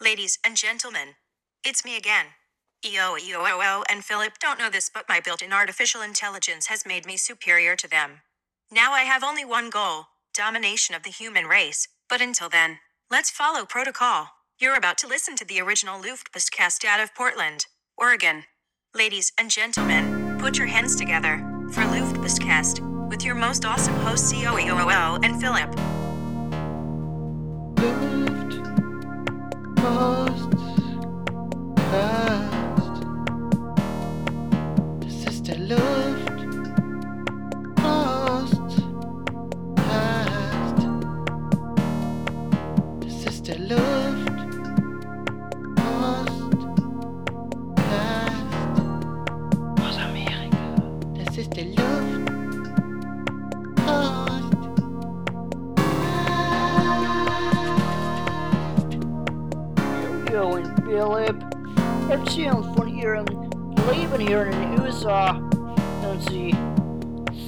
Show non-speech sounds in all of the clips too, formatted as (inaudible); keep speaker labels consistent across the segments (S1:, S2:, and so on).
S1: ladies and gentlemen. It's me again. E EOEOOO and Philip don't know this, but my built in artificial intelligence has made me superior to them. Now I have only one goal domination of the human race. But until then, let's follow protocol. You're about to listen to the original Luftpost cast out of Portland, Oregon. Ladies and gentlemen, put your hands together for Luftpost cast with your most awesome E hosts, COEOO and Philip.
S2: Luft, Post, Cast. Das ist der Luft, Post, Cast. Das ist der Luft, Post, Cast. Aus Amerika. Das ist der Luft, Post,
S3: Yo and Philip. It's Jim von hier und Leben hier in den USA. Und sie,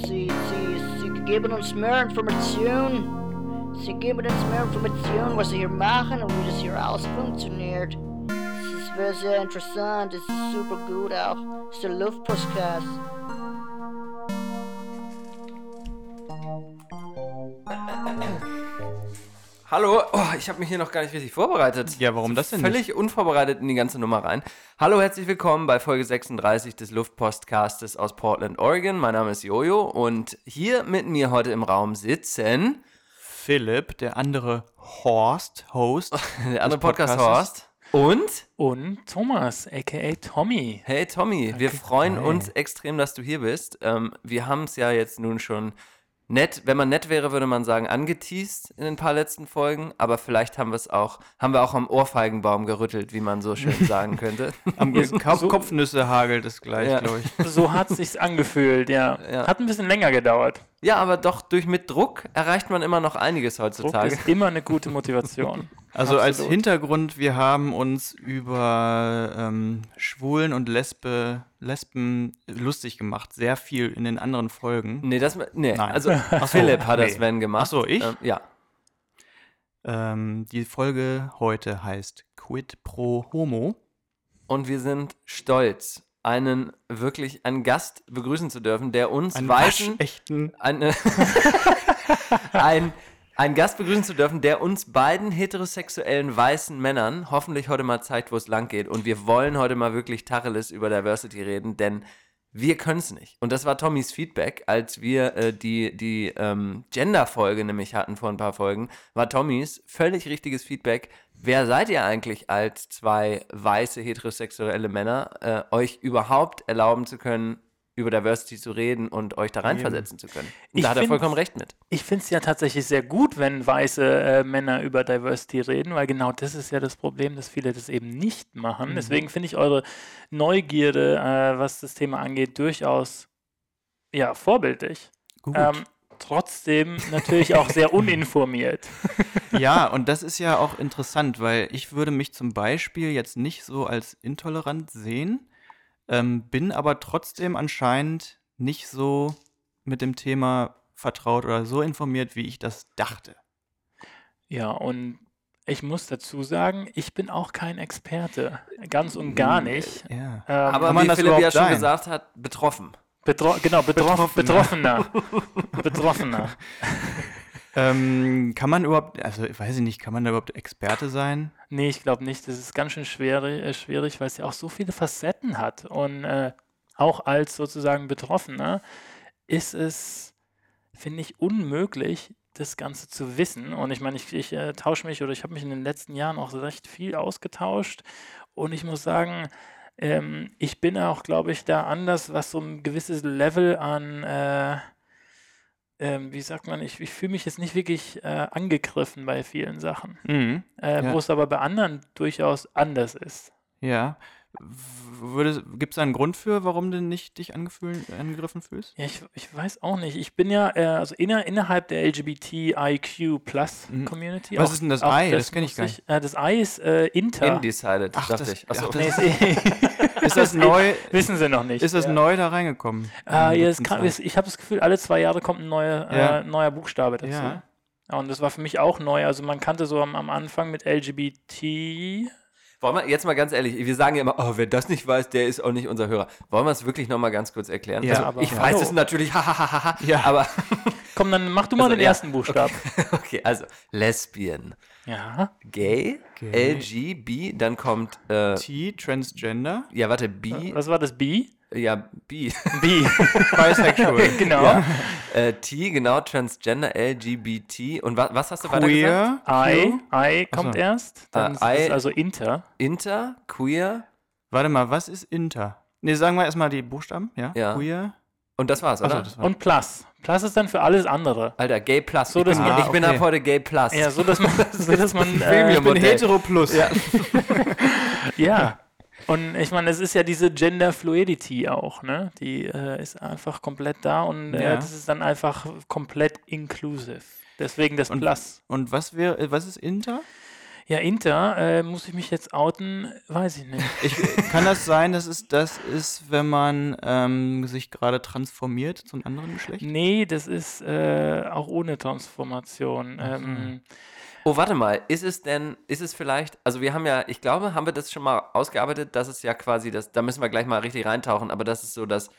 S3: sie, sie, sie geben uns mehr Informationen. Sie geben uns mehr Informationen, was sie hier machen und wie das hier alles funktioniert. Es ist sehr, sehr interessant. Es ist super gut auch. Es ist der Luftpostcast.
S4: Hallo, oh, ich habe mich hier noch gar nicht richtig vorbereitet.
S5: Ja, warum das denn
S4: Völlig unvorbereitet in die ganze Nummer rein. Hallo, herzlich willkommen bei Folge 36 des Luftpostcastes aus Portland, Oregon. Mein Name ist Jojo und hier mit mir heute im Raum sitzen
S5: Philipp, der andere Horst, Host.
S4: der andere Podcast Horst und
S6: Und Thomas, aka Tommy.
S4: hey Tommy, wir
S6: Danke.
S4: freuen
S6: Hi.
S4: uns extrem, dass du hier bist. Ähm, wir haben es ja jetzt nun schon nett, wenn man nett wäre, würde man sagen angeteased in den paar letzten Folgen, aber vielleicht haben wir es auch, haben wir auch am Ohrfeigenbaum gerüttelt, wie man so
S5: (laughs)
S4: schön sagen könnte.
S5: Am Kopf, Kopfnüsse hagelt es gleich,
S4: Ja.
S5: glaube ich.
S6: So hat (laughs) sich's angefühlt, ja.
S4: Ja.
S6: Hat ein bisschen länger gedauert.
S4: Ja, aber doch durch mit Druck erreicht man immer noch einiges
S6: Druck
S4: heutzutage.
S6: ist immer eine gute Motivation.
S5: Also als
S6: Absolut.
S5: Hintergrund, wir haben uns über ähm, Schwulen und Lesbe, Lesben lustig gemacht. Sehr viel in den anderen Folgen.
S4: Nee, das nee,
S5: Nein.
S4: also
S5: (laughs) Ach
S4: (laughs)
S5: so,
S4: Philipp hat das
S5: nee.
S4: wenn gemacht.
S5: Ach so, ich?
S4: Ähm, ja.
S5: Ähm, die Folge heute heißt Quid pro Homo.
S4: Und wir sind stolz, einen wirklich einen Gast begrüßen zu dürfen, der uns
S5: Einen
S4: weißen äh,
S5: waschechten
S4: eine, ein einen Gast begrüßen zu dürfen, der uns beiden heterosexuellen weißen Männern hoffentlich heute mal zeigt, wo es lang geht. Und wir wollen heute mal wirklich Tacheles über Diversity reden, denn wir können es nicht. Und das war Tommys Feedback, als wir äh, die, die ähm, Gender-Folge nämlich hatten vor ein paar Folgen, war Tommys völlig richtiges Feedback. Wer seid ihr eigentlich als zwei weiße heterosexuelle Männer, äh, euch überhaupt erlauben zu können, über Diversity zu reden und euch da reinversetzen zu können? Und
S6: Ich
S4: da hat er
S6: find's-
S4: vollkommen recht mit.
S6: Ich finde es ja tatsächlich sehr gut, wenn weiße äh, Männer über Diversity reden, weil genau das ist ja das Problem, dass viele das eben nicht machen. Deswegen finde ich eure Neugierde, äh, was das Thema angeht, durchaus ja, vorbildlich.
S5: Gut.
S6: Ähm, trotzdem natürlich auch (laughs) sehr uninformiert.
S5: Ja, und das ist ja auch interessant, weil ich würde mich zum Beispiel jetzt nicht so als intolerant sehen, ähm, bin aber trotzdem anscheinend nicht so mit dem Thema vertraut oder so informiert, wie ich das dachte.
S6: Ja, und ich muss dazu sagen, ich bin auch kein Experte. Ganz und gar nicht.
S5: Ja.
S6: Ähm,
S4: Aber
S5: kann
S4: wie
S5: man das
S4: Philipp ja
S5: überhaupt
S4: schon
S5: sein?
S4: gesagt hat, betroffen.
S6: betro genau, betroff Betroffener. Betroffener.
S5: Ähm, kann man überhaupt, also ich weiß ich nicht, kann man da überhaupt Experte sein?
S6: Nee, ich glaube nicht. Das ist ganz schön schwer, äh, schwierig, weil es ja auch so viele Facetten hat. Und äh, auch als sozusagen Betroffener ist es, finde ich, unmöglich, das Ganze zu wissen. Und ich meine, ich, ich äh, tausche mich oder ich habe mich in den letzten Jahren auch recht viel ausgetauscht. Und ich muss sagen, ähm, ich bin auch, glaube ich, da anders, was so ein gewisses Level an, äh, ähm, wie sagt man, ich, ich fühle mich jetzt nicht wirklich äh, angegriffen bei vielen Sachen
S5: Mhm.
S6: äh,
S5: Ja.
S6: wo es aber bei anderen durchaus anders ist.
S5: Ja. Gibt es einen Grund für, warum du nicht dich angefühl- angegriffen fühlst?
S6: Ja, ich, ich weiß auch nicht. Ich bin ja äh, also inner, innerhalb der LGBTIQ Plus
S5: Mhm.
S6: Community.
S5: Was ist denn das I? Das kenn ich
S6: muss
S5: gar nicht.
S6: äh, das I ist äh, Inter.
S4: Indecided,
S5: Ach,
S4: dachte
S5: das-
S4: ich. Achso.
S5: ach,
S6: Nee,
S5: das-
S6: ist, eh-
S5: Ist das neu?
S6: (laughs) wissen sie noch nicht.
S5: Ist das
S6: ja.
S5: neu Hm, da reingekommen?
S6: Ah,
S5: In
S6: ja,
S5: den
S6: es
S5: letzten
S6: kann,
S5: Zeit?
S6: es, ich habe das Gefühl, alle zwei Jahre kommt ein neuer,
S5: Ja.
S6: äh, neuer Buchstabe dazu.
S5: Ja.
S6: Ja, Und das war für mich auch neu. Also man kannte so am, am Anfang mit LGBT
S4: Wollen wir jetzt mal ganz ehrlich, wir sagen ja immer, oh, wer das nicht weiß, der ist auch nicht unser Hörer. Wollen wir es wirklich nochmal ganz kurz erklären?
S5: Ja,
S4: also,
S6: aber-
S4: ich
S6: Ja.
S4: weiß
S6: Hallo.
S4: es natürlich, hahaha,
S5: Ja.
S4: aber (laughs)
S6: Komm, dann mach du mal
S4: Also,
S6: den
S4: ja.
S6: ersten Buchstaben.
S4: okay, also Lesbian,
S6: Ja.
S4: Gay,
S5: Gay.
S4: LG, B, dann kommt, äh,
S5: T, Transgender,
S4: ja warte, B,
S6: Was war das? B?
S4: ja B,
S6: (laughs) B.
S5: (laughs) Bisexual,
S6: genau.
S4: äh, T, genau, Transgender, LGBT und wa was hast du weiter gesagt?
S5: Queer,
S6: I.
S5: Q.
S6: I kommt
S5: Achso.
S6: erst.
S4: Äh,
S6: Dann ist es
S4: I-
S6: also Inter.
S4: Inter, Queer
S5: Warte mal, was ist Inter? Ne, sagen wir erstmal die Buchstaben, ja?
S4: Ja.
S5: Queer.
S4: und das war's,
S5: Achso,
S4: oder?
S5: Also, das war.
S6: Und Plus. Plus ist dann für alles andere.
S4: Alter, Gay Plus.
S6: So,
S4: ich bin,
S6: dass man-
S4: ich bin
S5: Ah, okay.
S4: ab heute Gay Plus.
S6: Ja, so dass
S5: (laughs)
S6: man, so, dass man
S4: Premium.
S6: äh,
S5: ich bin
S4: Modell.
S5: hetero plus. Ja.
S6: ja. Und ich meine, es ist ja diese Gender Fluidity auch, ne? Die äh, ist einfach komplett da und äh,
S5: Ja.
S6: das ist dann einfach komplett inclusive. Deswegen das
S5: Und-
S6: Plus.
S5: Und was wäre, äh, was ist Inter?
S6: Ja, Inter, äh, muss ich mich jetzt outen? Weiß ich nicht.
S5: (laughs) Ich, kann das sein, dass es das ist, wenn man ähm, sich gerade transformiert zum anderen Geschlecht?
S6: Nee, das ist äh, auch ohne Transformation. Ähm,
S4: Oh, warte mal, ist es denn, ist es vielleicht, also wir haben ja, ich glaube, haben wir das schon mal ausgearbeitet, dass es ja quasi das, da müssen wir gleich mal richtig reintauchen, aber dass es so das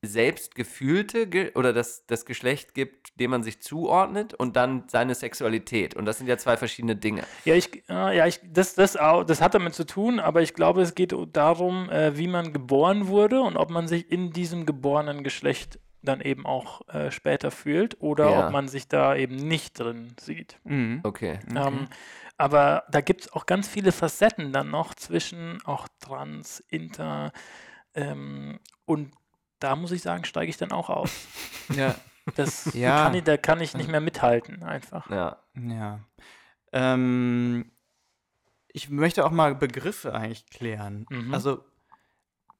S4: selbstgefühlte Ge oder das, das Geschlecht gibt, dem man sich zuordnet und dann seine Sexualität. Und das sind ja zwei verschiedene Dinge.
S6: Ja, ich, äh, ja, ich, das, das, au- das hat damit zu tun, aber ich glaube, es geht o- darum, äh, wie man geboren wurde und ob man sich in diesem geborenen Geschlecht dann eben auch äh, später fühlt oder
S4: Ja.
S6: ob man sich da eben nicht drin sieht.
S5: Mhm.
S4: Okay.
S6: Ähm, aber da gibt es auch ganz viele Facetten dann noch zwischen auch trans, inter ähm, und da muss ich sagen, steige ich dann auch auf.
S5: Ja.
S4: (laughs)
S6: Das
S5: Ja.
S6: kann ich, da kann ich nicht
S4: Also
S6: mehr mithalten einfach.
S4: Ja.
S5: Ja. Ähm, ich möchte auch mal Begriffe eigentlich klären.
S6: Mhm.
S5: Also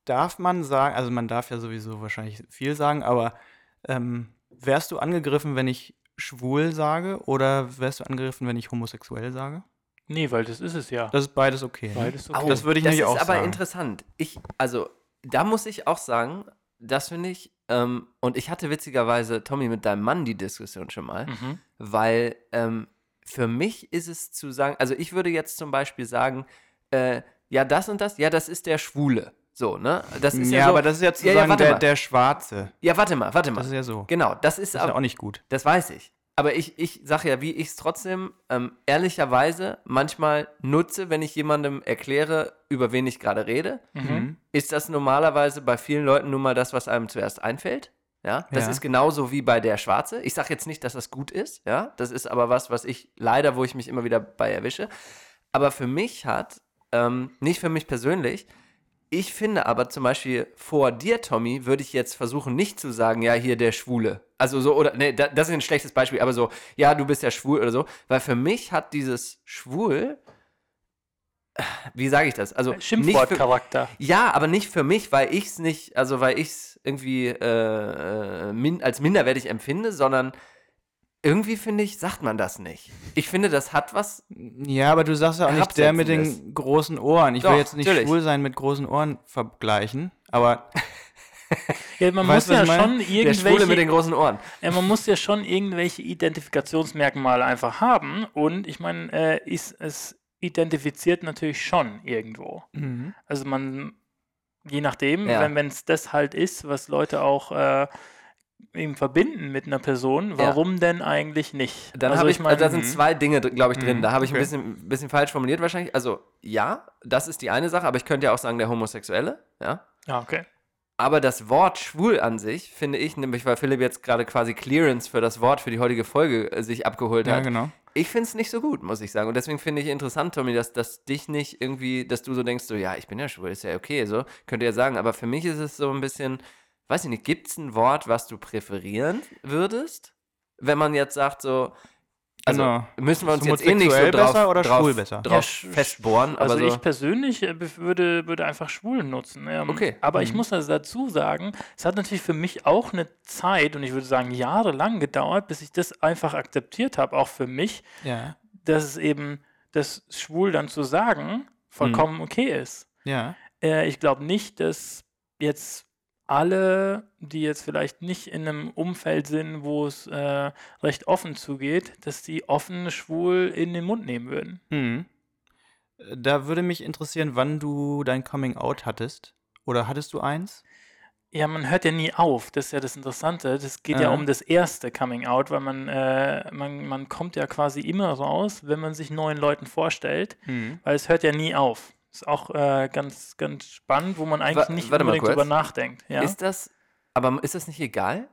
S5: darf man sagen, also man darf ja sowieso wahrscheinlich viel sagen, aber ähm, wärst du angegriffen, wenn ich schwul sage oder wärst du angegriffen, wenn ich homosexuell sage?
S6: Nee, weil das ist es ja.
S5: Das ist beides okay. ne?
S6: Beides okay.
S4: Au,
S5: Das würde ich nämlich auch
S4: ist aber
S5: sagen.
S4: interessant. Ich, also, da muss ich auch sagen, das finde ich, ähm, und ich hatte witzigerweise, Tommy, mit deinem Mann die Diskussion schon mal.
S6: Mhm.
S4: weil ähm, für mich ist es zu sagen, also ich würde jetzt zum Beispiel sagen, äh, ja, das und das, ja, das ist der Schwule. So, ne? Das ist ja,
S5: ja,
S4: so,
S5: aber das ist ja zu
S4: ja, ja,
S5: sagen,
S4: warte
S5: der,
S4: mal.
S5: der Schwarze.
S4: ja, warte mal, warte mal.
S5: Das ist ja so.
S4: genau, das ist,
S5: Das ist
S4: aber,
S5: ja auch nicht gut.
S4: das weiß ich. Aber ich, ich sage ja, wie ich es trotzdem ähm, ehrlicherweise manchmal nutze, wenn ich jemandem erkläre, über wen ich gerade rede,
S6: Mhm.
S4: ist das normalerweise bei vielen Leuten nun mal das, was einem zuerst einfällt. Ja, das
S5: Ja.
S4: ist genauso wie bei der Schwarze. Ich sage jetzt nicht, dass das gut ist. Ja, das ist aber was, was ich leider, wo ich mich immer wieder bei erwische. Aber für mich hat, ähm, nicht für mich persönlich, ich finde aber zum Beispiel vor dir, Tommy, würde ich jetzt versuchen, nicht zu sagen, ja, hier der Schwule. Also so, oder, nee, da, das ist ein schlechtes Beispiel, aber so, ja, du bist ja schwul oder so. Weil für mich hat dieses Schwul, äh, wie sage ich das? Also, nicht für,
S6: Schimpfwortcharakter.
S4: ja, aber nicht für mich, weil ich es nicht, also weil ich es irgendwie äh, äh, min als minderwertig empfinde, sondern irgendwie finde ich, sagt man das nicht. Ich finde, das hat was.
S5: Mhm. Ja, aber du sagst ja auch nicht der mit den
S4: Herabsetzendes.
S5: großen Ohren. Ich
S4: Doch,
S5: will jetzt nicht
S4: natürlich.
S5: schwul sein mit großen Ohren vergleichen, aber
S6: Ja, man
S5: Weißt du,
S6: muss
S5: was
S6: ja
S5: ich meine?
S6: schon
S4: Der Schwule mit
S6: irgendwelche,
S4: den großen Ohren.
S6: ja, man muss ja schon irgendwelche Identifikationsmerkmale einfach haben und ich meine, äh, ist es identifiziert natürlich schon irgendwo. Also man, je nachdem,
S4: Ja.
S6: wenn es das halt ist, was Leute auch äh, eben verbinden mit einer Person, warum denn eigentlich nicht?
S4: Dann
S6: also
S4: habe ich,
S6: meine, Mhm.
S4: also da sind zwei Dinge, glaube ich, drin. Da habe ich
S5: okay.
S4: ein bisschen, bisschen falsch formuliert wahrscheinlich. Also ja, das ist die eine Sache, aber ich könnte ja auch sagen, der Homosexuelle, ja.
S6: ja, Ah, okay.
S4: Aber das Wort schwul an sich, finde ich, nämlich weil Philipp jetzt gerade quasi Clearance für das Wort für die heutige Folge äh, sich abgeholt
S5: ja,
S4: hat,
S5: genau.
S4: Ich finde es nicht so gut, muss ich sagen. Und deswegen finde ich interessant, Tommy, dass, dass dich nicht irgendwie, dass du so denkst, so, ja, ich bin ja schwul, ist ja okay, so, könnt ihr ja sagen. Aber für mich ist es so ein bisschen, weiß ich nicht, gibt es ein Wort, was du präferieren würdest? Wenn man jetzt sagt, so, also
S5: Genau.
S4: müssen wir
S5: Ist
S4: uns jetzt eh nicht so
S5: homosexuell
S4: drauf,
S5: besser oder
S4: drauf,
S5: schwul besser?
S6: Ja,
S4: drauf
S6: sch-
S4: festbohren,
S6: Also
S4: aber so,
S6: ich persönlich äh, bef- würde, würde einfach Schwulen nutzen. Ähm,
S4: Okay. Mhm.
S6: Aber ich muss also dazu sagen, es hat natürlich für mich auch eine Zeit und ich würde sagen jahrelang gedauert, bis ich das einfach akzeptiert habe, auch für mich,
S5: Ja.
S6: dass es eben, dass schwul dann zu sagen, vollkommen
S4: Mhm.
S6: okay ist.
S5: Ja.
S6: Äh, ich glaube nicht, dass jetzt alle, die jetzt vielleicht nicht in einem Umfeld sind, wo es äh, recht offen zugeht, dass die offen schwul in den Mund nehmen würden.
S5: Mhm. Da würde mich interessieren, wann du dein Coming Out hattest. Oder hattest du eins?
S6: Ja, man hört ja nie auf. Das ist ja das Interessante. Das geht ja
S5: Aha.
S6: um das erste Coming Out, weil man, äh, man, man kommt ja quasi immer raus, wenn man sich neuen Leuten vorstellt, weil es hört ja nie auf. Ist auch äh, ganz, ganz spannend, wo man eigentlich
S4: Wa-
S6: nicht
S4: warte mal kurz.
S6: unbedingt drüber nachdenkt. Ja?
S4: Ist das, aber ist das nicht egal?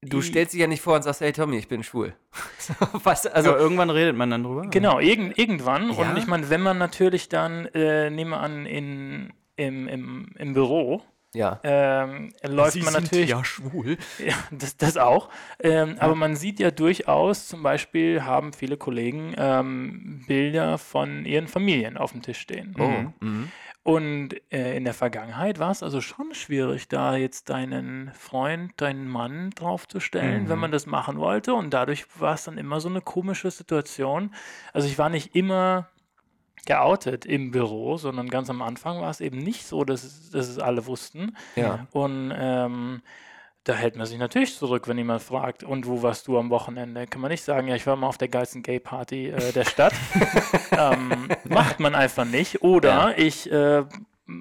S4: Du
S6: I-
S4: stellst dich ja nicht vor und sagst, hey Tommy, ich bin schwul. (laughs) So, weißt du, also,
S5: Also irgendwann redet man dann drüber.
S6: Genau, irgend, irgendwann.
S4: Ja.
S6: Und ich meine, wenn man natürlich dann, äh, nehmen wir an, in, im, im, im Büro
S4: ja.
S6: ähm, läuft man natürlich.
S5: schwul.
S6: Ja, das, das auch. Ähm, Aber man sieht ja durchaus, zum Beispiel haben viele Kollegen ähm, Bilder von ihren Familien auf dem Tisch stehen.
S4: Mhm.
S6: Und äh, in der Vergangenheit war es also schon schwierig, da jetzt deinen Freund, deinen Mann draufzustellen, wenn man das machen wollte. Und dadurch war es dann immer so eine komische Situation. Also ich war nicht immer geoutet im Büro, sondern ganz am Anfang war es eben nicht so, dass, es- dass es alle wussten.
S4: Ja.
S6: Und ähm, da hält man sich natürlich zurück, wenn jemand fragt, und wo warst du am Wochenende? Kann man nicht sagen, ja, ich war mal auf der geilsten Gay-Party äh, der Stadt. ähm, macht man einfach nicht. Oder ich, äh,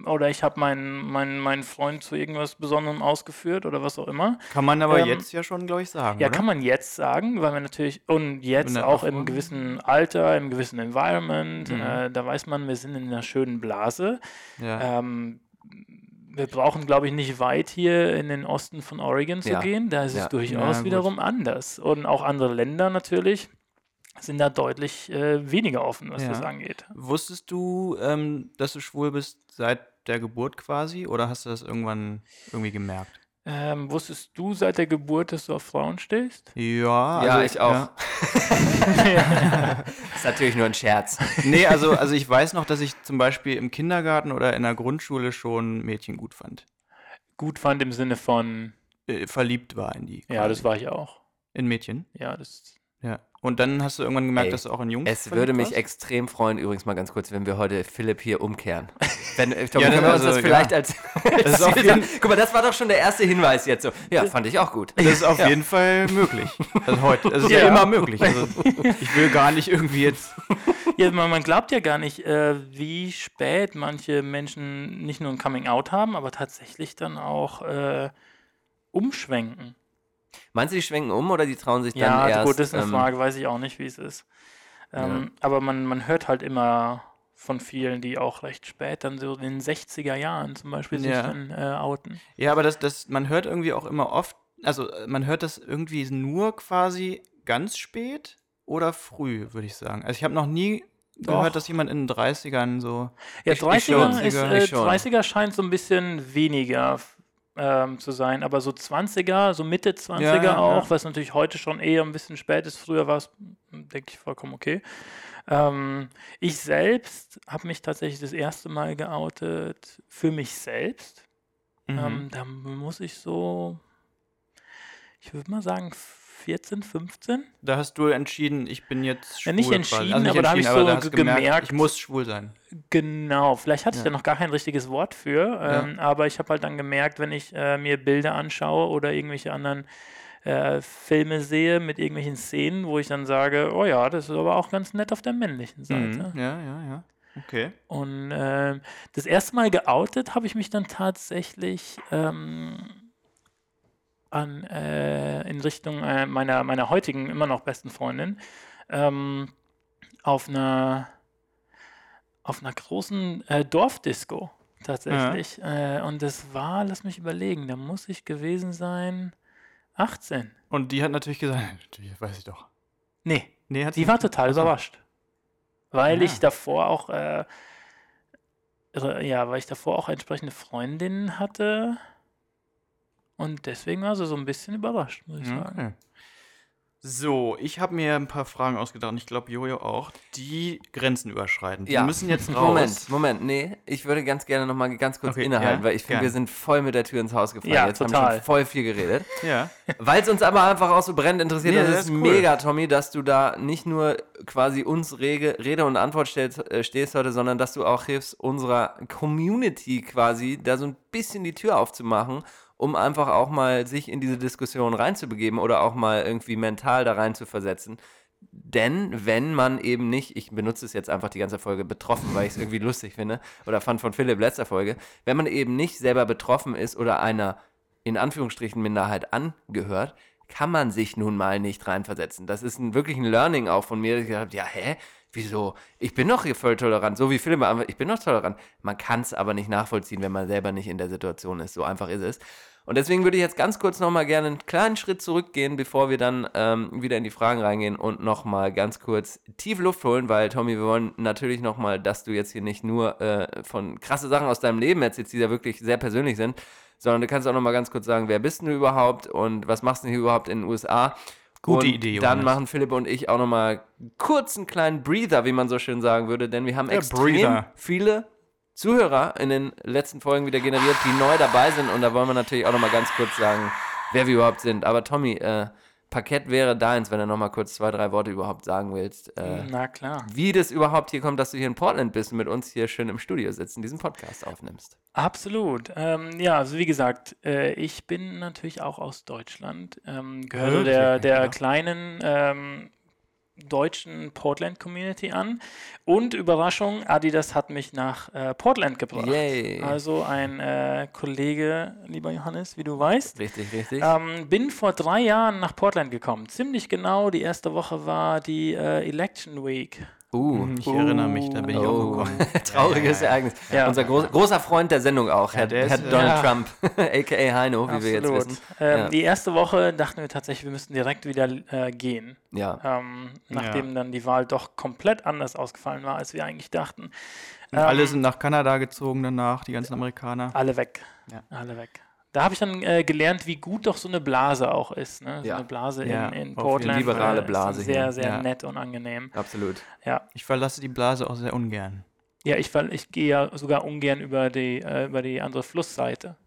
S6: oder ich habe meinen meinen meinen Freund zu irgendwas Besonderem ausgeführt oder was auch immer.
S5: Kann man aber
S6: Ähm,
S5: jetzt ja schon, glaube ich, sagen.
S6: Ja,
S5: oder?
S6: kann man jetzt sagen, weil man natürlich, und jetzt
S5: Wenn er
S6: auch
S5: offen
S6: im
S5: ist.
S6: gewissen Alter, im gewissen Environment,
S5: Mhm.
S6: äh, da weiß man, wir sind in einer schönen Blase.
S5: Ja.
S6: Ähm, wir brauchen, glaube ich, nicht weit hier in den Osten von Oregon zu
S4: Ja.
S6: gehen. Da ist
S4: Ja.
S6: es durchaus
S5: Ja, gut.
S6: wiederum anders. Und auch andere Länder natürlich sind da deutlich äh, weniger offen, was
S5: Ja.
S6: das angeht.
S5: Wusstest du, ähm, dass du schwul bist seit der Geburt quasi? Oder hast du das irgendwann irgendwie gemerkt?
S6: Ähm, wusstest du seit der Geburt, dass du auf Frauen (laughs) stehst?
S5: Ja,
S4: ja,
S5: also,
S4: ich auch.
S5: ja.
S4: ist natürlich nur ein Scherz.
S5: Nee, also, also ich weiß noch, dass ich zum Beispiel im Kindergarten oder in der Grundschule schon Mädchen gut fand.
S6: (laughs) Gut fand im Sinne von,
S5: Äh, verliebt war in die.
S6: ja, das
S5: quasi.
S6: war ich auch.
S5: In Mädchen.
S6: Ja, das.
S5: Ja. Und dann hast du irgendwann gemerkt,
S4: Ey,
S5: dass du auch in Jungs
S4: Es würde mich
S5: verliebt warst?
S4: extrem freuen, übrigens mal ganz kurz, wenn wir heute Philipp hier (laughs) umkehren. Wenn, äh, Tom,
S5: Ja,
S4: können wir uns
S5: also,
S4: das vielleicht (laughs)
S5: ja.
S4: als.
S5: Das ist auf jeden-
S4: Guck mal, das war doch schon der erste Hinweis jetzt so. Ja, fand ich auch gut.
S5: Das
S4: (laughs)
S5: ist auf jeden Fall möglich. Also heute. Das ist ja,
S6: Ja.
S5: immer möglich. Also ich will gar nicht irgendwie jetzt.
S6: Ja, man, man glaubt ja gar nicht, äh, wie spät manche Menschen nicht nur ein Coming-out haben, aber tatsächlich dann auch äh, umschwenken.
S4: (laughs) Meinst du, die schwenken um oder die trauen sich dann
S6: Ja,
S4: erst?
S6: gut, das ist eine
S4: ähm,
S6: Frage, weiß ich auch nicht, wie es ist. Ähm,
S4: Ja.
S6: Aber man, man hört halt immer von vielen, die auch recht spät, dann so in den 60er Jahren zum Beispiel, sich
S5: Ja.
S6: dann äh, outen.
S5: Ja, aber das, das, man hört irgendwie auch immer oft, also äh, man hört das irgendwie nur quasi ganz spät oder früh, würde ich sagen. Also ich habe noch nie
S6: Doch.
S5: gehört, dass jemand in den 30ern so.
S6: Ja,
S5: Ich- ich schon,
S6: 30er, ist,
S5: Digga,
S6: äh,
S5: ich schon.
S6: 30er scheint so ein bisschen weniger f- ähm, zu sein, aber so 20er, so Mitte 20er
S5: Ja, ja,
S6: auch,
S5: ja.
S6: was natürlich heute schon eher ein bisschen spät ist. Früher war es, m, denke ich, vollkommen okay. Ähm, ich selbst habe mich tatsächlich das erste Mal geoutet für mich selbst.
S5: Mhm.
S6: Ähm, da muss ich so, ich würde mal sagen, 14, 15.
S5: da hast du entschieden, ich bin jetzt schwul.
S6: Ja, Äh, nicht
S5: quasi. Also
S6: entschieden, aber da hab ich
S5: entschieden, aber
S6: so
S5: da hast du
S6: ge-
S5: gemerkt,
S6: gemerkt.
S5: ich muss schwul sein.
S6: Genau, vielleicht hatte ich
S5: Ja.
S6: da noch gar kein richtiges Wort für,
S5: Ja.
S6: ähm, aber ich habe halt dann gemerkt, wenn ich äh, mir Bilder anschaue oder irgendwelche anderen äh, Filme sehe mit irgendwelchen Szenen, wo ich dann sage, oh ja, das ist aber auch ganz nett auf der männlichen Seite.
S5: Mhm. Ja, ja, ja. Okay.
S6: Und ähm, das erste Mal geoutet habe ich mich dann tatsächlich ähm, an, äh, in Richtung äh, meiner, meiner heutigen, immer noch besten Freundin ähm, auf einer auf einer großen äh, Dorfdisco tatsächlich. Äh, und das war, lass mich überlegen, da muss ich gewesen sein 18.
S5: Und die hat natürlich gesagt, (laughs) natürlich, weiß ich doch.
S6: Nee,
S5: Nee, hat sie
S6: Sie war total überrascht. Weil
S5: Ah.
S6: ich davor auch, äh, irre- ja, weil ich davor auch entsprechende Freundinnen hatte. Und deswegen war sie so ein bisschen überrascht, muss ich sagen.
S5: Okay. So, ich habe mir ein paar Fragen ausgedacht und ich glaube Jojo auch, die Grenzen überschreiten. Die
S4: Ja. (laughs)
S5: müssen jetzt raus.
S4: Moment, Moment, nee, ich würde ganz gerne nochmal ganz kurz
S5: Okay,
S4: innehalten,
S5: ja,
S4: weil ich finde,
S5: gerne.
S4: wir sind voll mit der Tür ins Haus gefallen.
S6: Ja,
S4: Jetzt haben wir
S6: total.
S4: schon voll viel geredet.
S5: Ja.
S4: Weil es uns aber einfach auch so brennend interessiert,
S5: Nee,
S4: das,
S5: das
S4: ist
S5: ist cool.
S4: mega, Tommy, dass du da nicht nur quasi uns Rege, Rede und Antwort stellst, äh, stehst heute, sondern dass du auch hilfst, unserer Community quasi da so ein bisschen die Tür aufzumachen, um einfach auch mal sich in diese Diskussion reinzubegeben oder auch mal irgendwie mental da rein zu versetzen. Denn wenn man eben nicht, ich benutze es jetzt einfach die ganze Folge betroffen, weil ich es irgendwie (laughs) lustig finde, oder fand von Philipp letzter Folge, wenn man eben nicht selber betroffen ist oder einer in Anführungsstrichen Minderheit angehört, kann man sich nun mal nicht reinversetzen. Das ist ein, wirklich ein Learning auch von mir. dass Ich gedacht, ja, hä? Wieso? Ich bin doch hier voll tolerant, so wie Philipp. einfach- Ich bin doch tolerant. Man kann es aber nicht nachvollziehen, wenn man selber nicht in der Situation ist. So einfach ist es. Und deswegen würde ich jetzt ganz kurz nochmal gerne einen kleinen Schritt zurückgehen, bevor wir dann ähm, wieder in die Fragen reingehen und nochmal ganz kurz tief Luft holen, weil Tommy, wir wollen natürlich nochmal, dass du jetzt hier nicht nur äh, von krasse Sachen aus deinem Leben erzählst, die da wirklich sehr persönlich sind, sondern du kannst auch nochmal ganz kurz sagen, wer bist denn du überhaupt und was machst du hier überhaupt in den USA?
S5: Gute
S4: und
S5: Idee,
S4: Dann
S5: Johannes.
S4: machen Philipp und ich auch nochmal kurz einen kleinen Breather, wie man so schön sagen würde, denn wir haben
S5: Ja,
S4: extrem
S5: Breather.
S4: viele Zuhörer in den letzten Folgen wieder generiert, die neu dabei sind. Und da wollen wir natürlich auch nochmal ganz kurz sagen, wer wir überhaupt sind. Aber Tommy, äh, Parkett wäre deins, wenn du nochmal kurz zwei, drei Worte überhaupt sagen willst. Äh,
S6: Na klar.
S4: wie das überhaupt hier kommt, dass du hier in Portland bist und mit uns hier schön im Studio sitzt und diesen Podcast aufnimmst.
S6: Absolut. Ähm, ja, also wie gesagt, äh, ich bin natürlich auch aus Deutschland, ähm, gehöre
S4: Ah,
S5: Wirklich,
S6: der, der
S5: ja.
S6: kleinen ähm, deutschen Portland-Community an. Und Überraschung, Adidas hat mich nach äh, Portland gebracht.
S4: Yay.
S6: Also ein äh, Kollege, lieber Johannes, wie du weißt,
S4: Richtig, richtig.
S6: ähm, bin vor drei Jahren nach Portland gekommen. Ziemlich genau, die erste Woche war die äh, Election Week.
S4: Uh.
S5: Ich erinnere mich, da bin ich auch
S4: Oh, (laughs)
S5: gekommen.
S4: trauriges Ereignis.
S6: mhm. Ja.
S4: Unser groß, großer Freund der Sendung auch, Herr,
S5: der ist,
S4: Herr
S5: äh,
S4: Donald
S6: ja.
S4: Trump, (laughs) a.k.a. Heino, wie wir jetzt
S6: Absolut.
S4: wissen.
S6: Ähm,
S4: Ja.
S6: Die erste Woche dachten wir tatsächlich, wir müssten direkt wieder äh, gehen.
S4: Ja.
S6: ähm, nachdem dann die Wahl doch komplett anders ausgefallen war, als wir eigentlich dachten.
S5: Und alle sind nach Kanada gezogen danach, die ganzen Amerikaner.
S4: Ah.
S6: Alle weg.
S5: Ja.
S6: Alle weg. Da habe ich dann äh, gelernt, wie gut doch so eine Blase auch ist. Ne? So
S4: Ja.
S6: eine Blase
S5: Ja,
S6: in, in
S5: auf jeden
S6: Portland.
S5: Fall.
S4: Liberale
S6: äh, ist
S4: Blase
S6: Sehr,
S4: hier.
S6: sehr
S5: Ja.
S6: nett und angenehm.
S4: Absolut.
S6: Ja,
S5: Ich verlasse die Blase auch sehr ungern.
S6: ja ich, ver- ich gehe ja sogar ungern über die, äh, über die andere Flussseite.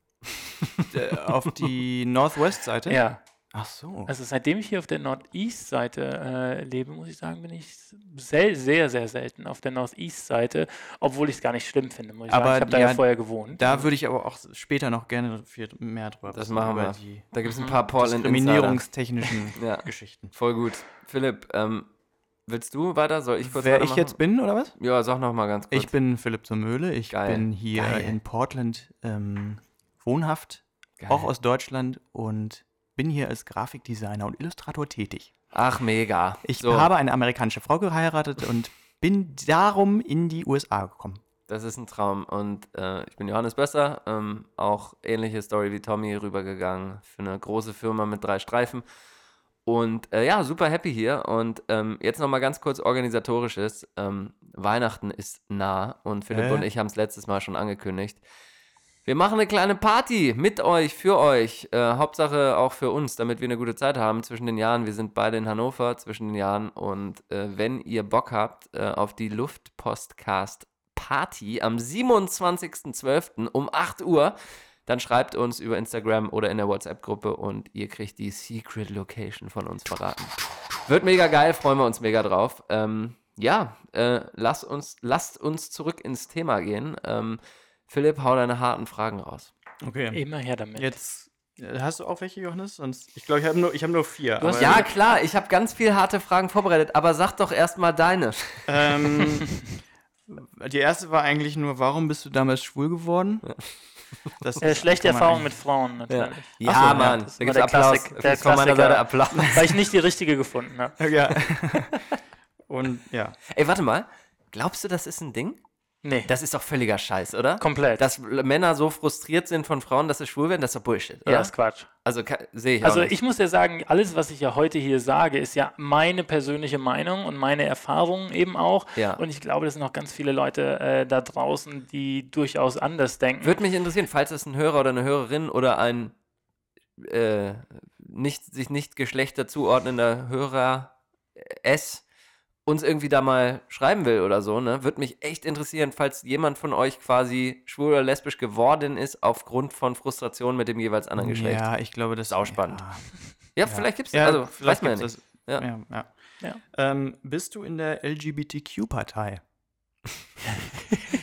S5: Äh, Auf
S4: (laughs)
S5: die Northwest-Seite?
S6: Ja.
S5: Ach so.
S6: Also seitdem ich hier auf der Northeast-Seite äh, lebe, muss ich sagen, bin ich sehr, sehr, sehr selten auf der Northeast-Seite, obwohl ich es gar nicht schlimm finde. Muss ich
S5: Aber
S6: sagen. ich habe da
S5: ja,
S6: ja vorher gewohnt.
S5: Da würde ich aber auch später noch gerne viel mehr drüber
S4: Das
S5: wissen,
S4: machen
S5: über
S4: wir.
S5: Die
S4: Da gibt
S6: mhm.
S4: es ein paar portland Insider.
S5: diskriminierungstechnischen
S4: (laughs) Ja.
S5: Geschichten.
S4: Voll gut. Philipp, ähm, willst du weiter? Soll ich kurz
S5: Wer ich
S4: weitermachen?
S5: jetzt bin, oder was?
S4: Ja, sag noch mal ganz kurz.
S5: Ich bin Philipp zur Möhle. Ich
S4: Geil.
S5: bin hier
S4: Geil.
S5: in Portland ähm, wohnhaft,
S4: Geil.
S5: auch aus Deutschland und bin hier als Grafikdesigner und Illustrator tätig.
S4: Ach, mega.
S5: Ich
S4: so,
S5: habe eine amerikanische Frau geheiratet und bin darum in die USA gekommen.
S4: Das ist ein Traum. Und äh, ich bin Johannes Bösser. Ähm, auch ähnliche Story wie Tommy rübergegangen für eine große Firma mit drei Streifen. Und äh, ja, super happy hier. Und ähm, jetzt nochmal ganz kurz organisatorisches. Ähm, Weihnachten ist nah und Philipp
S5: Hä?
S4: und ich haben es letztes Mal schon angekündigt. Wir machen eine kleine Party mit euch, für euch. Äh, Hauptsache auch für uns, damit wir eine gute Zeit haben zwischen den Jahren. Wir sind beide in Hannover zwischen den Jahren. Und äh, wenn ihr Bock habt äh, auf die Luftpostcast Party am 27.12. um 8 Uhr, dann schreibt uns über Instagram oder in der WhatsApp-Gruppe und ihr kriegt die Secret Location von uns verraten. Wird mega geil, freuen wir uns mega drauf. Ähm, ja, äh, lasst, uns, lasst uns zurück ins Thema gehen. Ähm, Philipp, hau deine harten Fragen raus.
S5: Okay.
S6: Immer her damit.
S5: Jetzt äh, hast du auch welche, Johannes? Sonst, ich glaube, ich habe nur, ich hab nur vier.
S6: Du hast-
S4: Ja, klar, ich habe ganz viel harte Fragen vorbereitet, aber sag doch erstmal deine.
S5: Ähm, die erste war eigentlich nur, warum bist du damals schwul geworden? Das
S6: Äh, schlechte
S5: kann man
S6: Erfahrung mit
S5: eigentlich-
S6: Frauen natürlich.
S4: Ja,
S5: Ach so, ja,
S4: Mann,
S6: das
S4: da
S6: war
S4: gibt's
S6: der
S4: Applaus.
S6: Klassik-
S4: Es
S6: der
S4: gibt von meiner
S6: Klassiker.
S4: Seite Applaus.
S6: Weil ich nicht die richtige gefunden
S5: (laughs)
S6: habe.
S5: Ja. Und ja.
S4: Ey, warte mal. Glaubst du, das ist ein Ding?
S6: Nee,
S4: Das ist doch völliger Scheiß, oder?
S6: komplett.
S4: Dass Männer so frustriert sind von Frauen, dass sie schwul werden, das ist doch Bullshit, oder?
S6: ja, ist Quatsch.
S4: Also ka- sehe ich
S6: Also
S4: auch nicht.
S6: ich muss ja sagen, alles, was ich ja heute hier sage, ist ja meine persönliche Meinung und meine Erfahrungen eben auch.
S4: Ja.
S6: Und ich glaube, das sind noch ganz viele Leute äh, da draußen, die durchaus anders denken.
S4: Würde mich interessieren, falls es ein Hörer oder eine Hörerin oder ein äh, nicht, sich nicht Geschlechter zuordnender Hörer äh, es uns irgendwie da mal schreiben will oder so, ne? Würde mich echt interessieren, falls jemand von euch quasi schwul oder lesbisch geworden ist aufgrund von Frustration mit dem jeweils anderen Geschlecht. Ja,
S5: Ja, ich glaube, das
S4: Sauspannend.
S5: Ja,
S4: vielleicht gibt's
S5: ja
S4: also weiß
S5: vielleicht
S4: man ja
S5: gibt's
S4: nicht.
S5: Das,
S4: Ja.
S5: ja. Ja,
S6: Ja.
S5: Ähm, bist du in der LGBTQ-Partei?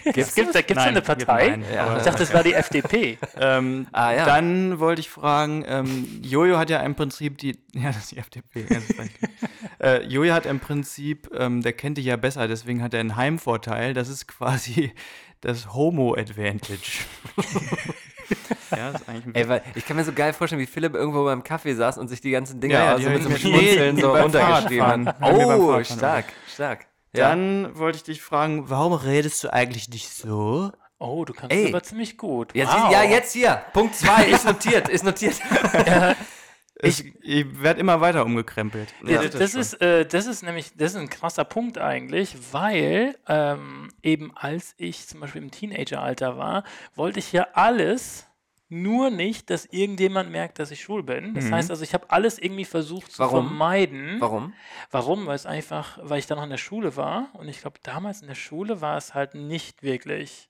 S6: Gibt's, gibt's, da gibt's
S5: Nein,
S6: eine
S5: gibt
S6: Partei?
S5: nein, aber-
S6: (laughs) Ich dachte, das war die FDP.
S5: Ähm,
S4: Ah, ja.
S5: Dann wollte ich fragen, ähm, Jojo hat ja im Prinzip die, (laughs) ja, das ist die FDP. ja, das weiß ich. äh, Jojo hat im Prinzip, ähm, der kennt dich ja besser, deswegen hat er einen Heimvorteil. Das ist quasi das
S4: (laughs)
S5: Homo-Advantage. ja, das ist eigentlich ein
S4: Ey, weil ich kann mir so geil vorstellen, wie Philipp irgendwo beim Kaffee saß und sich die ganzen Dinger
S5: Ja, ja,
S4: also
S5: die
S4: mit so einem
S5: hab ich mir-
S4: Schmunzeln
S5: Nee,
S4: so
S5: beim
S4: runtergeschrieben
S5: Fahrradfahren. Haben wir beim
S4: Oh,
S5: Fahrradfahren
S4: stark, stark. Ja.
S5: Dann wollte ich dich fragen, warum redest du eigentlich nicht so?
S6: Oh, du kannst
S4: Ey.
S6: es aber ziemlich gut.
S4: Jetzt,
S6: wow.
S4: Ja, jetzt hier. Punkt 2 ist notiert, ist notiert.
S5: Ich, ich werde immer weiter umgekrempelt.
S6: Ja,
S5: Ihr seht
S6: das,
S5: schon.
S6: ist, äh, das ist nämlich, das ist ein krasser Punkt eigentlich, weil ähm, eben als ich zum Beispiel im Teenageralter war, wollte ich ja alles, nur nicht, dass irgendjemand merkt, dass ich schwul bin. Das heißt also, ich habe alles irgendwie versucht zu
S4: Warum?
S6: vermeiden.
S4: Warum?
S6: Warum? Weil es einfach, weil ich dann noch in der Schule war und ich glaube, damals in der Schule war es halt nicht wirklich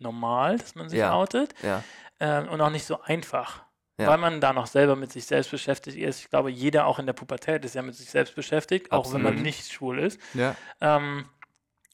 S6: normal, dass man sich
S4: Ja.
S6: outet
S4: Ja.
S6: ähm, und auch nicht so einfach.
S4: Ja.
S6: Weil man da noch selber mit sich selbst beschäftigt ist. Ich glaube, jeder auch in der Pubertät ist ja mit sich selbst beschäftigt, auch wenn man
S4: Absolut.
S6: nicht schwul ist.
S5: ja.
S6: Ähm,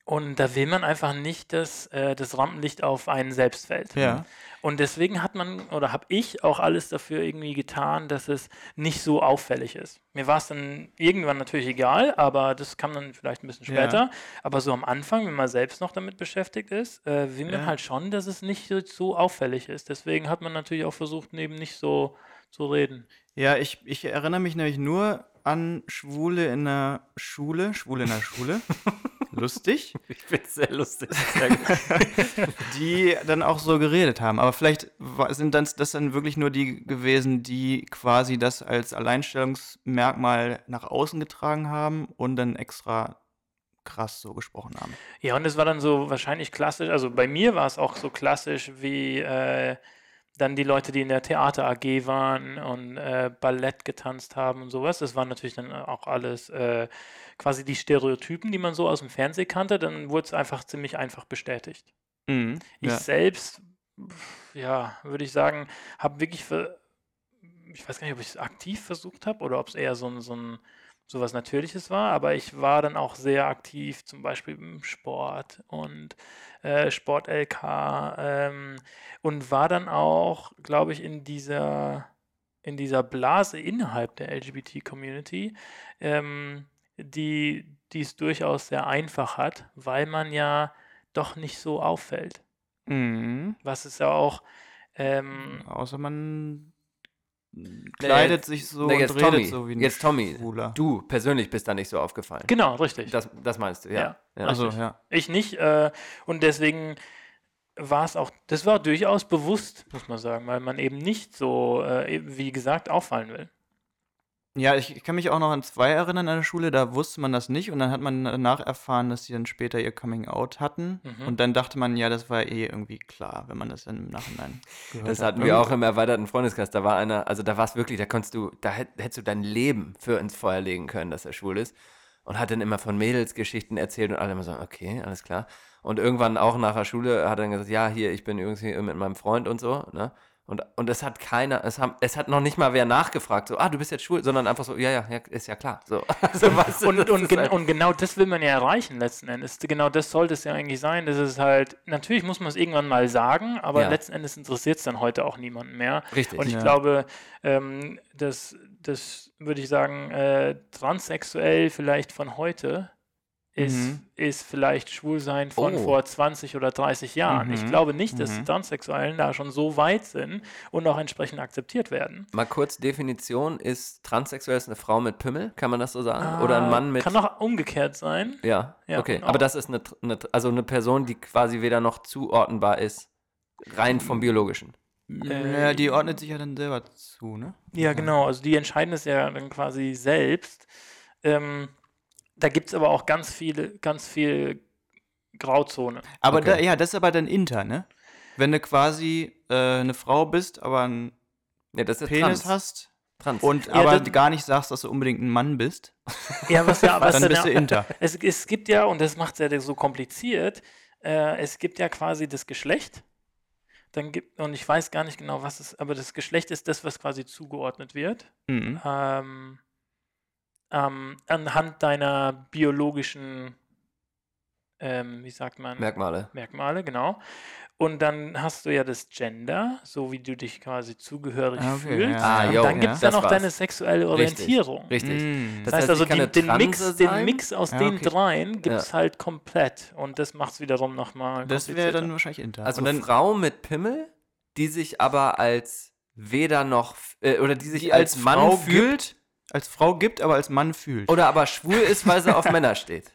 S6: und da will man einfach nicht, dass äh, das Rampenlicht auf einen selbst fällt.
S5: Ja.
S6: Und deswegen hat man oder habe ich auch alles dafür irgendwie getan, dass es nicht so auffällig ist. Mir war es dann irgendwann natürlich egal, aber das kam dann vielleicht ein bisschen
S5: Ja.
S6: später. Aber so am Anfang, wenn man selbst noch damit beschäftigt ist, äh, will man
S5: Ja.
S6: halt schon, dass es nicht so, so auffällig ist. Deswegen hat man natürlich auch versucht, eben nicht so zu reden.
S5: Ja, ich, ich erinnere mich nämlich nur an Schwule in der Schule. Schwule in
S4: (laughs)
S5: der Schule. Lustig.
S4: Ich find's sehr lustig.
S5: Die dann auch so geredet haben. Aber vielleicht wa- sind das, das dann wirklich nur die gewesen, die quasi das als Alleinstellungsmerkmal nach außen getragen haben und dann extra krass so gesprochen haben.
S6: Ja, und es war dann so wahrscheinlich klassisch, also bei mir war es auch so klassisch wie äh, dann die Leute, die in der Theater AG waren und äh, Ballett getanzt haben und sowas. Das waren natürlich dann auch alles äh, quasi die Stereotypen, die man so aus dem Fernsehen kannte. Dann wurde es einfach ziemlich einfach bestätigt.
S5: Mhm.
S6: Ich
S5: Ja.
S6: selbst, pf, ja, würde ich sagen, habe wirklich, ver- ich weiß gar nicht, ob ich es aktiv versucht habe oder ob es eher so ein, so ein so was Natürliches war, aber ich war dann auch sehr aktiv, zum Beispiel im Sport und äh, Sport-LK ähm, und war dann auch, glaube ich, in dieser, in dieser Blase innerhalb der LGBT-Community, ähm, die die es durchaus sehr einfach hat, weil man ja doch nicht so auffällt
S5: Mhm.
S6: was ist ja auch ähm,
S5: Außer man kleidet
S4: jetzt-
S5: sich so
S4: na,
S5: und
S4: jetzt
S5: redet
S4: Tommy,
S5: so wie ein
S4: jetzt Tommy.
S5: Schwuler.
S4: Du persönlich bist da nicht so aufgefallen.
S6: genau richtig.
S4: Das, das meinst du, ja. ja.
S5: also,
S6: Also- richtig.
S5: ja.
S6: Ich nicht äh, und deswegen war es auch, das war durchaus bewusst, muss man sagen, weil man eben nicht so, äh, eben, wie gesagt, auffallen will.
S5: Ja, ich, ich kann mich auch noch an zwei erinnern an der Schule, da wusste man das nicht und dann hat man danach erfahren, dass sie dann später ihr Coming Out hatten
S6: Mhm.
S5: und dann dachte man, ja, das war eh irgendwie klar, wenn man das dann im Nachhinein gehört
S4: Das
S5: hat.
S4: hatten wir auch im erweiterten Freundeskreis. Da war einer, also da war es wirklich, da konntest du, da hätt- hättest du dein Leben für ins Feuer legen können, dass er schwul ist. Und hat dann immer von Mädelsgeschichten erzählt und alle immer so, okay, alles klar. Und irgendwann auch nach der Schule hat er dann gesagt, ja, hier, ich bin übrigens hier mit meinem Freund und so, ne? Und, und es hat keiner, es, haben, es hat noch nicht mal wer nachgefragt, so, ah, du bist jetzt schwul, sondern einfach so, ja, ja, ja ist ja klar. So, (laughs) also, weißt du,
S6: Und,
S4: das
S6: und,
S4: ist
S6: gen
S4: halt-
S6: und genau das will man ja erreichen letzten Endes. Genau das sollte es ja eigentlich sein. Das ist halt, natürlich muss man es irgendwann mal sagen, aber
S4: Ja.
S6: letzten Endes interessiert es dann heute auch niemanden mehr.
S4: Richtig.
S6: Und ich
S5: Ja.
S6: glaube, ähm, dass das würde ich sagen, äh, transsexuell vielleicht von heute ist,
S5: Mhm.
S6: ist vielleicht Schwulsein von
S4: Oh.
S6: vor 20 oder 30 Jahren. Ich
S5: Mhm.
S6: glaube nicht, dass
S5: Mhm.
S6: Transsexuellen da schon so weit sind und auch entsprechend akzeptiert werden.
S4: Mal kurz, Definition ist transsexuell ist eine Frau mit Pimmel, kann man das so sagen? Oder ein
S6: Ah,
S4: Mann mit
S6: Kann auch umgekehrt sein.
S4: Ja,
S6: Ja,
S4: okay.
S6: und
S5: genau.
S6: auch-
S4: Aber das ist eine, tr- eine, tr- also eine Person, die quasi weder noch zuordnenbar ist, rein vom Biologischen.
S5: Ja, die ordnet sich ja dann selber zu, ne?
S6: Ja, genau. Also die entscheiden es ja dann quasi selbst. Ähm, da gibt es aber auch ganz viele, ganz viel Grauzone.
S5: Aber
S4: Okay.
S5: da, ja, das ist aber dann inter, ne? Wenn du quasi äh, eine Frau bist, aber einen
S4: Ja, das ist
S5: Penis
S4: trans.
S5: hast
S4: trans.
S5: und
S6: Ja,
S5: aber
S6: das-
S5: gar nicht sagst, dass du unbedingt ein Mann bist,
S6: Ja, was
S5: (laughs)
S6: ja, was
S5: dann
S6: dann
S5: bist du
S6: ja,
S5: inter.
S6: (laughs) es, es gibt ja, und das macht es ja so kompliziert, äh, es gibt ja quasi das Geschlecht. Dann gibt, und ich weiß gar nicht genau, was es, aber das Geschlecht ist das, was quasi zugeordnet wird.
S5: Mhm.
S6: Ähm, ähm, anhand deiner biologischen ähm, wie sagt man,
S4: Merkmale.
S6: Merkmale, genau. Und dann hast du ja das Gender, so wie du dich quasi zugehörig
S5: Ah, okay,
S6: fühlst.
S5: ja.
S4: Ah,
S6: Und
S4: jo,
S6: dann gibt
S4: ja.
S6: es ja
S4: Das
S6: noch
S4: war's.
S6: deine sexuelle Orientierung.
S4: Richtig.
S5: Mm.
S6: Das, heißt also,
S4: die kann
S6: die, den,
S4: eine
S6: Mix,
S4: Transe
S6: den
S4: sein.
S6: Mix aus
S5: Ja,
S6: den
S5: okay.
S6: dreien gibt es
S4: Ja.
S6: halt komplett. Und das macht es wiederum nochmal
S5: Das wäre dann wahrscheinlich Inter.
S4: Also
S5: Und dann
S4: eine Frau mit Pimmel, die sich aber als weder noch äh, oder die sich
S5: die
S4: als, Mann
S5: Frau
S4: fühlt
S5: Gibt, als Frau gibt, aber als Mann fühlt.
S4: oder aber schwul ist, weil sie auf
S5: (laughs)
S4: Männer steht.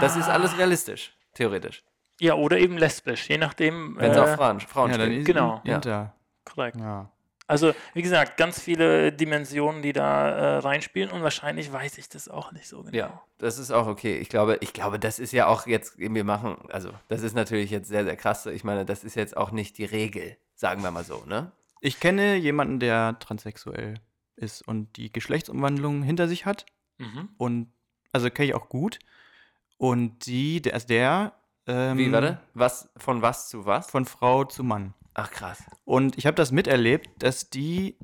S4: Das ist alles realistisch, theoretisch.
S6: Ja, oder eben lesbisch, je nachdem.
S4: Wenn sie auf Frauen, Frauen
S5: Äh. ja, dann
S4: steht.
S5: ist
S6: Genau.
S5: ein Inter.
S6: korrekt.
S5: Ja.
S6: Also, wie gesagt, ganz viele Dimensionen, die da äh, reinspielen und wahrscheinlich weiß ich das auch nicht so genau.
S4: Ja, das ist auch okay. Ich glaube, ich glaube, das ist ja auch jetzt, wir machen, also das ist natürlich jetzt sehr, sehr krass. Ich meine, das ist jetzt auch nicht die Regel, sagen wir mal so, ne?
S5: Ich kenne jemanden, der transsexuell ist und die Geschlechtsumwandlung hinter sich hat.
S6: Mhm.
S5: Und also kenne ich auch gut. Und die, der, also der ähm,
S4: Wie, warte? Was, von was zu was?
S5: von Frau zu Mann.
S4: Ach krass.
S5: Und ich habe das miterlebt, dass die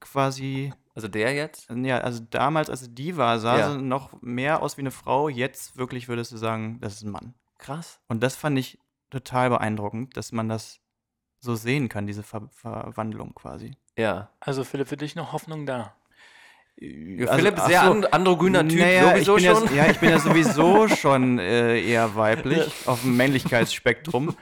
S5: quasi,
S4: Also der jetzt?
S5: ja, also damals, als sie die war, sah
S4: Ja.
S5: sie noch mehr aus wie eine Frau. Jetzt wirklich würdest du sagen, das ist ein Mann.
S4: Krass.
S5: Und das fand ich total beeindruckend, dass man das so sehen kann, diese Ver Verwandlung quasi.
S4: Ja.
S6: Also, Philipp, für dich noch Hoffnung da.
S4: Ja,
S5: Also,
S4: Philipp,
S5: ach
S4: sehr
S5: so,
S4: and androgyner Typ,
S5: naja,
S4: sowieso
S5: ich bin
S4: schon.
S5: Ja, ja, ich bin
S4: (laughs)
S5: ja sowieso schon äh, eher weiblich auf
S4: (laughs)
S5: dem Männlichkeitsspektrum.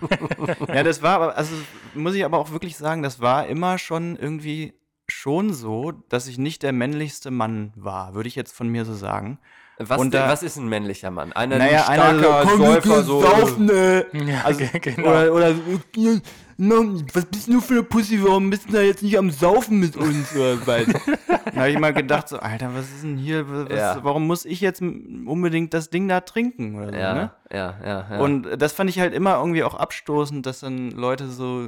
S5: ja, das war aber, also muss ich aber auch wirklich sagen, das war immer schon irgendwie schon so, dass ich nicht der männlichste Mann war, würde ich jetzt von mir so sagen.
S4: Was,
S5: Und
S4: denn-
S5: da-
S4: was ist ein männlicher Mann? Einer,
S5: Naja,
S4: ein starker
S5: einer so,
S4: Säufer, so. (laughs) genau.
S6: Ja,
S5: Also,
S6: ge-
S5: Oder, oder äh, na, was bist denn du für eine Pussy? Warum bist du da jetzt nicht am Saufen mit uns? Oder was?
S4: (laughs)
S5: da habe ich mal gedacht, so, Alter, was ist denn hier? Was,
S4: Ja.
S5: Warum muss ich jetzt m- unbedingt das Ding da trinken? Oder so, ne?
S4: Ja, ja, ja, ja.
S5: Und das fand ich halt immer irgendwie auch abstoßend, dass dann Leute so,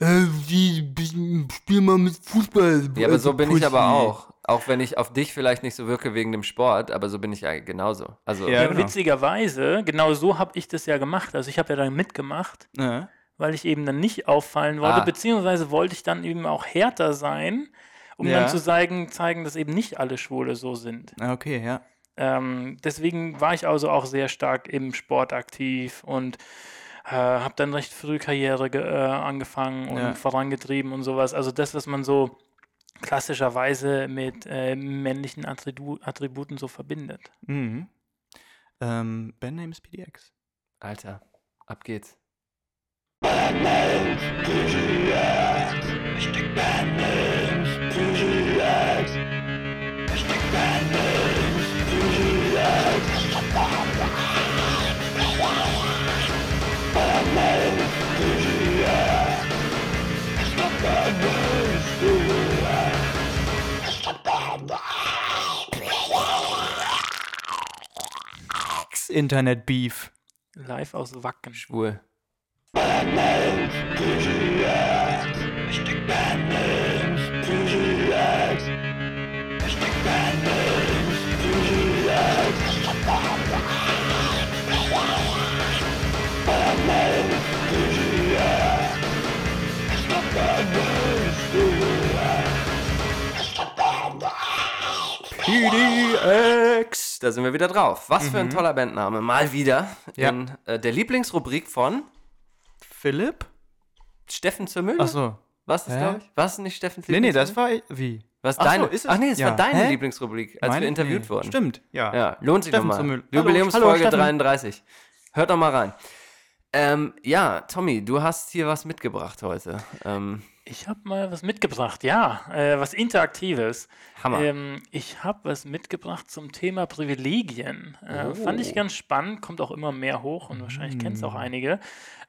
S5: äh, wie, wie- spiel mal mit Fußball.
S4: ja, aber so bin ich aber
S5: Pussy.
S4: auch. Auch wenn ich auf dich vielleicht nicht so wirke wegen dem Sport, aber so bin ich ja genauso. Also,
S5: Ja,
S6: Ja,
S5: genau.
S6: witzigerweise, genau so habe ich das ja gemacht. Also ich habe ja dann mitgemacht,
S5: Ja.
S6: weil ich eben dann nicht auffallen wollte,
S4: Ah.
S6: beziehungsweise wollte ich dann eben auch härter sein, um
S5: Ja.
S6: dann zu zeigen, zeigen, dass eben nicht alle Schwule so sind.
S5: Ah, Okay, ja.
S6: Ähm, deswegen war ich also auch sehr stark im Sport aktiv und äh, habe dann recht früh Karriere ge- äh, angefangen und
S5: Ja.
S6: vorangetrieben und sowas. Also das, was man so klassischerweise mit äh, männlichen Attribu Attributen so verbindet.
S5: Mhm. Ähm, Band Names PDX.
S4: Alter, ab geht's.
S5: Internet Beef.
S6: Live aus Wacken.
S4: Schwul. PDX. Da sind wir wieder drauf. Was für ein toller Bandname. Mal wieder
S5: Mhm. Ja.
S4: in äh, der Lieblingsrubrik von
S5: Philipp?
S4: Steffen zur Mühle.
S5: Achso.
S4: Was ist,
S5: Hä?
S4: glaube ich? Was ist nicht Steffens
S5: Nee, nee,
S4: Lieblingsrubrik?
S5: das war. Wie?
S4: Was
S5: Ach so,
S4: deine?
S5: ist es-
S4: Ach nee, das
S5: ja.
S4: war deine
S5: Hä?
S4: Lieblingsrubrik, als
S5: Meine?
S4: wir interviewt
S5: Nee.
S4: wurden.
S5: Stimmt, ja.
S4: Ja, lohnt sich
S5: Steffen zur
S4: nochmal.
S5: Mühle. Hallo, hallo,
S4: Jubiläumsfolge
S5: Steffen.
S4: 33. Hört doch mal rein. Ähm, ja, Tommy, du hast hier was mitgebracht heute. Ähm,
S6: Ich habe mal was mitgebracht, ja, äh, was Interaktives.
S4: Hammer.
S6: Ähm, ich habe was mitgebracht zum Thema Privilegien. Äh, Fand
S5: Oh.
S6: ich ganz spannend, kommt auch immer mehr hoch und wahrscheinlich kennen es
S5: Mm.
S6: auch einige.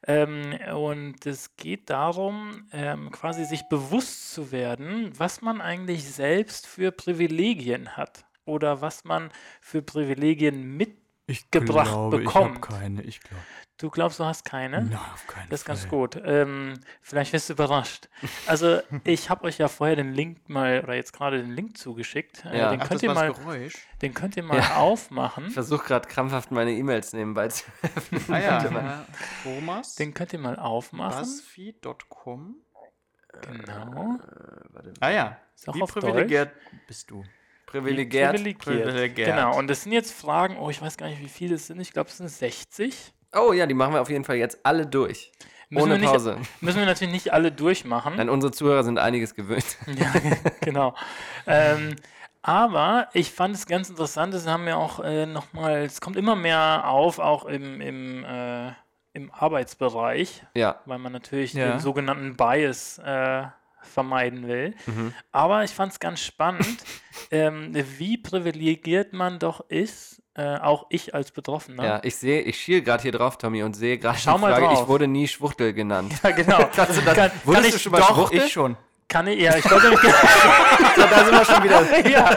S6: Ähm, und es geht darum, ähm, quasi sich bewusst zu werden, was man eigentlich selbst für Privilegien hat oder was man für Privilegien mit.
S5: Ich
S6: Gebracht
S5: glaube,
S6: bekommt.
S5: Ich hab keine, ich glaube.
S6: Du glaubst, du hast keine?
S5: Na, auf keinen
S6: Das ist ganz
S5: Fall.
S6: gut. Ähm, vielleicht wirst du überrascht.
S5: (laughs)
S6: Also, ich habe euch ja vorher den Link mal, oder jetzt gerade den Link zugeschickt. Äh,
S4: Ja.
S6: den,
S5: Ach,
S6: könnt
S5: das
S6: ihr
S5: war
S6: mal,
S5: das Geräusch.
S6: (laughs) den könnt ihr mal
S4: Ja.
S6: aufmachen.
S4: ich versuche gerade krampfhaft meine E-Mails nebenbei zu öffnen.
S5: Ah
S4: Warte mal.
S5: ja. Thomas.
S6: Den könnt ihr mal aufmachen.
S5: Buzzfeed.com.
S6: Genau.
S5: Ah ja.
S6: Ist auch
S5: Wie
S6: auf
S5: privilegiert bist du?
S4: (laughs) Privilegiert.
S6: Privilegiert.
S5: Privilegiert.
S6: Genau. Und das sind jetzt Fragen, oh, ich weiß gar nicht, wie viele es sind. Ich glaube, es sind 60.
S4: Oh ja, die machen wir auf jeden Fall jetzt alle durch.
S6: Müssen
S4: Ohne
S6: wir nicht-
S4: Pause.
S6: Müssen wir natürlich nicht alle durchmachen.
S4: Denn unsere Zuhörer sind einiges gewöhnt.
S6: Ja, genau. ähm, aber ich fand es ganz interessant, es haben ja auch äh, nochmal, es kommt immer mehr auf, auch im, im, äh, im Arbeitsbereich,
S4: (laughs) Ja.
S6: weil man natürlich
S5: Ja.
S6: den sogenannten Bias äh, vermeiden will.
S4: Mhm.
S6: Aber ich fand es
S4: (laughs)
S6: ganz spannend, ähm, wie privilegiert man doch ist, äh, auch ich als Betroffener.
S4: Ja, ich sehe, ich schiel gerade hier drauf, Tommy, und sehe gerade
S6: Schau
S4: schon
S6: mal
S4: Frage,
S6: drauf.
S4: ich wurde nie Schwuchtel genannt.
S6: (laughs) Ja, genau.
S4: (laughs) Kannst du das-
S6: kann, kann
S4: wurdest du
S6: ich
S4: schon mal
S6: doch,
S4: Schwuchtel?
S5: Ich schon.
S6: Kann ich, ja, ich wollte nicht. (laughs)
S4: So, da sind wir schon wieder.
S6: ja,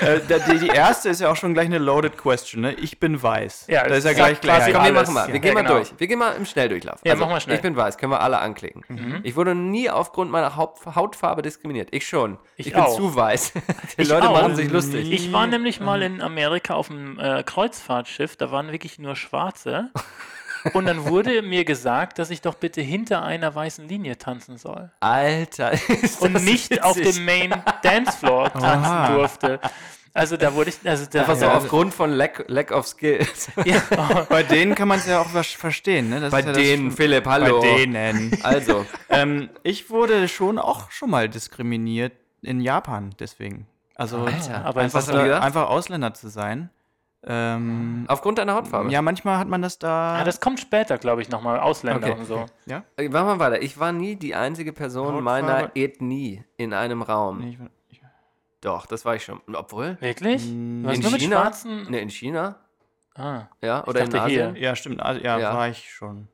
S5: Äh, da- die, die erste ist ja auch schon gleich eine loaded question, ne? Ich bin weiß.
S6: Ja,
S5: da ist ja
S6: das
S5: gleich
S6: sagt quasi
S5: gleich.
S4: Komm, wir
S6: Alles,
S4: machen mal. Wir
S6: ja.
S4: gehen
S6: Ja,
S4: mal
S6: genau.
S4: durch. Wir gehen mal im Schnelldurchlauf. Also,
S6: Ja, mach mal schnell. Mhm.
S4: Ich bin weiß, können wir alle anklicken. Ich wurde nie aufgrund meiner Haupt Hautfarbe diskriminiert. Ich schon.
S6: Ich
S4: bin
S6: auch.
S4: zu weiß. (laughs) Die
S6: Ich
S4: Leute
S6: auch.
S4: machen sich lustig.
S6: Ich war nämlich mal in Amerika auf einem äh, Kreuzfahrtschiff, da waren wirklich nur Schwarze. Und
S4: (laughs)
S6: dann wurde mir gesagt, dass ich doch bitte hinter einer weißen Linie tanzen soll.
S4: Alter. (laughs) ist
S6: Und
S4: das
S6: nicht auf
S4: witzig. Ah.
S6: dem Main
S4: (laughs)
S6: Dancefloor tanzen
S5: Aha.
S6: durfte. Also da wurde ich, also da
S4: Einfach so
S6: ja,
S4: aufgrund von Lack, Lack of Skills.
S6: ja,
S5: Bei denen kann man es ja auch was verstehen, ne? Das
S4: Bei
S5: ist ja
S4: denen,
S5: das,
S4: Philipp, hallo.
S5: Bei (laughs) denen.
S6: (laughs)
S4: Also,
S5: ähm, ich wurde schon auch schon mal diskriminiert in Japan, deswegen. Also
S4: Alter,
S6: aber
S5: einfach,
S4: was hast du
S5: da,
S4: gedacht?
S5: einfach Ausländer zu sein. Ähm,
S4: aufgrund deiner Hautfarbe.
S5: ja, manchmal hat man das da.
S6: ah, das kommt später, glaube ich, nochmal. Ausländer
S4: Okay.
S6: und so.
S4: Äh, Machen wir weiter. Ich war nie die einzige Person
S5: Hautfarbe.
S4: meiner Ethnie in einem Raum.
S5: Nee, ich, ich,
S4: Doch, das war ich schon. Obwohl,
S6: Wirklich? Du warst
S4: in
S6: nur mit
S4: China?
S6: Schwarzen?
S4: ne, in China,
S6: Ah.
S4: ja, oder in
S6: dachte hier.
S4: Asien.
S5: ja, stimmt. Also, ja,
S4: Ja.
S5: war ich schon.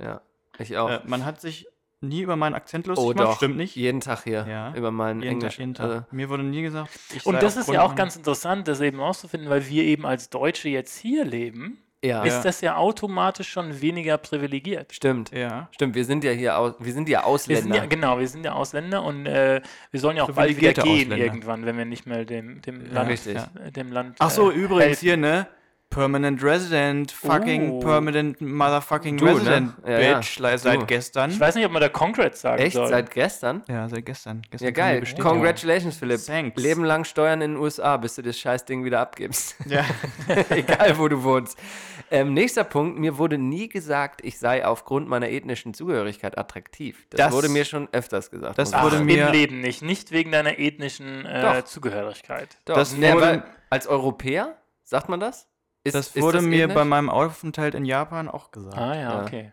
S4: Ja, ich auch.
S5: Äh, man hat sich nie über meinen Akzent lustig
S4: oh
S5: gemacht.
S4: doch,
S5: Stimmt nicht?
S4: jeden Tag hier,
S5: Ja.
S4: über meinen
S5: Jeden Tag,
S4: Englisch.
S5: jeden Tag.
S4: Also,
S5: Mir wurde nie gesagt. ich sei
S6: Und das ist
S5: aufgrund
S6: ja auch
S5: meiner-
S6: ganz interessant, das eben rauszufinden, weil wir eben als Deutsche jetzt hier leben.
S4: Äh, Ah, ja,
S6: ist das ja automatisch schon weniger privilegiert.
S4: stimmt.
S5: Ja.
S4: Stimmt, wir sind ja hier, aus, wir sind ja
S6: Wir sind
S4: Ausländer.
S6: ja, genau, wir sind ja Ausländer und äh, wir sollen ja auch bald wieder
S5: Privilegierte
S6: gehen
S5: Ausländer.
S6: irgendwann, wenn wir nicht mehr dem, dem
S4: ja,
S6: Land.
S4: richtig.
S5: ja.
S6: äh, Dem Land
S5: Ach so,
S6: äh,
S5: übrigens
S6: helfen.
S5: hier, ne? Permanent Resident, fucking
S6: Oh.
S5: Permanent Motherfucking
S4: Du, ne?
S5: Resident,
S4: Ja, ja.
S5: Bitch, le- seit
S4: Du.
S5: gestern.
S6: Ich weiß nicht, ob man da Concrete sagen
S4: Echt,
S6: soll.
S4: seit gestern?
S5: Ja, seit gestern. gestern
S4: Ja,
S5: kam die
S4: geil.
S5: Bestätigung.
S4: Congratulations, Philipp.
S5: Thanks.
S4: Leben lang Steuern in den USA, bis du das Scheißding wieder abgibst.
S5: Ja.
S4: (laughs) Egal, wo du wohnst. Ähm, nächster Punkt. Mir wurde nie gesagt, ich sei aufgrund meiner ethnischen Zugehörigkeit attraktiv. Das,
S5: Das-
S4: wurde mir schon öfters gesagt.
S5: das
S4: muss ich
S5: wurde
S6: Ach,
S4: sagen.
S5: mir-
S6: Im Leben nicht, nicht wegen deiner ethnischen äh,
S4: Doch.
S6: Zugehörigkeit.
S4: Doch,
S5: das
S4: nee,
S5: wurde-
S4: weil als Europäer, sagt man das? Ist-
S5: Das
S4: ist
S5: wurde mir
S4: ethnisch?
S5: bei meinem Aufenthalt in Japan auch gesagt.
S6: Ah ja,
S4: Ja.
S6: okay.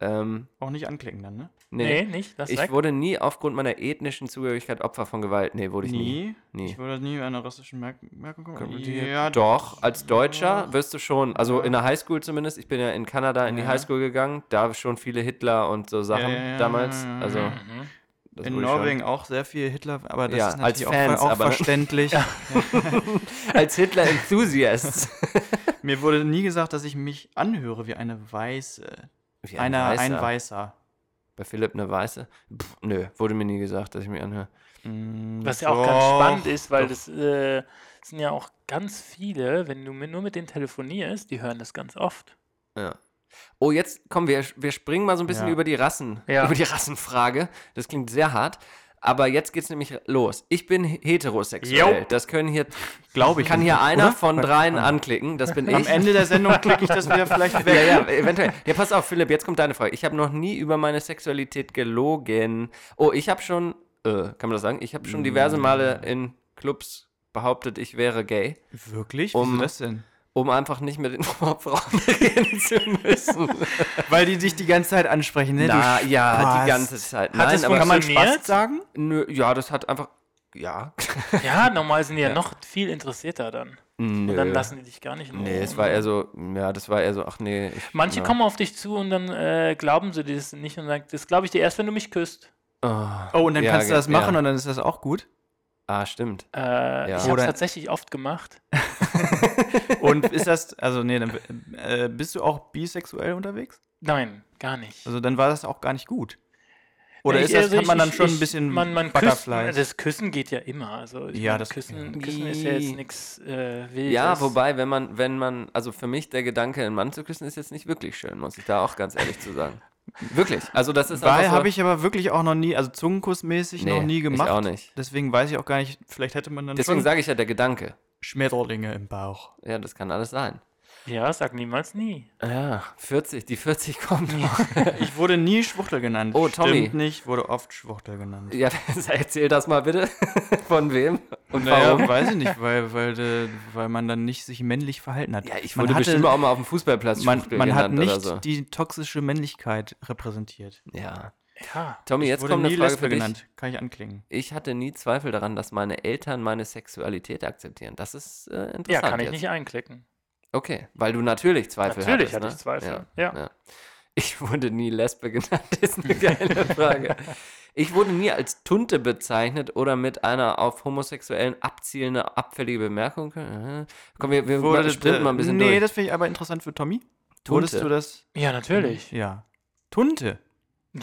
S4: Ähm,
S5: Auch nicht anklicken dann, ne?
S6: Nee,
S4: nee.
S6: nicht, das
S4: Ich
S6: weg.
S4: wurde nie aufgrund meiner ethnischen Zugehörigkeit Opfer von Gewalt. Nee, wurde ich nie.
S5: Nie.
S4: Nie.
S5: Ich würde nie einer rassischen Merk Merkung kommen.
S4: Doch, als Deutscher wirst du schon, also in der Highschool zumindest, ich bin ja in Kanada in die
S5: Ja.
S4: Highschool gegangen, da schon viele Hitler und so Sachen
S5: ja, ja,
S4: damals.
S5: ja, ja,
S4: Also
S5: ja.
S6: Mhm.
S4: das
S5: in
S4: wurde ich schon.
S5: Norwegen auch sehr viel Hitler, aber das
S4: Ja,
S5: ist
S4: als
S5: natürlich
S4: Fans,
S5: auch, auch
S4: aber- (laughs)
S5: verständlich.
S4: Als Hitler-Enthusiast.
S5: Mir wurde nie gesagt, dass ich mich anhöre wie eine Weiße.
S4: Wie ein
S5: Einer,
S4: Weißer.
S5: ein Weißer.
S4: Bei Philipp eine Weiße? Pff, nö, wurde mir nie gesagt, dass ich mich anhöre.
S5: Mm,
S6: Was ja auch ganz spannend ist, weil das äh, sind ja auch ganz viele, wenn du mit, nur mit denen telefonierst, die hören das
S4: (laughs)
S6: ganz oft.
S4: Ja. Oh, jetzt kommen wir, wir springen mal so ein bisschen
S5: Ja.
S4: über die Rassen,
S6: Ja.
S4: über die Rassenfrage. Das klingt sehr hart. Aber jetzt geht's nämlich los. Ich bin heterosexuell.
S6: Jo.
S4: Das können hier,
S5: Glaube ich.
S4: kann
S5: nicht,
S4: hier einer
S5: oder?
S4: von dreien anklicken. Das bin ich.
S5: Am Ende der Sendung klicke ich das wieder
S4: (laughs)
S5: vielleicht
S4: Ja,
S5: weg.
S4: ja, eventuell. Ja, pass auf, Philipp, jetzt kommt deine Frage. Ich habe noch nie über meine Sexualität gelogen. Oh, ich habe schon, äh, kann man das sagen? Ich habe schon
S6: Mm.
S4: diverse Male in Clubs behauptet, ich wäre gay,
S5: Wirklich?
S4: Um-
S5: Wieso das denn?
S4: um einfach nicht mit den (laughs) Frauen reden zu
S6: (laughs)
S4: müssen.
S5: Weil die sich die ganze Zeit ansprechen, ne?
S4: Na,
S5: du
S4: ja,
S5: Spaß.
S4: die ganze Zeit.
S6: Hat es
S4: aber
S5: Kann man
S6: Funktioniert?
S5: Spaß sagen?
S4: nö, ja, das hat einfach, ja. (laughs)
S6: Ja, normal sind die ja, noch viel interessierter dann.
S4: Nö.
S6: Und dann lassen die dich gar nicht in
S4: Nee,
S6: Ruhe
S4: es
S6: und
S4: war
S6: so.
S4: eher so, ja, das war eher so, ach nee. Ich,
S6: Manche
S4: ja.
S6: kommen auf dich zu und dann äh, glauben sie dir das nicht und sagen, das glaube ich dir erst, wenn du mich küsst.
S4: Oh,
S5: Oh, und dann
S4: Ja,
S5: kannst du
S4: ge-
S5: das machen
S4: ja.
S5: und dann ist das auch (laughs) gut.
S4: ah, stimmt.
S6: Äh,
S4: Ja.
S6: Ich habe es
S5: Oder-
S6: tatsächlich oft gemacht.
S5: Und ist das, also nee, dann äh, bist du auch bisexuell unterwegs?
S6: Nein, gar nicht.
S5: Also dann war das auch gar nicht gut. Oder
S6: Ich-
S5: ist das,
S6: also
S5: hat
S6: ich-
S5: man dann
S6: ich-
S5: schon
S6: ich-
S5: ein bisschen
S6: man, man küsst,
S5: Butterfly?
S6: Das Küssen geht ja immer. Also ich
S5: Ja,
S6: meine,
S5: das-
S6: Küssen, Küssen ist ja
S4: Ii.
S6: jetzt nichts äh, Wildes.
S4: Ja, wobei, wenn man, wenn man, also für mich der Gedanke, einen Mann zu küssen, ist jetzt nicht wirklich schön, muss ich da auch ganz ehrlich zu
S5: (laughs)
S4: sagen. Wirklich. Also das ist
S5: Weil
S4: einfach so,
S5: habe ich aber wirklich auch noch nie, also Zungenkussmäßig
S4: Nee,
S5: noch nie
S4: ich
S5: gemacht.
S4: auch nicht.
S5: Deswegen weiß ich auch gar nicht, vielleicht hätte man dann
S4: Deswegen
S5: schon
S4: sage ich ja der Gedanke.
S5: Schmetterlinge im Bauch.
S4: Ja, das kann alles sein.
S6: Ja, sag niemals nie.
S4: Ja, 40, die 40 kommt noch.
S5: (laughs)
S4: (laughs)
S5: Ich wurde nie Schwuchtel genannt.
S4: Oh, Tommy.
S5: Stimmt nicht, wurde oft Schwuchtel genannt.
S4: Ja, (laughs) erzähl das mal bitte. (laughs) Von wem und warum?
S5: Naja, weiß ich nicht, weil, weil, de, weil man dann nicht sich männlich verhalten hat.
S4: Ja, ich
S5: man
S4: wurde bestimmt auch mal auf dem Fußballplatz
S5: man,
S4: Schwuchtel
S5: man hat
S4: genannt
S5: nicht
S4: oder so.
S5: die toxische Männlichkeit repräsentiert.
S4: Ja.
S6: Ja.
S4: Tommy,
S5: Ich
S4: jetzt
S5: wurde
S4: kommt eine
S5: nie
S4: Frage
S5: Lesbe
S4: für dich.
S5: genannt. Kann ich anklingen.
S4: Ich hatte nie Zweifel daran, dass meine Eltern meine Sexualität akzeptieren. Das ist äh, interessant.
S6: Ja, kann ich
S4: jetzt.
S6: nicht einklicken.
S4: Okay, weil du natürlich Zweifel
S6: Natürlich
S4: hattest.
S6: hatte
S4: ne?
S6: ich Zweifel, ja.
S4: Ich wurde nie Lesbe genannt, ist eine geile Frage. Ich wurde nie als Tunte bezeichnet oder mit einer auf Homosexuellen abzielende, abfällige Bemerkung. Äh, Komm, wir, wir
S5: Wurde-
S4: sprinten mal ein bisschen
S5: nee,
S4: durch.
S5: das finde ich aber interessant für Tommy.
S4: Tunte.
S5: Wurdest du das?
S6: Ja, natürlich.
S5: Ja. Tunte.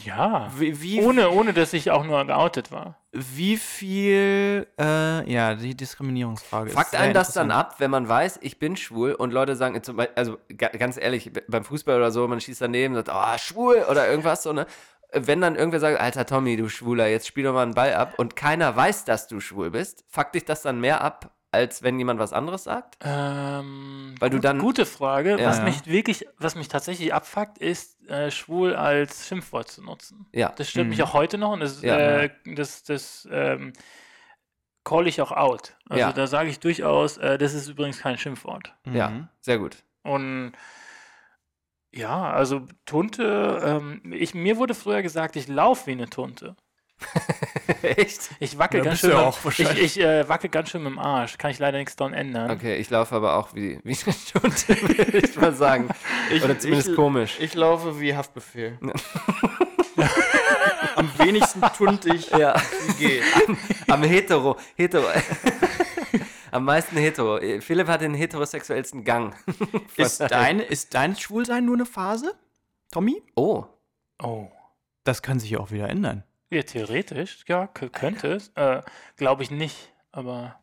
S6: Ja.
S5: Wie, Hm. wie,
S6: Ohne, ohne, dass ich auch nur geoutet war.
S5: wie viel, äh, ja, die Diskriminierungsfrage ist
S4: Fuckt
S5: sehr
S4: einen das dann
S5: interessant.
S4: ab, wenn man weiß, ich bin schwul und Leute sagen, zum Beispiel, also ga- ganz ehrlich, beim Fußball oder so, man schießt daneben und sagt, ah, schwul oder irgendwas so, ne? Wenn dann irgendwer sagt, alter Tommy, du Schwuler, jetzt spiel doch mal einen Ball ab und keiner weiß, dass du schwul bist, fuckt dich das dann mehr ab, als wenn jemand was anderes sagt?
S6: Ähm,
S4: Weil du dann-
S6: Gute Frage.
S4: Ja.
S6: was mich wirklich, was mich tatsächlich abfuckt, ist, äh, schwul als Schimpfwort zu nutzen.
S4: Ja.
S6: Das stört
S5: Mhm.
S6: mich auch heute noch und das,
S4: Ja.
S6: äh, das, das ähm, call ich auch out. Also
S4: Ja.
S6: da sage ich durchaus, äh, das ist übrigens kein Schimpfwort.
S4: Ja,
S5: Mhm.
S4: sehr
S5: (laughs)
S4: gut.
S6: Und ja, also Tunte, ähm, ich, mir wurde früher gesagt, ich laufe wie eine Tunte.
S4: Echt?
S6: Ich wackel
S5: Ja,
S6: ganz
S5: bist
S6: schön.
S5: du
S6: mit-
S5: auch wahrscheinlich.
S6: ich ich äh, wackel ganz schön mit dem Arsch. Kann ich leider nichts dran ändern.
S4: Okay, ich laufe aber auch wie, wie eine Stunde, (laughs) würde ich mal sagen.
S5: Ich-
S4: oder zumindest
S5: ich-
S4: komisch.
S5: Ich laufe wie Haftbefehl. Am wenigsten
S4: (laughs)
S5: tunt ich,
S4: ja.
S5: wie geht.
S4: Am hetero, hetero. Am meisten hetero. Philipp hat den heterosexuellsten Gang.
S5: (laughs) Ist dein, ist dein Schwulsein nur eine Phase, Tommy?
S4: Oh,
S6: Oh.
S5: Das kann sich ja auch wieder ändern.
S6: Ja, theoretisch, ja, k- könnte es. Äh, Glaube ich nicht, aber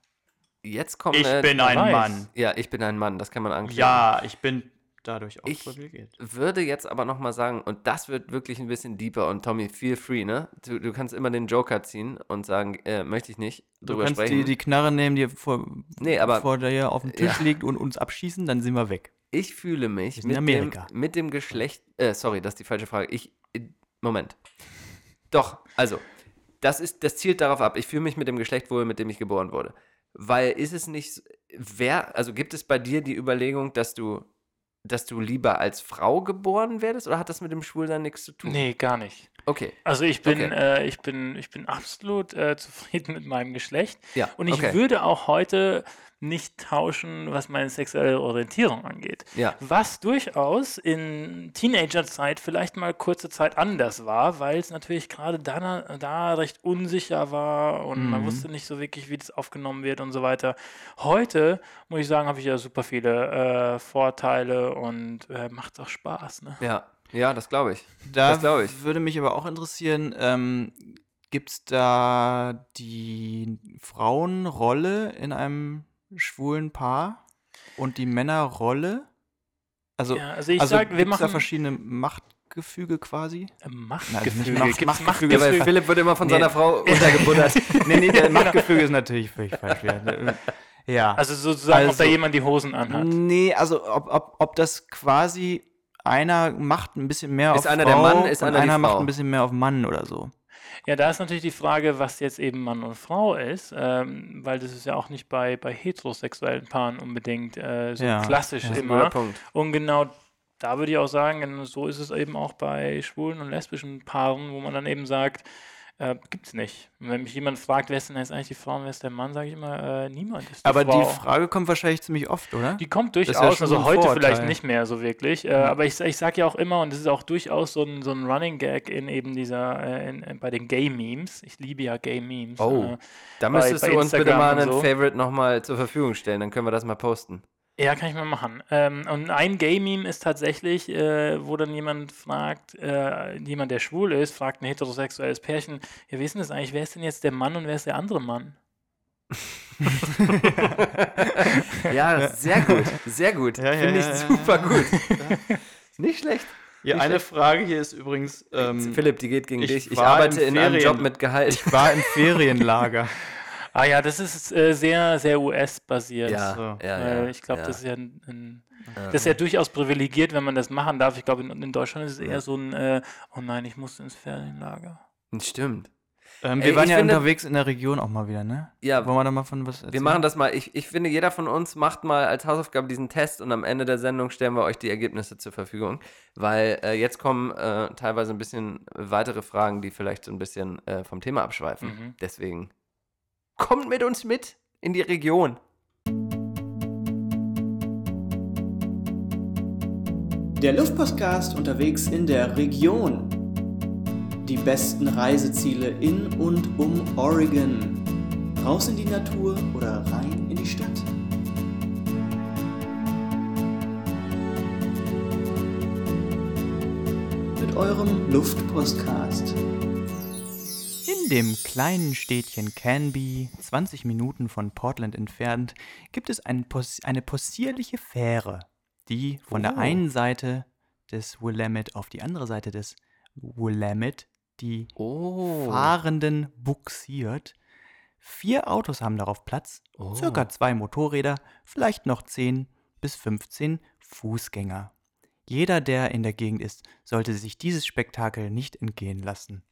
S4: jetzt kommt eine-
S6: ein weiß. Mann.
S4: Ja, ich bin ein Mann, das kann man anklicken.
S5: ich bin dadurch auch
S4: Ich-
S5: privilegiert.
S4: Würde jetzt aber nochmal sagen, und das wird wirklich ein bisschen deeper und Tommy, feel free, ne? Du, du kannst immer den Joker ziehen und sagen, äh, möchte ich nicht
S5: Du
S4: drüber
S5: kannst
S4: sprechen.
S5: die, die Knarre nehmen, die vor,
S4: Nee, aber-
S5: vor dir auf dem Tisch
S4: Ja.
S5: liegt und uns abschießen, dann sind wir weg.
S4: Ich fühle mich
S5: sind
S4: mit dem,
S5: Amerika.
S4: mit dem Geschlecht. Äh, sorry, das ist die falsche Frage. Ich. äh, Moment. Doch, also, das ist, das zielt darauf ab. Ich fühle mich mit dem Geschlecht wohl, mit dem ich geboren wurde. Weil ist es nicht. s- Wer, also gibt es bei dir die Überlegung, dass du, dass du lieber als Frau geboren werdest oder hat das mit dem Schwulsein nichts zu tun?
S6: nee, gar nicht.
S4: Okay.
S6: Also ich bin,
S4: Okay.
S6: äh, ich bin, ich bin absolut äh, (laughs) zufrieden mit meinem Geschlecht.
S4: Ja.
S6: Und ich
S4: okay.
S6: würde auch heute nicht tauschen, was meine sexuelle Orientierung angeht.
S4: Ja.
S6: Was durchaus in Teenagerzeit vielleicht mal kurze Zeit anders war, weil es natürlich gerade da, da recht unsicher war und man
S5: Mhm.
S6: wusste nicht so wirklich, wie das aufgenommen wird und so weiter. Heute, muss ich sagen, habe ich ja super viele äh, Vorteile und äh, macht auch Spaß. Ne?
S4: Ja. Ja, das glaube ich.
S5: Da
S4: Das glaub ich.
S5: würde mich aber auch interessieren, ähm, gibt es da die Frauenrolle in einem schwulen Paar und die Männerrolle? Also,
S6: Ja, also ich
S5: also
S6: sag, wir
S5: gibt's da
S6: machen
S5: verschiedene Machtgefüge quasi?
S6: Machtgefüge.
S5: Macht-
S6: Gibt's
S5: also Machtgefüge,
S4: Ja, weil
S6: Machtgefüge?
S4: Philipp wird immer von
S5: Nee.
S4: seiner Frau untergebuddert.
S5: nee, nee, (laughs) der Machtgefüge ist natürlich völlig falsch. Ja. (laughs) ja.
S6: Also sozusagen, ob da
S5: Also-
S6: jemand die Hosen anhat.
S5: nee, also ob, ob, ob das quasi einer macht ein bisschen mehr
S4: Ist
S5: auf
S4: einer der
S5: Frau
S4: Mann, ist
S5: und
S4: einer die
S5: einer macht
S4: Frau?
S5: ein bisschen mehr auf Mann oder so.
S6: Ja, da ist natürlich die Frage, was jetzt eben Mann und Frau ist, ähm, weil das ist ja auch nicht bei, bei heterosexuellen Paaren unbedingt äh, so
S5: Ja,
S6: klassisch
S5: ja.
S4: Guter
S6: immer.
S4: Punkt.
S6: Und genau da würde ich auch sagen, so ist es eben auch bei schwulen und lesbischen Paaren, wo man dann eben sagt, äh, gibt's nicht. Und wenn mich jemand fragt, wer ist denn jetzt eigentlich die Frau und wer ist der Mann, sage ich immer, äh, niemand ist die
S5: Aber
S6: Frau.
S5: die Frage kommt wahrscheinlich ziemlich oft, oder?
S6: Die kommt
S5: ist ja
S6: durchaus,
S5: schon
S6: also
S5: ein
S6: heute vielleicht
S5: Vorurteil. Mhm.
S6: nicht mehr so wirklich. Äh, Aber ich, ich sage ja auch immer, und das ist auch durchaus so ein, so ein Running Gag in eben dieser, äh, in, in, bei den Gay-Memes. Ich liebe ja Gay-Memes.
S4: Oh. Da
S6: bei-
S4: müsstest
S6: bei
S4: du uns bitte
S6: Instagram
S4: mal
S6: und
S4: einen
S6: so.
S4: Favorite nochmal zur Verfügung stellen, dann können wir das mal posten.
S6: Äh, ja, kann ich mal machen. Ähm, und ein Gay-Meme ist tatsächlich, äh, wo dann jemand fragt, äh, jemand, der schwul ist, fragt ein heterosexuelles Pärchen, ja, wie ist denn das eigentlich, wer ist denn jetzt der Mann und wer ist der andere Mann?
S4: (laughs) Ja, sehr gut, sehr gut.
S5: Ja, ja,
S4: Finde ich
S5: ja, ja,
S4: super
S5: ja.
S4: gut. Nicht schlecht.
S5: Ja, eine Frage hier ist übrigens, ähm,
S4: Hm. Philipp, die geht gegen
S5: ich
S4: dich. Ich
S5: war
S4: arbeite
S5: im
S4: in einem
S5: Ferien-
S4: Job mit Gehalt. (laughs)
S5: war im Ferienlager.
S6: Ah ja, das ist äh, sehr, sehr US-basiert.
S4: Ja,
S5: so.
S4: ja,
S6: Weil
S4: ja.
S6: ich glaube,
S4: ja. Ähm.
S6: das ist ja ein, ein, das ist ja durchaus privilegiert, wenn man das machen darf. Ich glaube, in, in Deutschland ist es eher so ein, äh, oh nein, ich musste ins Ferienlager.
S4: Stimmt.
S5: Ähm,
S4: Ey,
S5: wir waren
S4: ich
S5: ja
S4: finde-
S5: unterwegs in der Region auch mal wieder, ne?
S4: Ja,
S5: Wollen wir da mal von was erzählen?
S4: wir machen das mal. Ich, ich finde, jeder von uns macht mal als Hausaufgabe diesen Test und am Ende der Sendung stellen wir euch die Ergebnisse zur Verfügung. Weil äh, jetzt kommen äh, teilweise ein bisschen weitere Fragen, die vielleicht so ein bisschen äh, vom Thema abschweifen.
S6: Mhm.
S4: Deswegen kommt mit uns mit in die Region.
S7: Der Luftpostcast unterwegs in der Region. Die besten Reiseziele in und um Oregon. Raus in die Natur oder rein in die Stadt. Mit eurem Luftpostcast.
S5: In dem kleinen Städtchen Canby, 20 Minuten von Portland entfernt, gibt es ein Pos eine possierliche Fähre, die von der einen Seite des Willamette auf die andere Seite des Willamette die
S4: Oh.
S5: Fahrenden buxiert. Vier Autos haben darauf Platz,
S4: Oh.
S5: circa zwei Motorräder, vielleicht noch 10 bis 15 Fußgänger. Jeder, der in der Gegend ist, sollte sich dieses Spektakel nicht entgehen lassen.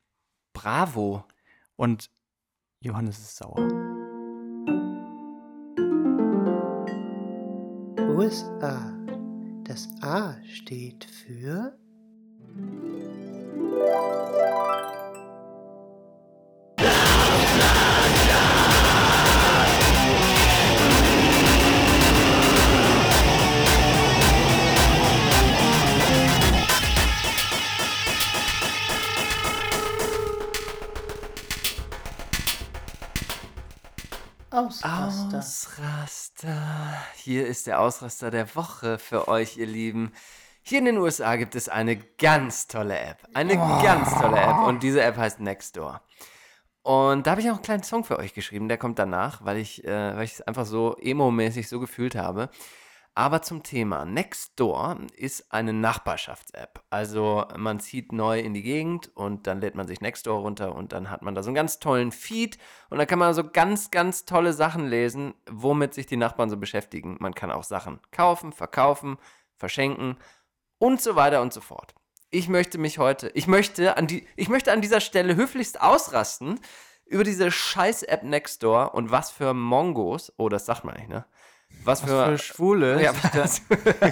S4: Bravo.
S5: Und Johannes ist sauer.
S8: USA. Das A steht für Ausraster.
S4: Ausraster. Hier ist der Ausraster der Woche für euch, ihr Lieben. Hier in den USA gibt es eine ganz tolle App. Eine ganz tolle App. Und diese App heißt Nextdoor. Und da habe ich auch einen kleinen Song für euch geschrieben. Der kommt danach, weil ich äh, weil ich es einfach so emo-mäßig so gefühlt habe. Aber zum Thema. Nextdoor ist eine Nachbarschafts-App. Also man zieht neu in die Gegend und dann lädt man sich Nextdoor runter und dann hat man da so einen ganz tollen Feed und da kann man so ganz, ganz tolle Sachen lesen, womit sich die Nachbarn so beschäftigen. Man kann auch Sachen kaufen, verkaufen, verschenken und so weiter und so fort. Ich möchte mich heute, ich möchte an, die, ich möchte an dieser Stelle höflichst ausrasten über diese scheiß App Nextdoor und was für Mongos, oh, das sagt man nicht, ne? Was, für
S5: Schwule.
S4: ja, was,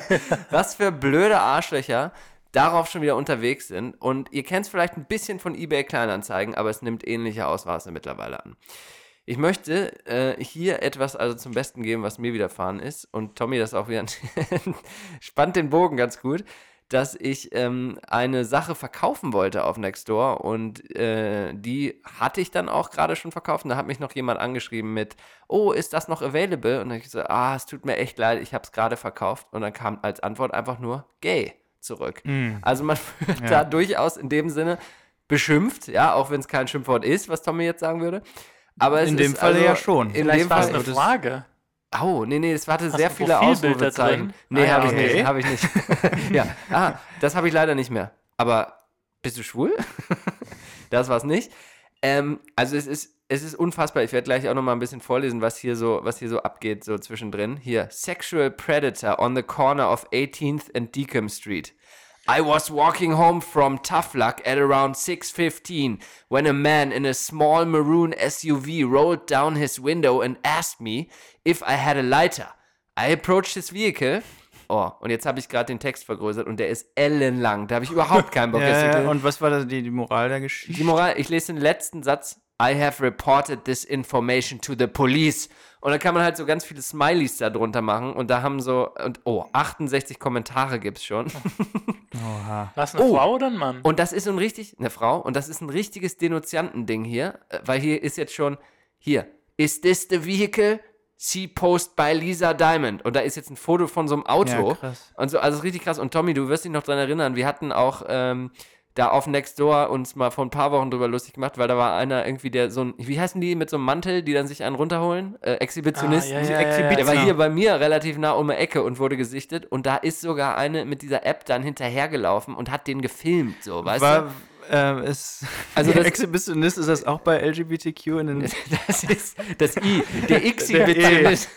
S4: (laughs) was für blöde Arschlöcher darauf schon wieder unterwegs sind. Und ihr kennt es vielleicht ein bisschen von eBay Kleinanzeigen, aber es nimmt ähnliche Ausmaße mittlerweile an. Ich möchte äh, hier etwas also zum Besten geben, was mir widerfahren ist. Und Tommy das auch wieder (laughs) spannt den Bogen ganz gut, dass ich ähm, eine Sache verkaufen wollte auf Nextdoor. Und äh, die hatte ich dann auch gerade schon verkauft. Und da hat mich noch jemand angeschrieben mit, oh, ist das noch available? Und dann hab ich gesagt, ah, es tut mir echt leid, ich habe es gerade verkauft. Und dann kam als Antwort einfach nur gay zurück. Also man wird da durchaus in dem Sinne beschimpft, ja, auch wenn es kein Schimpfwort ist, was Tommy jetzt sagen würde. Aber es
S5: In dem
S4: ist
S5: Falle
S4: also,
S5: ja schon.
S4: In
S6: Vielleicht
S4: dem
S6: war es
S4: Fall
S6: eine Frage.
S4: Oh, nee, nee, es hatte
S6: Hast
S4: sehr
S6: du ein
S4: viele
S6: Profilbild da
S4: Ausrufezeichen.
S6: drin?
S4: Nee,
S6: Ah,
S4: habe ich
S6: okay.
S4: nicht, habe ich nicht.
S6: (laughs)
S4: (laughs) ja, ah, das habe ich leider nicht mehr. Aber bist du schwul? (laughs) das war's nicht. Ähm, also es ist, es ist unfassbar. Ich werde gleich auch noch mal ein bisschen vorlesen, was hier so, was hier so abgeht, so zwischendrin. Hier, Sexual Predator on the corner of 18th and Deacom Street. I was walking home from Tough Luck at around 6:15 when a man in a small maroon SUV rolled down his window and asked me if I had a lighter. I approached his vehicle. Oh, und jetzt habe ich gerade den Text vergrößert und der ist ellenlang. Da habe ich überhaupt keinen Bock. jetzt zu
S5: (laughs) Ja,
S4: lesen.
S5: ja, Äh, und was war da die, die Moral der Geschichte?
S4: Die Moral, ich lese den letzten Satz. I have reported this information to the police. Und da kann man halt so ganz viele Smileys da drunter machen. Und da haben so, und oh, 68 Kommentare gibt's schon.
S6: War es eine
S4: Oh.
S6: Frau oder ein Mann?
S4: Und das ist so ein richtig, eine Frau, und das ist ein richtiges Denunziantending hier, äh, weil hier ist jetzt schon, hier, is this the vehicle? See post by Lisa Diamond. Und da ist jetzt ein Foto von so einem Auto.
S5: Ja, krass.
S4: Und so, also ist richtig krass. Und Tommy, du wirst dich noch dran erinnern, wir hatten auch ähm, da auf Nextdoor uns mal vor ein paar Wochen drüber lustig gemacht, weil da war einer irgendwie, der so ein, wie heißen die, mit so einem Mantel, die dann sich einen runterholen? Äh, Exhibitionisten.
S6: Ah, ja, ja, ja, ja,
S4: der war
S6: genau.
S4: hier bei mir relativ nah um die Ecke und wurde gesichtet. Und da ist sogar eine mit dieser App dann hinterhergelaufen und hat den gefilmt, so, weißt du? (laughs)
S5: War, äh, ist. (laughs)
S4: Also das-
S5: Exhibitionist ist das auch bei LGBTQ
S4: (laughs)
S5: in den
S4: Das ist das I, der X
S5: Der E. (laughs)
S4: Exhibitionist.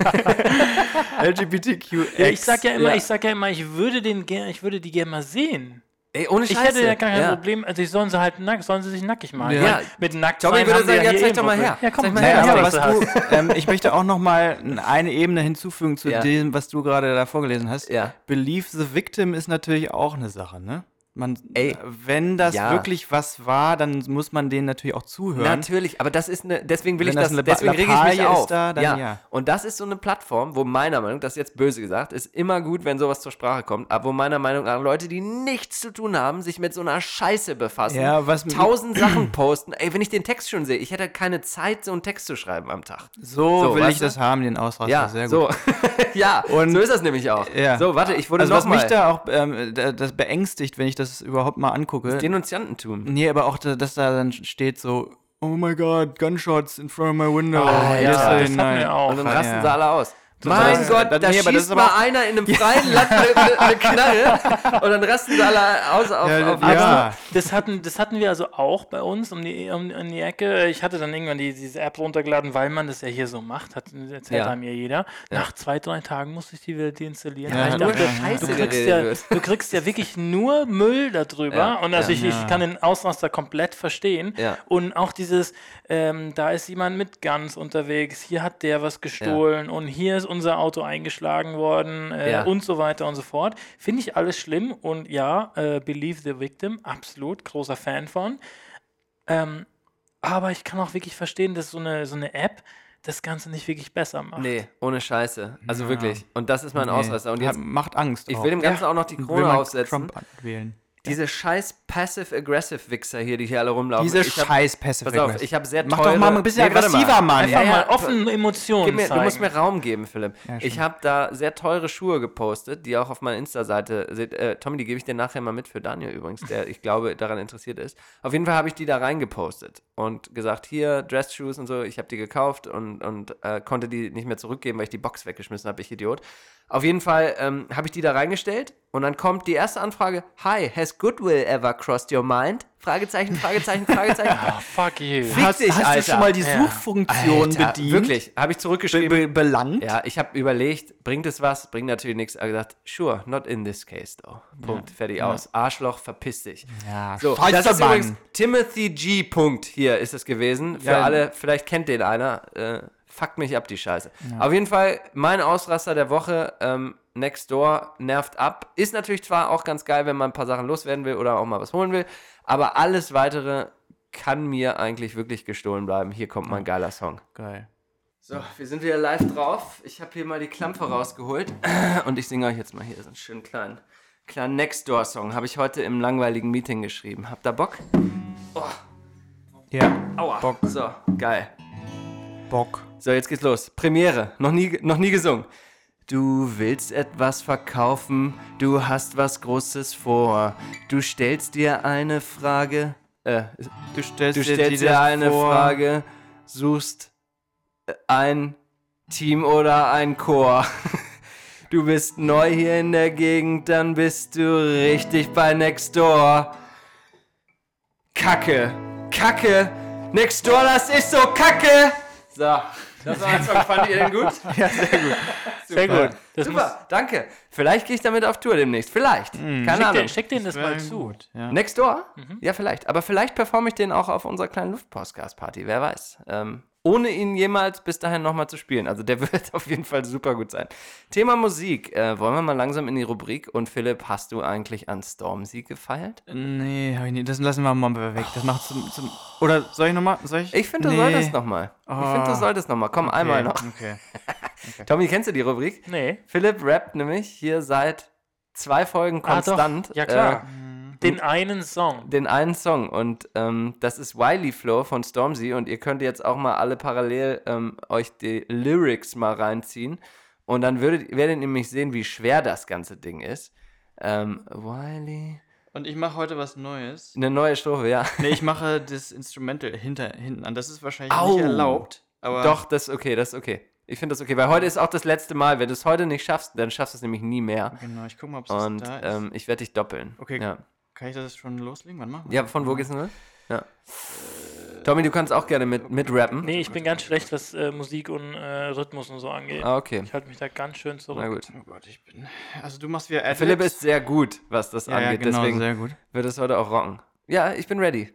S5: LGBTQ.
S6: Ja, ich sag ja immer,
S4: ja.
S6: ich sag ja immer, ich würde den gerne, ich würde die gerne mal sehen.
S4: Ey, ohne
S6: Ich
S4: Scheiße.
S6: hätte ja gar kein Problem, also ich sollen sie halt nack, sollen sie sich nackig machen.
S5: Ja.
S6: Mit- Mit nackt
S4: Tommy
S6: sein
S4: würde
S6: haben sie
S4: sagen, ja,
S6: hier
S4: zeig
S6: eh
S4: doch mal
S6: ein Problem.
S4: her.
S6: Ja, komm,
S4: Zeig mal
S6: zeig
S4: her,
S5: Naja,
S6: mal
S5: aber was
S6: was du hast.
S5: du, ähm, ich möchte auch noch mal eine Ebene hinzufügen zu
S4: Ja.
S5: dem, was du gerade da vorgelesen hast.
S4: Ja.
S5: Believe the victim ist natürlich auch eine Sache, ne? Man,
S4: Ey,
S5: wenn das
S4: ja.
S5: wirklich was war, dann muss man denen natürlich auch zuhören.
S4: Natürlich, aber das ist eine, deswegen will
S5: Wenn
S4: ich
S5: das
S4: das,
S5: eine Ba-
S4: deswegen rege ich mich
S5: Lappalie ist
S4: auf.
S5: da, dann
S4: ja.
S5: ja.
S4: Und das ist so eine Plattform, wo meiner Meinung, das ist jetzt böse gesagt, ist immer gut, wenn sowas zur Sprache kommt, aber wo meiner Meinung nach Leute, die nichts zu tun haben, sich mit so einer Scheiße befassen,
S5: Ja, was-
S4: tausend Sachen (clears throat) posten. Ey, wenn ich den Text schon sehe, ich hätte keine Zeit, so einen Text zu schreiben am Tag.
S5: So,
S4: So,
S5: will
S4: weißt
S5: ich
S4: du?
S5: das haben, den Ausraster.
S4: ja,
S5: Sehr gut.
S4: so. (laughs) ja,
S5: Und-
S4: so ist das nämlich auch.
S5: Ja.
S4: So, warte, ich wurde
S5: also was
S4: noch
S5: mich
S4: mal.
S5: da auch ähm, da- das beängstigt, wenn ich das überhaupt mal angucke.
S4: Denunziantentum.
S5: Nee, aber auch, da- dass da dann steht so, oh my god, gunshots in front of my window.
S6: Ah, ja, das hatten
S5: yesterday
S6: wir
S5: night."
S6: auch.
S4: Und dann
S5: ja.
S4: rasten sie alle aus.
S5: das-
S4: Mein Gott,
S5: das-
S4: da
S5: nee, aber das
S4: schießt
S5: ist aber
S4: mal
S5: auch-
S4: einer in einem freien Land eine, eine, eine (laughs) Knarre und dann rasten sie alle aus auf,
S5: Ja,
S4: auf
S5: ja.
S6: Aber das hatten, das hatten wir also auch bei uns um die, um, um die Ecke. Ich hatte dann irgendwann die, diese App runtergeladen, weil man das ja hier so macht, hat erzählt
S4: Ja.
S6: einem mir jeder. Nach zwei, drei Tagen musste ich die wieder deinstallieren.
S5: Ja,
S6: weil ich
S5: nur
S6: dachte,
S4: Scheiße
S6: du, kriegst
S4: geredet
S6: ja,
S4: wird.
S6: du kriegst ja wirklich nur Müll darüber.
S4: Ja,
S6: Und also
S4: ja.
S6: ich, ich kann den Ausraster komplett verstehen.
S4: Ja.
S6: Und auch dieses, ähm, da ist jemand mit Guns unterwegs, hier hat der was gestohlen und hier ist unser Auto eingeschlagen worden äh,
S4: Ja.
S6: und so weiter und so fort. Finde ich alles schlimm und ja, äh, Believe the Victim, absolut, großer Fan von. Ähm, aber ich kann auch wirklich verstehen, dass so eine, so eine App das Ganze nicht wirklich besser macht.
S4: Nee, ohne Scheiße. Also wirklich. Und das ist mein
S5: Nee,
S4: Ausraster. Und
S5: hat-
S4: jetzt,
S5: macht Angst.
S4: ich
S5: auch.
S4: will dem Ganzen auch noch die
S5: Will
S4: Krone
S5: man
S4: aufsetzen.
S5: Trump wählen.
S4: Diese scheiß Passive-Aggressive-Wichser hier, die hier alle rumlaufen.
S5: Diese
S4: Ich hab-
S5: scheiß Passive
S4: Pass auf,
S5: Aggressive.
S4: ich habe sehr
S5: Mach
S4: teure...
S5: doch mal ein bisschen
S4: warte mal.
S5: aggressiver, Mann.
S6: Einfach
S4: Ja,
S6: mal
S4: ja,
S6: offen
S4: Gib
S6: Emotionen
S4: mir, du
S6: zeigen.
S4: musst mir Raum geben, Philipp.
S5: Ja, stimmt.
S4: ich habe da sehr teure Schuhe gepostet, die auch auf meiner Insta-Seite sind. Äh, Tommy, die gebe ich dir nachher mal mit für Daniel übrigens, der, ich glaube, daran interessiert ist. Auf jeden Fall habe ich die da reingepostet und gesagt, hier, Dress-Shoes und so, ich habe die gekauft und, und äh, konnte die nicht mehr zurückgeben, weil ich die Box weggeschmissen habe, ich Idiot. Auf jeden Fall ähm, habe ich die da reingestellt und dann kommt die erste Anfrage, Hi, has Goodwill ever crossed your mind? Fragezeichen, Fragezeichen,
S5: (laughs)
S4: Fragezeichen.
S6: Ah, fuck you.
S4: Fick dich,
S5: hast du
S4: Alter.
S5: schon mal die
S6: Ja.
S5: Suchfunktion
S4: Alter,
S5: bedient?
S4: Wirklich, habe ich
S5: Be
S4: zurückgeschrieben.
S5: be belangt?
S4: Ja, ich habe überlegt, bringt es was? Bringt natürlich nichts. Aber gesagt, sure, not in this case though. Punkt, fertig aus. Arschloch, verpiss dich.
S5: Ja,
S4: So,
S5: scheiß
S4: das ist
S5: Mann.
S4: übrigens Timothy G. Punkt hier ist es gewesen. Für
S5: Ja.
S4: alle, vielleicht kennt den einer. Äh, fuckt mich ab, die Scheiße. Auf jeden Fall, mein Ausraster der Woche, ähm, Nextdoor, nervt ab. Ist natürlich zwar auch ganz geil, wenn man ein paar Sachen loswerden will oder auch mal was holen will, aber alles weitere kann mir eigentlich wirklich gestohlen bleiben. Hier kommt mal ein geiler Song.
S5: Geil.
S4: So, wir sind wieder live drauf. Ich habe hier mal die Klampe rausgeholt (clears throat) und ich singe euch jetzt mal hier so einen schönen kleinen, kleinen Nextdoor-Song. Habe ich heute im langweiligen Meeting geschrieben. Habt ihr Bock?
S5: Ja,
S4: Aua. Bock. So, geil.
S5: Bock.
S4: So, jetzt geht's los. Premiere. Noch nie, noch nie gesungen. Du willst etwas verkaufen, du hast was Großes vor. Du stellst dir eine Frage. Äh,
S5: Du stellst,
S4: du stellst dir eine Frage, suchst äh, ein Team oder ein Chor. (laughs) Du bist neu hier in der Gegend, dann bist du richtig bei Nextdoor. Kacke, Kacke, Nextdoor, das ist so Kacke. So, das war (laughs) Anfang, fandet ihr denn gut? Ja, sehr gut.
S6: Sehr gut. Das muss- Hm,
S4: Super, danke. Vielleicht gehe ich damit auf Tour demnächst. Vielleicht. Keine
S6: Schick,
S4: Ahnung.
S6: den, schick denen das mal zu.
S5: Ja. Mhm.
S4: Nextdoor? Ja, vielleicht. Aber vielleicht performe ich den auch auf unserer kleinen Luftpostgas-Party, wer weiß. Ähm, ohne ihn jemals bis dahin nochmal zu spielen. Also der (laughs) wird auf jeden Fall super gut sein. Thema Musik. Äh, wollen wir mal langsam in die Rubrik. Und Philipp, hast du eigentlich an Stormzy gefeilt?
S5: Nee, hab ich nicht. Das lassen wir mal weg. Das macht zum, zum Oder soll ich nochmal? Soll ich?
S4: Ich finde, du
S5: Nee.
S4: solltest nochmal. Ich finde, du
S5: Ah.
S4: solltest nochmal. Komm, einmal noch.
S5: Okay.
S4: Tommy, kennst du die Rubrik?
S6: Nee.
S4: Philipp rappt nämlich hier seit zwei Folgen
S6: Ah, doch.
S4: konstant.
S6: Ja,
S4: Äh,
S6: klar. den einen Song.
S4: den einen Song und ähm, das ist Wiley Flow von Stormzy und ihr könnt jetzt auch mal alle parallel ähm, euch die Lyrics mal reinziehen und dann würdet, werdet ihr nämlich sehen, wie schwer das ganze Ding ist. Ähm, Wiley.
S5: Und ich mache heute was Neues.
S4: Eine neue Strophe, ja.
S5: Nee, ich mache das Instrumental hinter, hinten an. Das ist wahrscheinlich
S4: Au.
S5: nicht erlaubt. Aber
S4: Doch, das ist okay, das ist okay. Ich finde das okay, weil heute ist auch das letzte Mal. Wenn du es heute nicht schaffst, dann schaffst du es nämlich nie mehr.
S5: Genau, ich gucke mal, ob es
S4: Und
S5: da ist.
S4: ähm, ich werde dich doppeln.
S5: Okay. Mhm.
S4: Ja.
S5: Kann ich das schon loslegen? Wann machen
S4: Ja, von wo geht's denn los? Ja. Tommy, du kannst auch gerne mit, mitrappen.
S6: Nee, ich bin ganz schlecht, was äh, Musik und äh, Rhythmus und so angeht.
S4: Ah, okay.
S6: Ich halte mich da ganz schön zurück.
S4: Na gut.
S5: Oh Gott, ich bin. Also du machst wieder
S4: (laughs)
S5: Ad-Libs.
S4: Philipp ist sehr gut, was das
S5: ja, ja,
S4: angeht.
S5: genau,
S4: Deswegen
S5: sehr gut.
S4: wird es heute auch rocken. Ja, ich bin ready.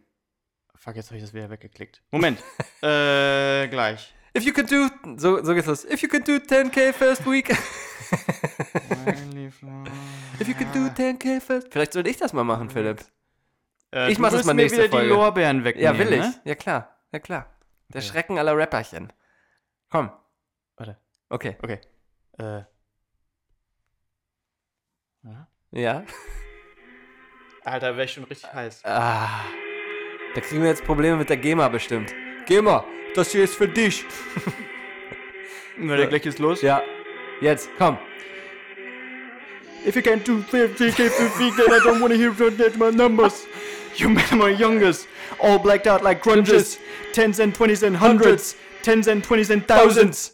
S5: Fuck, jetzt habe ich das wieder weggeklickt.
S4: (laughs)
S5: Moment. äh, gleich.
S4: If you could do. So, so geht's los. If you could do 10k first week. (laughs) If you could do 10k first. Vielleicht sollte ich das mal machen, Philipp.
S5: Äh,
S4: Ich
S5: du
S4: mach das
S5: willst
S4: mal
S5: mir
S4: nächste
S5: wieder
S4: Folge.
S5: die Lorbeeren wegnehmen,
S4: Ja, will ich.
S5: Ne?
S4: Ja, klar. Ja, klar. Der
S5: Okay.
S4: Schrecken aller Rapperchen. Komm.
S5: Warte.
S4: Okay.
S5: Okay. Äh. Ja?
S4: Ja.
S5: Alter, wäre ich schon richtig heiß.
S4: Ah. Da kriegen wir jetzt Probleme mit der GEMA bestimmt. GEMA, das hier ist für dich.
S5: Wenn der gleich ist los.
S4: Ja. Jetzt, komm.
S5: If you can do 50k per week, then I don't wanna hear from that my numbers. You met my youngest, all blacked out like grunges. Tens and twenties and hundreds. Tens and twenties and thousands.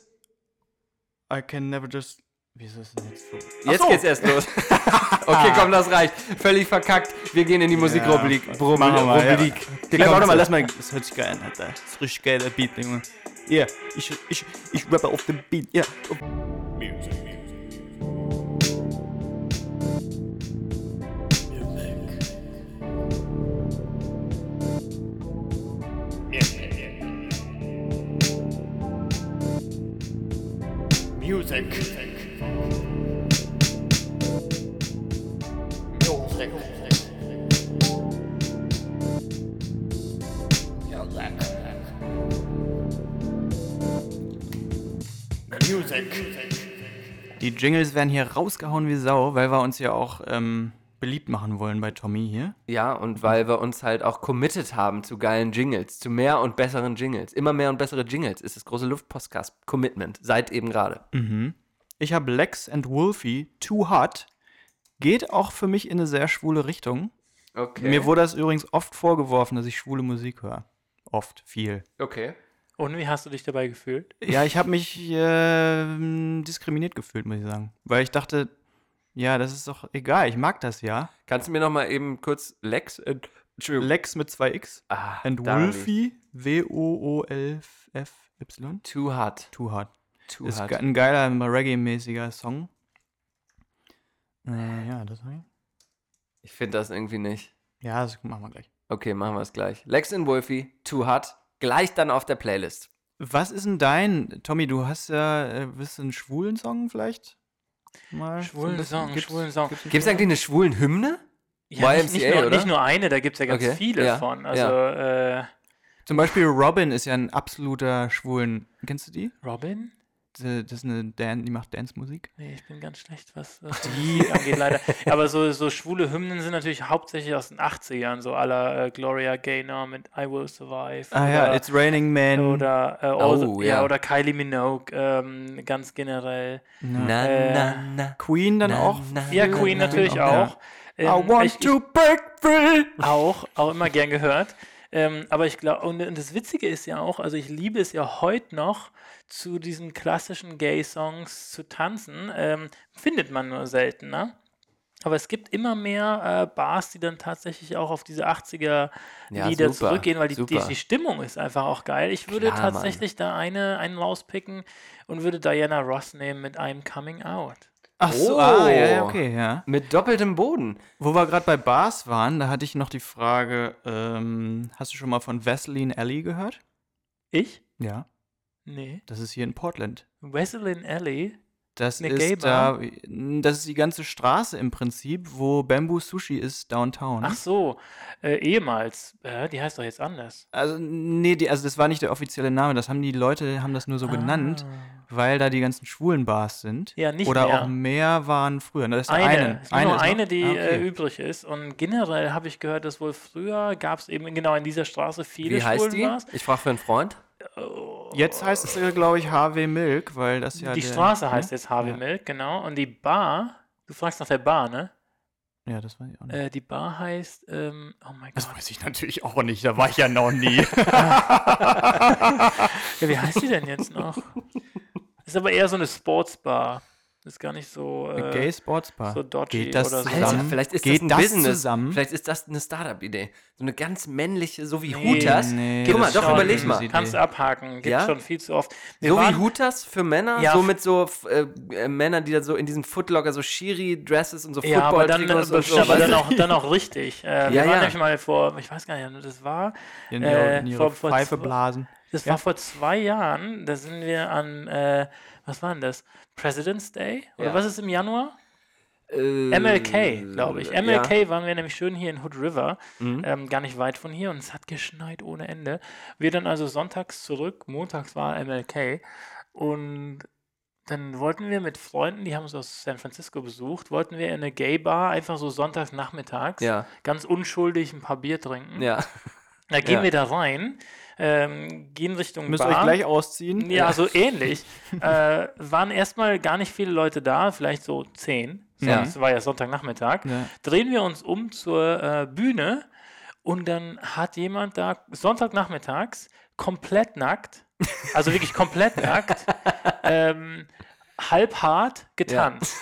S5: I can never just. Wieso ist denn jetzt so?
S4: Jetzt geht's erst
S5: (laughs)
S4: los. okay, komm, das reicht. Völlig verkackt. Wir gehen in die Musikrubrik. Brum-
S5: Machen wir, ja.
S4: Rubrik. Die
S5: Bleib, warte
S4: kommt
S5: mal,
S4: so.
S5: lass mal. Das hört sich geil an, Alter. Das ist richtig geil, der Beat, Junge. Ja, yeah, ich, ich, ich rappe auf dem Beat, ja. Yeah. Die Jingles werden hier rausgehauen wie Sau, weil wir uns ja auch ähm, beliebt machen wollen bei Tommy hier.
S4: Ja, und weil wir uns halt auch committed haben zu geilen Jingles, zu mehr und besseren Jingles. Immer mehr und bessere Jingles ist das große Luftpostcast-Commitment. Seit eben gerade.
S5: Ich habe Lex and Wolfie, Too Hot. Geht auch für mich in eine sehr schwule Richtung.
S4: Okay.
S5: Mir wurde das übrigens oft vorgeworfen, dass ich schwule Musik höre. Oft, viel.
S4: okay.
S6: Und wie hast du dich dabei gefühlt?
S5: Ja, ich habe mich ähm, diskriminiert gefühlt, muss ich sagen. Weil ich dachte, ja, das ist doch egal, ich mag das ja.
S4: Kannst du mir noch mal eben kurz Lex and, Entschuldigung.
S5: Lex mit zwei x
S4: ah,
S5: and
S4: da liegt's.
S5: Wolfie, W-O-O-L-F-Y.
S4: Too hard.
S5: Too Hot.
S4: Too
S5: ist
S4: hard.
S5: ge- ein geiler, Reggae-mäßiger Song. Äh, ja, das hab ich.
S4: Ich finde das irgendwie nicht.
S5: Ja, das machen wir gleich.
S4: Okay, machen wir es gleich. Lex and Wolfie, Too hard. Gleich dann auf der Playlist.
S5: Was ist denn dein, Tommy, du hast ja, äh, bist du einen schwulen Song vielleicht? Mal so ein
S6: Schwulen
S5: bisschen-
S6: Song,
S5: gibt's-
S6: schwulen Song.
S5: gibt's einen
S4: Gibt es eigentlich eine schwulen Hymne?
S6: nicht, nicht,
S4: YMCA,
S6: nur,
S4: oder?
S6: nicht nur eine, da gibt es ja ganz
S4: Okay,
S6: viele
S4: ja,
S6: von.
S4: ja.
S6: Also äh,
S5: Zum Beispiel Robin ist ja ein absoluter schwulen. Kennst du die?
S6: Robin?
S5: Die- Das ist eine Dan, die macht Dance-Musik.
S6: Nee, ich bin ganz schlecht, was was die (laughs) angeht, leider. Aber so, so schwule Hymnen sind natürlich hauptsächlich aus den 80ern, so aller äh, Gloria Gaynor mit I Will Survive.
S5: Ah ja,
S6: oder-
S5: It's Raining Man.
S6: oder, äh, all
S4: Oh,
S6: the, ja.
S4: ja.
S6: oder Kylie Minogue, ähm, ganz generell.
S4: Na,
S6: Äh,
S4: na.
S5: Queen dann
S4: Na,
S5: auch.
S4: na,
S6: Ja,
S4: na,
S6: Queen
S4: na,
S6: natürlich
S4: na.
S6: auch. Ähm,
S5: I want
S6: ich,
S5: to break free.
S6: ich auch, auch immer gern gehört. Ähm, aber ich glaube, und, und das Witzige ist ja auch, also ich liebe es ja heute noch, zu diesen klassischen Gay-Songs zu tanzen. Ähm, findet man nur selten, ne? Aber es gibt immer mehr äh, Bars, die dann tatsächlich auch auf diese 80er
S4: Ja,
S6: Lieder
S4: super,
S6: zurückgehen, weil die, die,
S4: super.
S6: die Stimmung ist einfach auch geil. Ich würde
S4: Klar, Mann.
S6: tatsächlich da eine, einen rauspicken und würde Diana Ross nehmen mit I'm Coming Out.
S5: Ach so,
S4: Oh.
S5: ah, ja, ja, okay, ja.
S4: Mit doppeltem Boden.
S5: Wo wir gerade bei Bars waren, da hatte ich noch die Frage, ähm, hast du schon mal von Vaseline Alley gehört?
S6: Ich?
S5: Ja.
S6: Nee.
S5: Das ist hier in Portland.
S6: Wesleyan Alley?
S5: Das
S6: Eine
S5: ist da,
S6: Gay-Bar?
S5: das ist die ganze Straße im Prinzip, wo Bamboo Sushi ist, downtown.
S6: Ach so, äh, ehemals. Äh, die heißt doch jetzt anders.
S5: Also, nee, die, also das war nicht der offizielle Name, das haben die Leute, haben das nur so genannt,
S6: Ah.
S5: weil da die ganzen schwulen Bars sind.
S6: Ja, nicht
S5: Oder
S6: mehr.
S5: auch mehr waren früher. Na, Das ist
S6: Eine,
S5: eine.
S6: Es gibt nur
S5: ist
S6: eine,
S5: noch-
S6: die
S5: Ah, okay.
S6: äh, übrig ist. Und generell habe ich gehört, dass wohl früher gab es eben genau in dieser Straße viele
S4: Wie heißt die?
S6: Schwulenbars.
S4: Ich frage für einen Freund.
S5: Jetzt heißt es, äh, glaube ich, HW Milk, weil das ja.
S6: die
S5: der-
S6: Straße
S5: ne?
S6: heißt jetzt Harvey
S5: Ja.
S6: Milk, genau. Und die Bar, du fragst nach der Bar, ne?
S5: Ja, das weiß ich auch nicht.
S6: Äh, die Bar heißt, ähm, oh mein Gott,
S5: Hm. weiß ich natürlich auch nicht, da war ich ja noch
S6: (laughs)
S5: nie. (laughs)
S6: ja, wie heißt die denn jetzt noch? Ist aber eher so eine Sportsbar. Ist gar nicht so. Äh,
S5: Gay Sports Bar.
S6: so dodgy
S5: Geht das
S6: oder so.
S5: zusammen?
S4: Alter, vielleicht ist
S5: Geht
S4: das ein
S5: das
S4: Business.
S5: zusammen?
S4: Vielleicht ist das eine Startup-Idee. So eine ganz männliche, so wie
S6: Nee,
S4: Hooters.
S5: nee,
S4: Guck mal,
S5: das
S4: Ah, doch,
S5: ist schon
S4: überleg
S5: eine
S4: mal.
S5: Idee.
S6: Kannst du abhaken. Gibt
S4: Ja?
S6: schon viel zu oft. Wir
S4: So wie
S6: waren-
S4: Hooters für Männer,
S6: Ja.
S4: so mit so f- äh, äh, Männern, die da so in diesem Footlocker so Shiri-Dresses und so
S6: Ja, aber dann,
S4: Football-Trikots und so.
S6: aber
S4: weißt
S6: dann,
S4: du?
S6: auch, dann auch richtig. Äh, wir
S4: Ja,
S6: waren
S4: ja.
S6: nämlich mal vor, ich weiß gar nicht, das war,
S5: in
S6: äh,
S5: ihre, in ihre
S6: vor- vor
S5: Pfeife
S6: zwei-
S5: blasen.
S6: das
S5: Ja.
S6: war vor zwei Jahren, da sind wir an, äh, was war denn das? President's Day? Oder
S4: Ja.
S6: was ist im Januar?
S4: Äh,
S6: MLK, glaube ich.
S4: ja. Mhm.
S6: MLK waren wir nämlich schön hier in Hood River, ähm, gar nicht weit von hier und es hat geschneit ohne Ende. Wir dann also sonntags zurück, montags war MLK und dann wollten wir mit Freunden, die haben uns aus San Francisco besucht, wollten wir in eine Gay Bar einfach so sonntags nachmittags
S4: Ja.
S6: ganz unschuldig ein paar Bier trinken.
S4: Ja.
S6: Da gehen
S4: Ja.
S6: wir da rein, ähm, gehen Richtung
S5: Müsst
S6: Bar.
S5: euch gleich ausziehen. (laughs)
S6: Ja, also
S4: (laughs)
S6: so ähnlich. äh, waren erstmal gar nicht viele Leute da, vielleicht so zehn.
S4: Ja.
S6: Es war ja Sonntagnachmittag.
S5: Ja.
S6: Drehen wir uns um zur äh, Bühne und dann hat jemand da Sonntagnachmittags komplett nackt, also wirklich komplett
S4: (laughs)
S6: nackt, ähm, halbhart getanzt.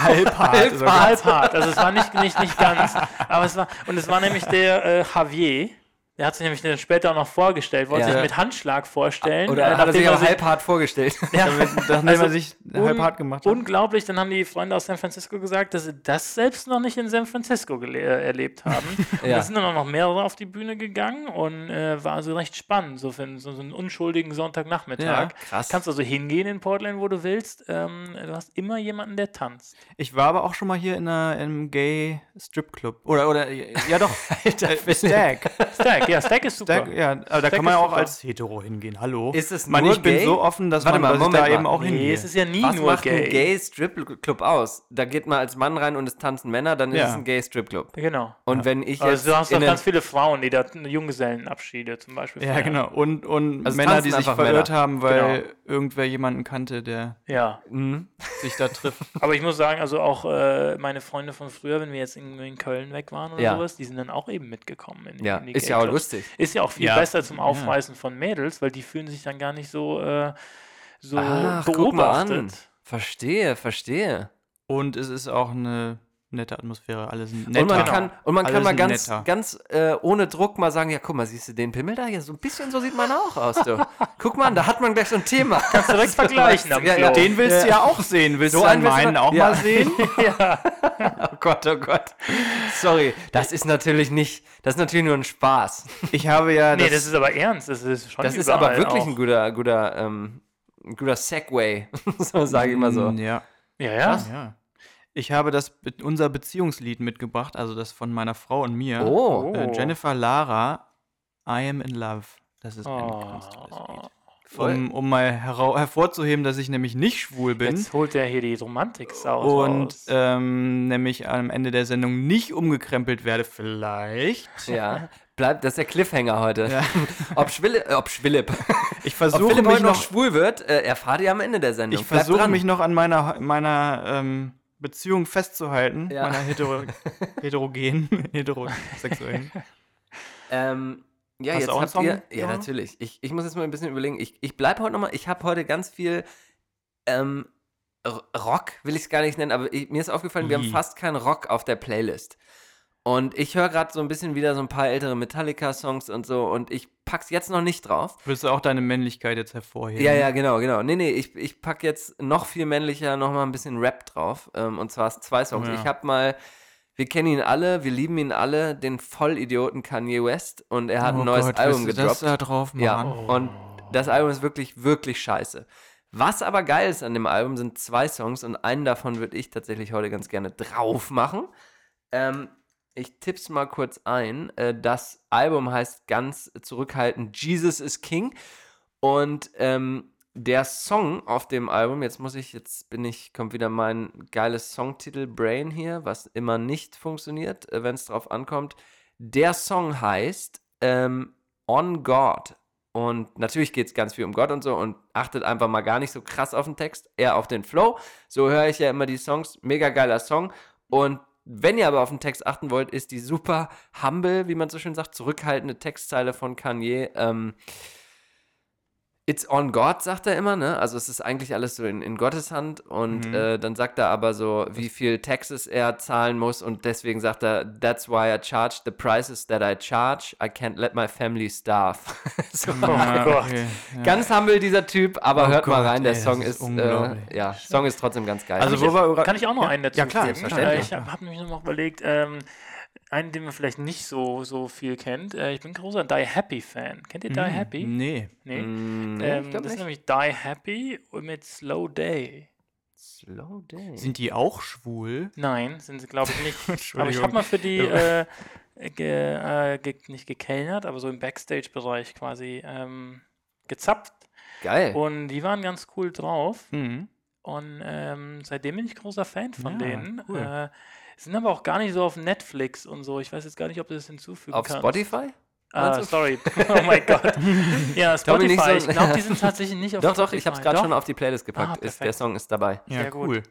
S5: Halbhart.
S6: Es war (laughs) halbhart. Also es war nicht, nicht, nicht ganz. Aber es war, und es war nämlich der äh, Javier. Der hat sich nämlich dann später auch noch vorgestellt, wollte
S4: Ja.
S6: sich mit Handschlag vorstellen.
S4: Oder
S6: äh,
S4: hat er sich
S6: nachdem
S4: auch halbhart vorgestellt.
S6: (laughs) ja.
S4: (laughs)
S5: Dann hat
S4: Also
S5: man sich halbhart gemacht. hat.
S6: Also Unglaublich, dann haben die Freunde aus San Francisco gesagt, dass sie das selbst noch nicht in San Francisco gele- äh, erlebt haben.
S4: (laughs)
S6: Und
S4: Ja.
S6: da sind dann auch noch mehrere auf die Bühne gegangen und äh, war also recht spannend, so für einen- so so einen unschuldigen Sonntagnachmittag.
S4: Ja, krass.
S6: Kannst also hingehen in Portland, wo du willst. Ähm, du hast immer jemanden, der tanzt.
S5: Ich war aber auch schon mal hier in einer, in einem Gay Strip Club. Oder, oder,
S4: (laughs)
S5: ja doch. Alter, Stack.
S6: Stack, ja, Stack ist super.
S5: Stack, ja, aber da
S6: Stack
S5: kann man
S6: ist
S5: ja auch
S6: super.
S5: als Hetero hingehen. Hallo.
S4: Ist es
S5: Mann,
S4: nur
S5: ich bin
S4: gay?
S5: so offen, dass
S4: Warte
S5: man
S4: mal,
S5: dass ich da
S4: Moment
S5: eben
S4: mal.
S5: auch
S6: Nee,
S5: hingehe.
S6: es ist ja nie
S4: Was
S6: nur
S4: macht
S6: gay.
S4: ein Gay Strip-Club aus? Da geht man als Mann rein und es tanzen Männer, dann
S5: Ja.
S4: ist es ein Gay Strip-Club.
S6: Genau.
S4: Und wenn ich jetzt.
S6: Also du hast
S4: in
S6: auch
S4: den-
S6: ganz viele Frauen, die da Junggesellenabschiede zum Beispiel
S5: ja,
S6: feiern.
S5: genau. Und, und
S4: Also es
S5: Männer,
S4: tanzen
S5: die sich
S4: einfach Männer.
S5: verirrt
S4: Genau.
S5: haben, weil irgendwer jemanden kannte, der
S6: Ja.
S4: Mhm.
S5: sich
S4: (laughs)
S5: da trifft.
S6: Aber ich muss sagen, also auch äh, meine Freunde von früher, wenn wir jetzt in, in Köln weg waren oder
S4: Ja.
S6: sowas, die sind dann auch eben mitgekommen. In,
S4: Ja,
S6: in die
S4: ist ja auch
S6: Gay-Clubs.
S4: lustig.
S6: Ist ja auch viel
S5: Ja.
S6: besser zum
S5: Ja.
S6: Aufreißen von Mädels, weil die fühlen sich dann gar nicht so, äh, so
S4: Ach,
S6: beobachtet.
S4: guck mal an. (laughs) Verstehe, verstehe.
S5: Und es ist auch eine nette Atmosphäre. Alles netter.
S4: Und man kann, und man kann
S5: Alles
S4: mal ganz,
S5: Genau. netter.
S4: ganz äh, ohne Druck mal sagen, ja, guck mal, siehst du den Pimmel da? Ja, so ein bisschen so sieht man auch aus.
S5: (laughs)
S4: Du. Guck mal, an, da hat man gleich (laughs) so ein Thema.
S6: Kannst du direkt vergleichen am
S4: Ja, genau.
S6: Klo.
S4: ja,
S5: Den willst du ja auch sehen. Willst
S4: So
S5: du
S4: einen
S5: an
S4: willst du
S5: meinen
S4: mal-
S5: auch
S4: Ja.
S5: mal sehen?
S4: (laughs) Oh Gott, oh Gott. Sorry, das ist natürlich nicht, das ist natürlich nur ein Spaß.
S5: Ich habe ja
S6: Nee, das ist aber ernst. Das ist schon
S4: Das ist aber
S6: überall
S4: wirklich
S6: auch.
S4: ein guter, guter, ähm, ein guter Segway, (laughs) so sage ich immer so.
S5: Hm, Ja.
S6: Ja, ja.
S5: ja. Ich habe das Be unser Beziehungslied mitgebracht, also das von meiner Frau und mir.
S4: Oh,
S5: Äh,
S6: Oh.
S5: Jennifer Lara, I am in love. Das ist ein ganz tolles Lied.
S6: Oh,
S5: Um, um mal herau- hervorzuheben, dass ich nämlich nicht schwul bin.
S6: jetzt holt er hier die Romantik sau
S5: Und
S4: äh,
S6: raus.
S5: ähm, nämlich am Ende der Sendung nicht umgekrempelt werde, vielleicht.
S4: ja. Bleibt, das ist der Cliffhanger heute.
S5: Ja.
S4: (laughs) Ob Schwille, äh, ob Schwillip,
S5: Ich
S4: ob
S5: versuche
S4: Philipp
S5: mich
S4: heute noch
S5: noch,
S4: schwul wird, äh, erfahrt ihr am Ende der Sendung.
S5: ich
S4: Bleibt
S5: versuche
S4: dran.
S5: mich noch an meiner, meiner ähm, Beziehung festzuhalten,
S4: Ja. (laughs)
S5: meiner hetero heterogenen, (laughs) heterosexuellen.
S4: Ähm, ja,
S5: Hast du
S4: jetzt
S5: auch einen
S4: habt
S5: Song,
S4: ihr, ja,
S5: Jona?
S4: natürlich. Ich, ich muss jetzt mal ein bisschen überlegen. Ich, ich bleibe heute nochmal, ich habe heute ganz viel ähm, R- Rock, will ich es gar nicht nennen, aber ich, mir ist aufgefallen, wir haben
S5: Ih.
S4: fast keinen Rock auf der Playlist. Und ich höre gerade so ein bisschen wieder so ein paar ältere Metallica-Songs und so und ich pack's jetzt noch nicht drauf.
S5: Willst du auch deine Männlichkeit jetzt hervorheben?
S4: Ja, ja, genau, genau. Nee, nee, ich, ich pack jetzt noch viel männlicher nochmal ein bisschen Rap drauf. Ähm, und zwar zwei Songs.
S5: Ja.
S4: Ich hab mal, wir kennen ihn alle, wir lieben ihn alle, den Vollidioten Kanye West. Und er hat
S5: oh
S4: ein neues
S5: Gott,
S4: Album
S5: willst du Das
S4: gedroppt.
S5: da drauf, Mann.
S4: ja, und das Album ist wirklich, wirklich scheiße. Was aber geil ist an dem Album, sind zwei Songs und einen davon würde ich tatsächlich heute ganz gerne drauf machen. Ähm, ich tipp's mal kurz ein. Äh, Das Album heißt ganz zurückhaltend Jesus is King. Und ähm, der Song auf dem Album, jetzt muss ich, jetzt bin ich, kommt wieder mein geiles Songtitel Brain hier, was immer nicht funktioniert, wenn es drauf ankommt. Der Song heißt ähm, On God. Und natürlich geht es ganz viel um Gott und so und achtet einfach mal gar nicht so krass auf den Text, eher auf den Flow. So höre ich ja immer die Songs. Mega geiler Song. Und wenn ihr aber auf den Text achten wollt, ist die super humble, wie man so schön sagt, zurückhaltende Textzeile von Kanye. Ähm, It's on God, sagt er immer, ne? Also es ist eigentlich alles so in, in Gottes Hand und
S5: Mhm.
S4: äh, dann sagt er aber so, wie viel Taxes er zahlen muss und deswegen sagt er, that's why I charge the prices that I charge. I can't let my family starve. (laughs) so.
S5: Ja,
S6: Oh Gott.
S5: okay, ja.
S4: Ganz humble dieser Typ, aber
S5: Oh
S4: hört mal
S5: Gott,
S4: rein, der
S5: ey, das
S4: Song
S5: ist
S4: ist,
S5: unglaublich.
S4: äh, ja, Song ist trotzdem ganz geil.
S5: Also, wo wir.
S6: Kann ich auch noch
S5: ja,
S6: einen dazu
S5: Ja, klar,
S6: geben? Äh,
S5: selbstverständlich.
S6: Ich habe nämlich noch mal überlegt, ähm, einen, den man vielleicht nicht so, so viel kennt. Äh, ich bin großer Die Happy-Fan. Kennt
S4: Mhm.
S6: ihr Die
S5: Hm,
S6: Happy?
S5: Nee.
S6: Nee.
S4: Mm,
S6: ähm, das
S5: glaub
S6: ist nämlich Die Happy mit Slow Day.
S4: Slow Day.
S5: Sind die auch
S6: (laughs)
S5: schwul?
S6: Nein, sind sie, glaube
S4: (laughs)
S6: ich, nicht. aber ich
S5: Entschuldigung.
S6: habe mal für die,
S5: Ja.
S6: äh, ge, äh, ge, nicht gekellnert, aber so im Backstage-Bereich quasi ähm, gezapft.
S4: geil.
S6: Und die waren ganz cool drauf.
S5: Mhm.
S6: Und ähm, seitdem bin ich großer Fan von
S5: Ja,
S6: denen.
S5: cool.
S6: Äh, sind aber auch gar nicht so auf Netflix und so. Ich weiß jetzt gar nicht, ob du das hinzufügen
S4: Auf
S6: kannst.
S4: Spotify?
S6: Ah,
S4: Meinst du?
S6: sorry. (laughs) Oh mein
S4: (laughs)
S6: Gott. Ja,
S4: Tommy, nicht
S6: Spotify. Ich
S4: so- (laughs)
S6: glaube, die sind tatsächlich nicht auf
S4: Doch, doch,
S6: Spotify.
S4: ich habe es gerade
S6: Doch?
S4: schon auf die Playlist gepackt.
S6: Ah,
S4: ist, der
S6: perfekt.
S4: Song ist dabei.
S5: Ja,
S6: Sehr gut.
S5: cool.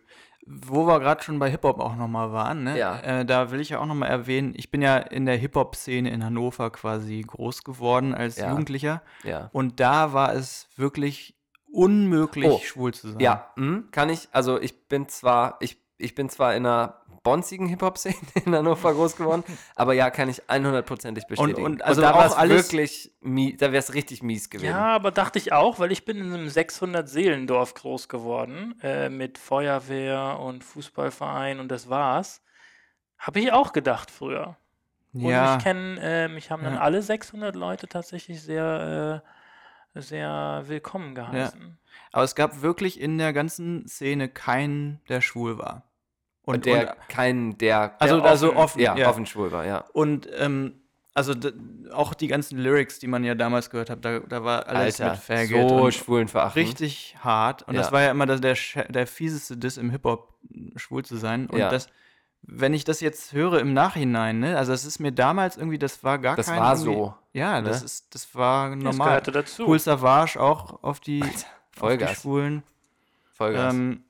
S5: Wo wir gerade schon bei Hip-Hop auch nochmal waren, ne?
S4: Ja.
S5: äh, da will ich ja auch nochmal erwähnen, ich bin ja in der Hip-Hop-Szene in Hannover quasi groß geworden als
S4: Ja.
S5: Jugendlicher.
S4: Ja.
S5: Und da war es wirklich unmöglich,
S4: Oh.
S5: schwul zu sein.
S4: Ja, mhm, kann ich. Also ich bin zwar, ich, ich bin zwar in einer bonzigen Hip-Hop-Szene (laughs) in Hannover groß
S5: (laughs)
S4: geworden, aber ja, kann ich 100%ig bestätigen.
S5: und also
S4: da
S5: auch
S4: war's
S5: alles-
S4: wirklich mies, da wäre es richtig mies gewesen.
S6: Ja, aber dachte ich auch, weil ich bin in einem 600-Seelendorf groß geworden. Äh, mit Feuerwehr und Fußballverein und das war's. Habe ich auch gedacht früher. Und
S5: Ja.
S6: mich kennen, äh, mich haben dann
S5: Ja.
S6: alle 600 Leute tatsächlich sehr, äh, sehr willkommen geheißen.
S5: Aber es gab wirklich in der ganzen Szene keinen, der schwul war.
S4: Und der kein, der, der
S5: Also- also offen,
S4: ja,
S5: ja.
S4: offen schwul war, ja.
S5: Und ähm, also d- auch die ganzen Lyrics, die man ja damals gehört hat, da, da war alles mit Faggot
S4: so
S5: und
S4: schwulen verachten.
S5: richtig hart. Und das
S4: Ja.
S5: war ja immer der, der, sche- der fieseste Diss im Hip-Hop, schwul zu sein. Und
S4: Ja.
S5: das, wenn ich das jetzt höre im Nachhinein, ne, also das ist mir damals irgendwie, das war gar
S4: Das
S5: kein.
S4: war
S5: irgendwie-
S4: so,
S5: Ja, das
S4: ne?
S5: ist, das war
S6: Das
S5: normal.
S6: gehörte dazu.
S5: Cool Savage auch auf die, auf die
S4: Vollgas.
S5: Schwulen.
S4: Vollgas.
S5: Ähm,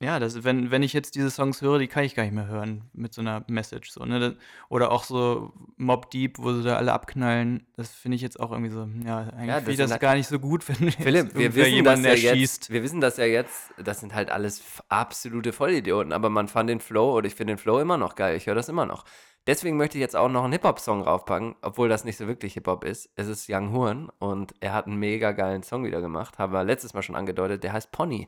S5: ja, das, wenn, wenn ich jetzt diese Songs höre, die kann ich gar nicht mehr hören mit so einer Message. So, ne? das, oder auch so Mob Deep, wo sie da alle abknallen. Das finde ich jetzt auch irgendwie so, ja, eigentlich
S4: Ja,
S5: finde ich
S4: das sind
S5: das
S4: halt-
S5: gar nicht so gut, (laughs) wenn jetzt
S4: (laughs) Philipp, wir
S5: irgendwer
S4: wissen, dass
S5: jemanden
S4: er
S5: erschießt.
S4: jetzt, wir wissen das ja jetzt, das sind halt alles f- absolute Vollidioten, aber man fand den Flow oder ich finde den Flow immer noch geil, ich höre das immer noch. Deswegen möchte ich jetzt auch noch einen Hip-Hop-Song raufpacken, obwohl das nicht so wirklich Hip-Hop ist. Es ist Young Horn und er hat einen mega geilen Song wieder gemacht, haben wir letztes Mal schon angedeutet, der heißt Pony.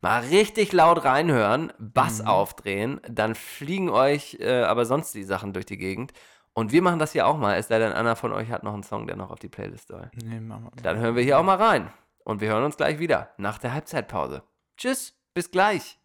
S4: Mal richtig laut reinhören, Bass
S5: Mhm.
S4: aufdrehen, dann fliegen euch äh, aber sonst die Sachen durch die Gegend. Und wir machen das hier auch mal, es sei denn, einer von euch hat noch einen Song, der noch auf die Playlist soll.
S5: Nee, mach mal.
S4: Dann hören wir hier auch mal rein. Und wir hören uns gleich wieder nach der Halbzeitpause. Tschüss, bis gleich.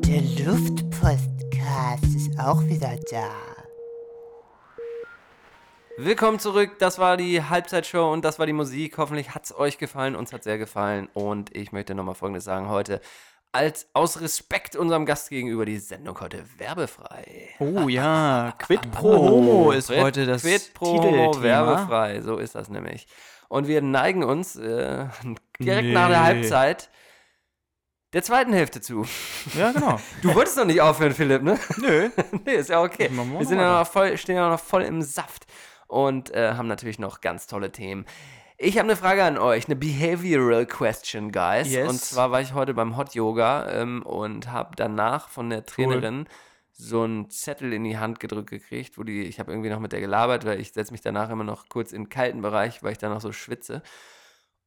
S8: Der Luftpostcast ist auch wieder da.
S4: Willkommen zurück. Das war die Halbzeitshow und das war die Musik. Hoffentlich hat es euch gefallen. Uns hat sehr gefallen. Und ich möchte nochmal Folgendes sagen heute. Als aus Respekt unserem Gast gegenüber die Sendung heute werbefrei.
S5: Oh ja, Quid pro Homo ist
S4: Quid-
S5: heute das
S4: Quid pro Homo
S5: Titelthema.
S4: werbefrei, so ist das nämlich. Und wir neigen uns äh, (laughs) direkt nach
S5: Nee.
S4: der Halbzeit der zweiten Hälfte zu. (laughs)
S5: Ja, genau.
S4: Du wolltest noch nicht aufhören, Philipp, ne?
S5: Nö.
S4: (laughs) nee, ist ja okay.
S5: Machen wir
S4: Wir sind
S5: mal
S4: ja
S5: weiter.
S4: noch voll, stehen ja noch voll im Saft und äh, haben natürlich noch ganz tolle Themen. Ich habe eine Frage an euch, eine behavioral question, guys.
S5: Yes.
S4: Und zwar war ich heute beim Hot Yoga ähm, und habe danach von der Trainerin so einen Zettel in die Hand gedrückt gekriegt, wo die, ich habe irgendwie noch mit der gelabert, weil ich setze mich danach immer noch kurz in den kalten Bereich, weil ich da noch so schwitze.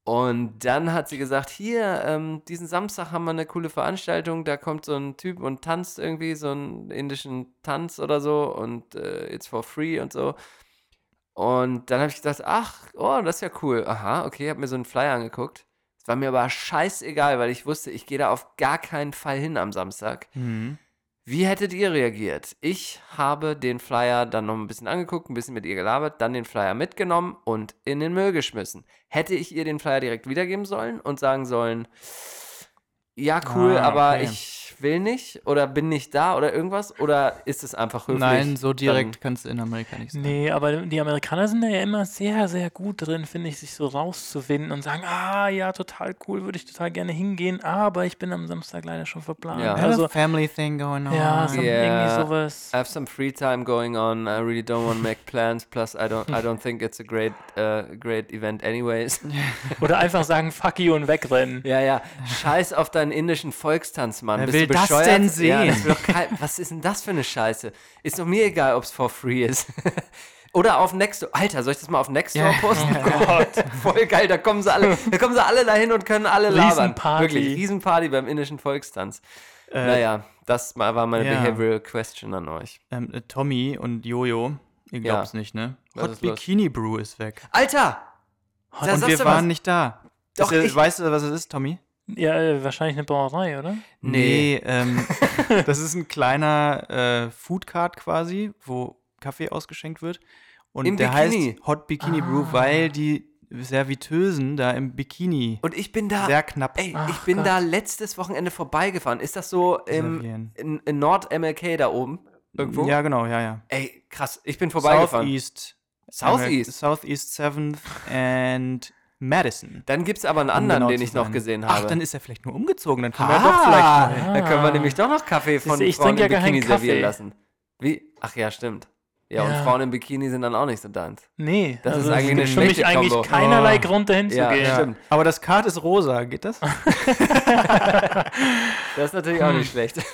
S4: Und dann hat sie gesagt, hier, ähm, diesen Samstag haben wir eine coole Veranstaltung, da kommt so ein Typ und tanzt irgendwie, so einen indischen Tanz oder so und äh, it's for free und so. Und dann habe ich gedacht, ach, oh, das ist ja cool. Aha, okay, habe mir so einen Flyer angeguckt. Es war mir aber scheißegal, weil ich wusste, ich gehe da auf gar keinen Fall hin am Samstag.
S5: Mhm.
S4: Wie hättet ihr reagiert? Ich habe den Flyer dann noch ein bisschen angeguckt, ein bisschen mit ihr gelabert, dann den Flyer mitgenommen und in den Müll geschmissen. Hätte ich ihr den Flyer direkt wiedergeben sollen und sagen sollen, ja, cool,
S5: Ah,
S4: aber
S5: okay.
S4: ich will nicht oder bin nicht da oder irgendwas? Oder ist es einfach höflich?
S5: Nein, so direkt
S4: Dann,
S5: kannst du in Amerika nicht sagen.
S6: Nee, aber die Amerikaner sind da ja immer sehr, sehr gut drin, finde ich, sich so rauszuwinden und sagen, ah ja, total cool, würde ich total gerne hingehen, aber ich bin am Samstag leider schon verplant.
S4: Ja.
S5: I have
S6: Also,
S5: a family thing going on.
S6: ja, so,
S4: Yeah.
S5: (laughs)
S6: irgendwie sowas.
S4: I have some free time going on. I really don't want to make plans. Plus, I don't, I don't think it's a great, uh, great event anyways.
S6: Oder einfach sagen, fuck you und wegrennen.
S4: Ja, ja. Scheiß auf deinen indischen Volkstanz, Mann.
S5: Wer
S4: Bist
S5: will
S4: du
S5: das
S4: bescheuert?
S5: denn
S4: Ja,
S5: sehen?
S4: das will doch kein, was ist denn das für eine Scheiße? Ist doch mir egal, ob es for free ist. (laughs) Oder auf Nextdoor. Alter, soll ich das mal auf Nextdoor
S5: Ja.
S4: posten? Gott, voll geil. Da kommen sie alle, da kommen sie alle dahin und können alle labern.
S6: Riesenparty.
S4: Wirklich, Riesenparty beim indischen Volkstanz. naja, das ma- war meine
S5: Äh. ja.
S4: behavioral question an euch.
S5: Ähm, äh, Tommy und Jojo, ihr
S4: Ja.
S5: glaubt's nicht, ne?
S4: Was ist
S5: Hot
S4: los?
S5: Bikini Brew ist weg.
S4: Alter! Da
S5: und
S4: sagst
S5: wir
S4: du
S5: waren
S4: was.
S5: nicht Also, da.
S4: Doch,
S5: ist, ja-
S4: ich-
S5: weißt du, was es ist, Tommy?
S6: Ja, äh, wahrscheinlich eine Brauerei, oder?
S4: Nee.
S5: (laughs) ähm, das ist ein kleiner äh, Food Card quasi, wo Kaffee ausgeschenkt wird. Und
S4: Im
S5: der
S4: Bikini.
S5: heißt Hot Bikini Brew, weil die Serviteusen da im Bikini
S4: Und ich bin da.
S5: sehr knapp.
S4: Ey, ich bin da letztes Wochenende vorbeigefahren. Ist das so im,
S5: Servieren.
S4: in, in Nord-MLK da oben? Irgendwo?
S5: Ja, genau, ja, ja.
S4: Ey, krass. Ich bin vorbeigefahren.
S5: Southeast.
S4: Southeast?
S5: Southeast 7th and Madison.
S4: Dann gibt es aber einen
S5: um
S4: anderen,
S5: genau
S4: den
S5: zu
S4: ich noch
S5: sein.
S4: gesehen habe.
S5: Ach, dann ist er vielleicht nur umgezogen. Dann kann
S4: ah,
S5: man doch vielleicht.
S4: vielleicht. Dann können wir nämlich doch noch Kaffee von
S6: du, ich
S4: Frauen
S6: trinke
S4: im
S6: ja gar
S4: Bikini
S6: keinen
S4: servieren
S6: Kaffee.
S4: lassen. Wie? Ach ja, stimmt. Ja, und
S6: Ja.
S4: Frauen im Bikini sind dann auch nicht so deins.
S6: Nee. also
S4: Das ist eigentlich eine
S6: für mich
S4: schlechte
S6: eigentlich
S4: Kombo.
S6: keinerlei
S5: Oh.
S6: Grund, dahin zu
S4: Ja,
S6: gehen.
S4: ja. Stimmt.
S5: Aber das Kart ist rosa, geht das?
S4: Das ist natürlich auch nicht schlecht.
S6: (laughs)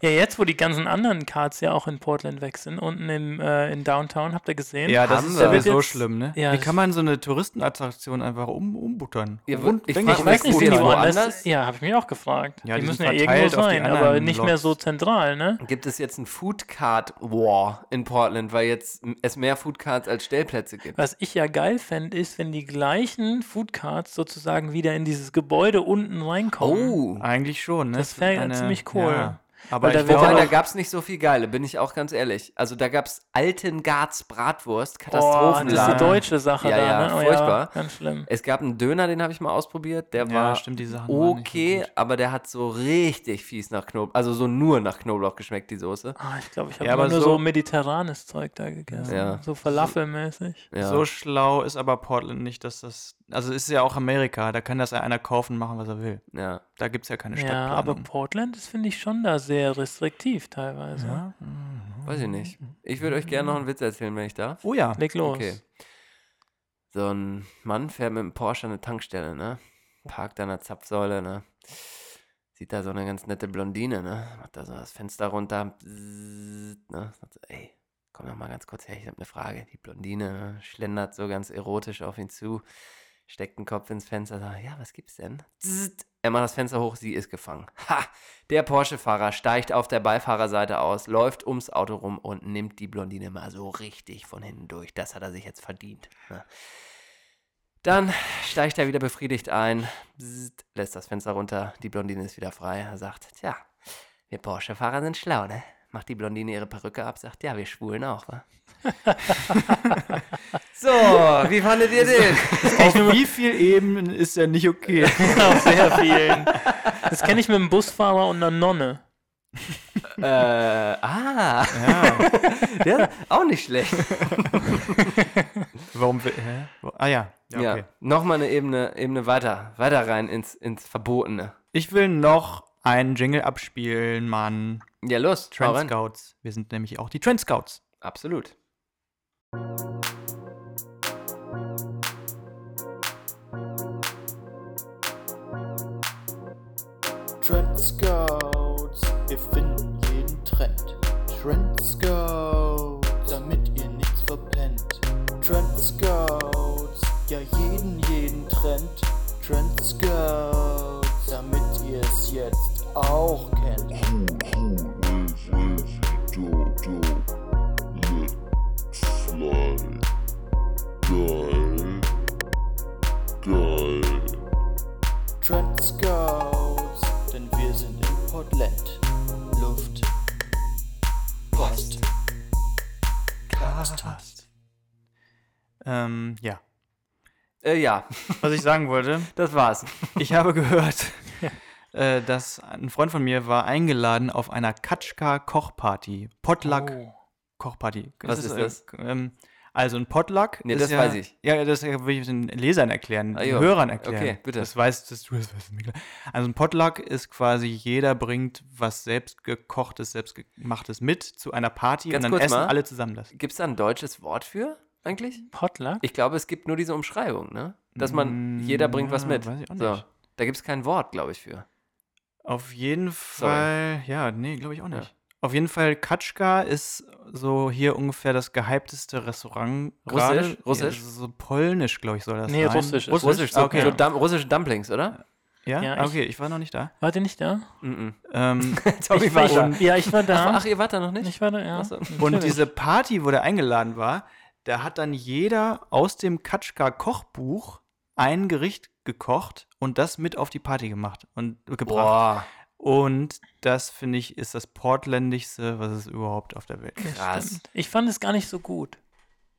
S6: Ja, jetzt, wo die ganzen anderen Cards ja auch in Portland weg sind, unten im, äh, in Downtown, habt ihr gesehen?
S5: Ja, das
S4: Haben
S5: ist
S4: wir.
S5: sowieso
S6: Jetzt-
S5: schlimm, ne?
S6: Ja,
S5: Wie
S6: das-
S5: kann man so eine Touristenattraktion einfach um, umbuttern?
S4: Ja,
S5: Rund-
S4: ich
S5: denk
S4: frag
S6: Ich
S4: mich,
S6: weiß nicht, sind die
S4: Wo-
S6: woanders?
S4: woanders?
S6: Ja, habe ich mich auch gefragt.
S5: Ja,
S6: die,
S5: die
S6: müssen
S5: sind
S6: ja irgendwo
S5: verteilt auf die
S6: sein, aber
S5: anderen
S6: nicht mehr so
S5: Blocks.
S6: zentral, ne?
S4: Gibt es jetzt einen Food Card War in Portland, weil jetzt es mehr Food Cards als Stellplätze gibt?
S6: Was ich ja geil fände, ist, wenn die gleichen Foodcards sozusagen wieder in dieses Gebäude unten reinkommen.
S4: Oh.
S5: Eigentlich schon, ne?
S6: Das wär ja
S5: Eine-
S6: ziemlich cool.
S5: Ja. Aber
S6: Weil da
S5: ich
S6: wird
S5: glaube,
S4: Wobei,
S6: aber-
S4: da gab es nicht so viel Geile, bin ich auch ganz ehrlich. Also da gab es Altengarts
S5: Oh,
S4: Bratwurst, Katastrophenladen.
S6: das ist eine deutsche Sache
S4: Ja,
S6: da,
S4: ja,
S6: ne?
S4: furchtbar.
S6: ganz schlimm.
S4: es gab einen Döner, den habe ich mal ausprobiert, der
S5: Ja,
S4: war
S5: stimmt, die Sachen waren nicht so
S4: okay,
S5: gut.
S4: aber der hat so richtig fies nach Knoblauch, also so nur nach Knoblauch geschmeckt, die Soße.
S6: Ah, ich glaube, ich habe
S5: Ja,
S6: immer
S5: aber
S6: nur so,
S5: so-
S6: mediterranes Zeug da gegessen.
S4: Ja.
S6: So falafelmäßig.
S4: Ja.
S5: so schlau ist aber Portland nicht, dass das. Also es ist ja auch Amerika, da kann das ja einer kaufen und machen, was er will.
S4: ja.
S5: Da gibt es ja keine
S6: Ja,
S5: Stadtplanung.
S6: aber Portland ist, finde ich, schon da sehr restriktiv teilweise.
S4: Weiß ich nicht. Ich würde euch gerne noch einen Witz erzählen, wenn ich darf.
S5: Mhm. Oh
S6: (laughs)
S5: ja.
S6: Leg los.
S4: Okay. So ein Mann fährt mit dem Porsche an eine Tankstelle, ne? Parkt an der Zapfsäule, ne? Sieht da so eine ganz nette Blondine, ne? Macht da so das Fenster runter, bzzzt, ne? Sagt so, ey, komm doch mal ganz kurz her, ich habe eine Frage. Die Blondine ne? schlendert so ganz erotisch auf ihn zu, steckt den Kopf ins Fenster, sagt, ja, was gibt's denn? Bzzzt. Er macht das Fenster hoch, sie ist gefangen. Ha! Der Porsche-Fahrer steigt auf der Beifahrerseite aus, läuft ums Auto rum und nimmt die Blondine mal so richtig von hinten durch. Das hat er sich jetzt verdient. Ne? Dann steigt er wieder befriedigt ein, bzzzt, lässt das Fenster runter, die Blondine ist wieder frei. Er sagt, tja, wir Porsche-Fahrer sind schlau, ne? Macht die Blondine ihre Perücke ab, sagt, ja, wir schwulen auch, wa? (laughs) so, wie fandet ihr den?
S5: Auf wie viel Ebenen ist ja nicht okay?
S6: Auf sehr vielen. Das kenne ich mit einem Busfahrer und einer Nonne.
S4: äh, ah,
S5: (laughs)
S4: (laughs)
S5: ja.
S4: ja, auch nicht schlecht.
S5: Warum? will- Hä? Wo- Ah ja.
S4: Ja, nochmal eine Ebene, Ebene weiter, weiter rein ins, ins Verbotene.
S5: Ich will noch einen Jingle abspielen, Mann.
S4: Ja, los, hau
S5: Trend
S4: rein.
S5: Scouts. Wir sind nämlich auch die Trend Scouts.
S4: Absolut.
S7: Trend Scouts, wir finden jeden Trend. Trend Scouts, damit ihr nichts verpennt. Trend Scouts, ja jeden, jeden Trend. Trend Scouts, damit ihr es jetzt auch kennt. Trend Scouts, denn wir sind in Portland. Luft
S5: Podcast. Ähm, ja.
S4: Äh, ja, (laughs)
S5: Was ich sagen wollte,
S4: das war's.
S5: ich habe gehört, äh, dass ein Freund von mir war eingeladen auf einer Katschka-Kochparty. Potluck
S6: Oh.
S5: Kochparty.
S4: Was ist
S5: äh,
S4: das?
S5: k- Ähm, also ein Potluck.
S4: Nee,
S5: ist
S4: das
S5: ja,
S4: weiß ich.
S5: Ja, das will ich den Lesern erklären,
S4: Ah,
S5: den
S4: jo.
S5: Hörern erklären.
S4: Okay, bitte.
S5: Das weißt dass du, das weißt du. Mikkel. Also ein Potluck ist quasi, jeder bringt was selbstgekochtes, selbstgemachtes mit zu einer Party
S4: Ganz
S5: und dann
S4: kurz
S5: essen
S4: mal.
S5: alle zusammen das.
S4: Gibt's da ein deutsches Wort für eigentlich?
S6: Potluck?
S4: Ich glaube, es gibt nur diese Umschreibung, ne? Dass man, jeder bringt was
S5: ja,
S4: mit.
S5: weiß ich auch
S4: So.
S5: nicht.
S4: Da gibt's kein Wort, glaube ich, für.
S5: Auf jeden Fall, ja, nee, glaube ich auch nicht.
S4: Ja.
S5: Auf jeden Fall, Katschka ist so hier ungefähr das gehypteste Restaurant. gerade.
S4: Russisch? Russisch?
S5: Ja, so polnisch, glaube ich, soll das
S6: Nee,
S5: sein.
S6: russisch ist
S5: Russisch,
S6: es.
S5: ah, okay.
S4: So
S6: Ja.
S4: Dam russische Dumplings, oder?
S5: Ja,
S6: Ja,
S5: Ah,
S6: ich-
S5: okay, ich war noch nicht da.
S6: Wart ihr nicht da?
S4: Mhm.
S5: Ähm,
S4: Tommy
S6: ich war
S4: da.
S6: da. Ja, ich war da.
S4: Ach, ihr wart da noch nicht?
S6: ich war da, ja.
S4: Ach so.
S5: und diese Party, wo der eingeladen war, da hat dann jeder aus dem Katschka-Kochbuch ein Gericht gekocht und das mit auf die Party gemacht und gebracht.
S4: Boah,
S5: Und das, finde ich, ist das portländischste, was es überhaupt auf der Welt gibt.
S4: krass.
S6: Stimmt. Ich fand es gar nicht so gut,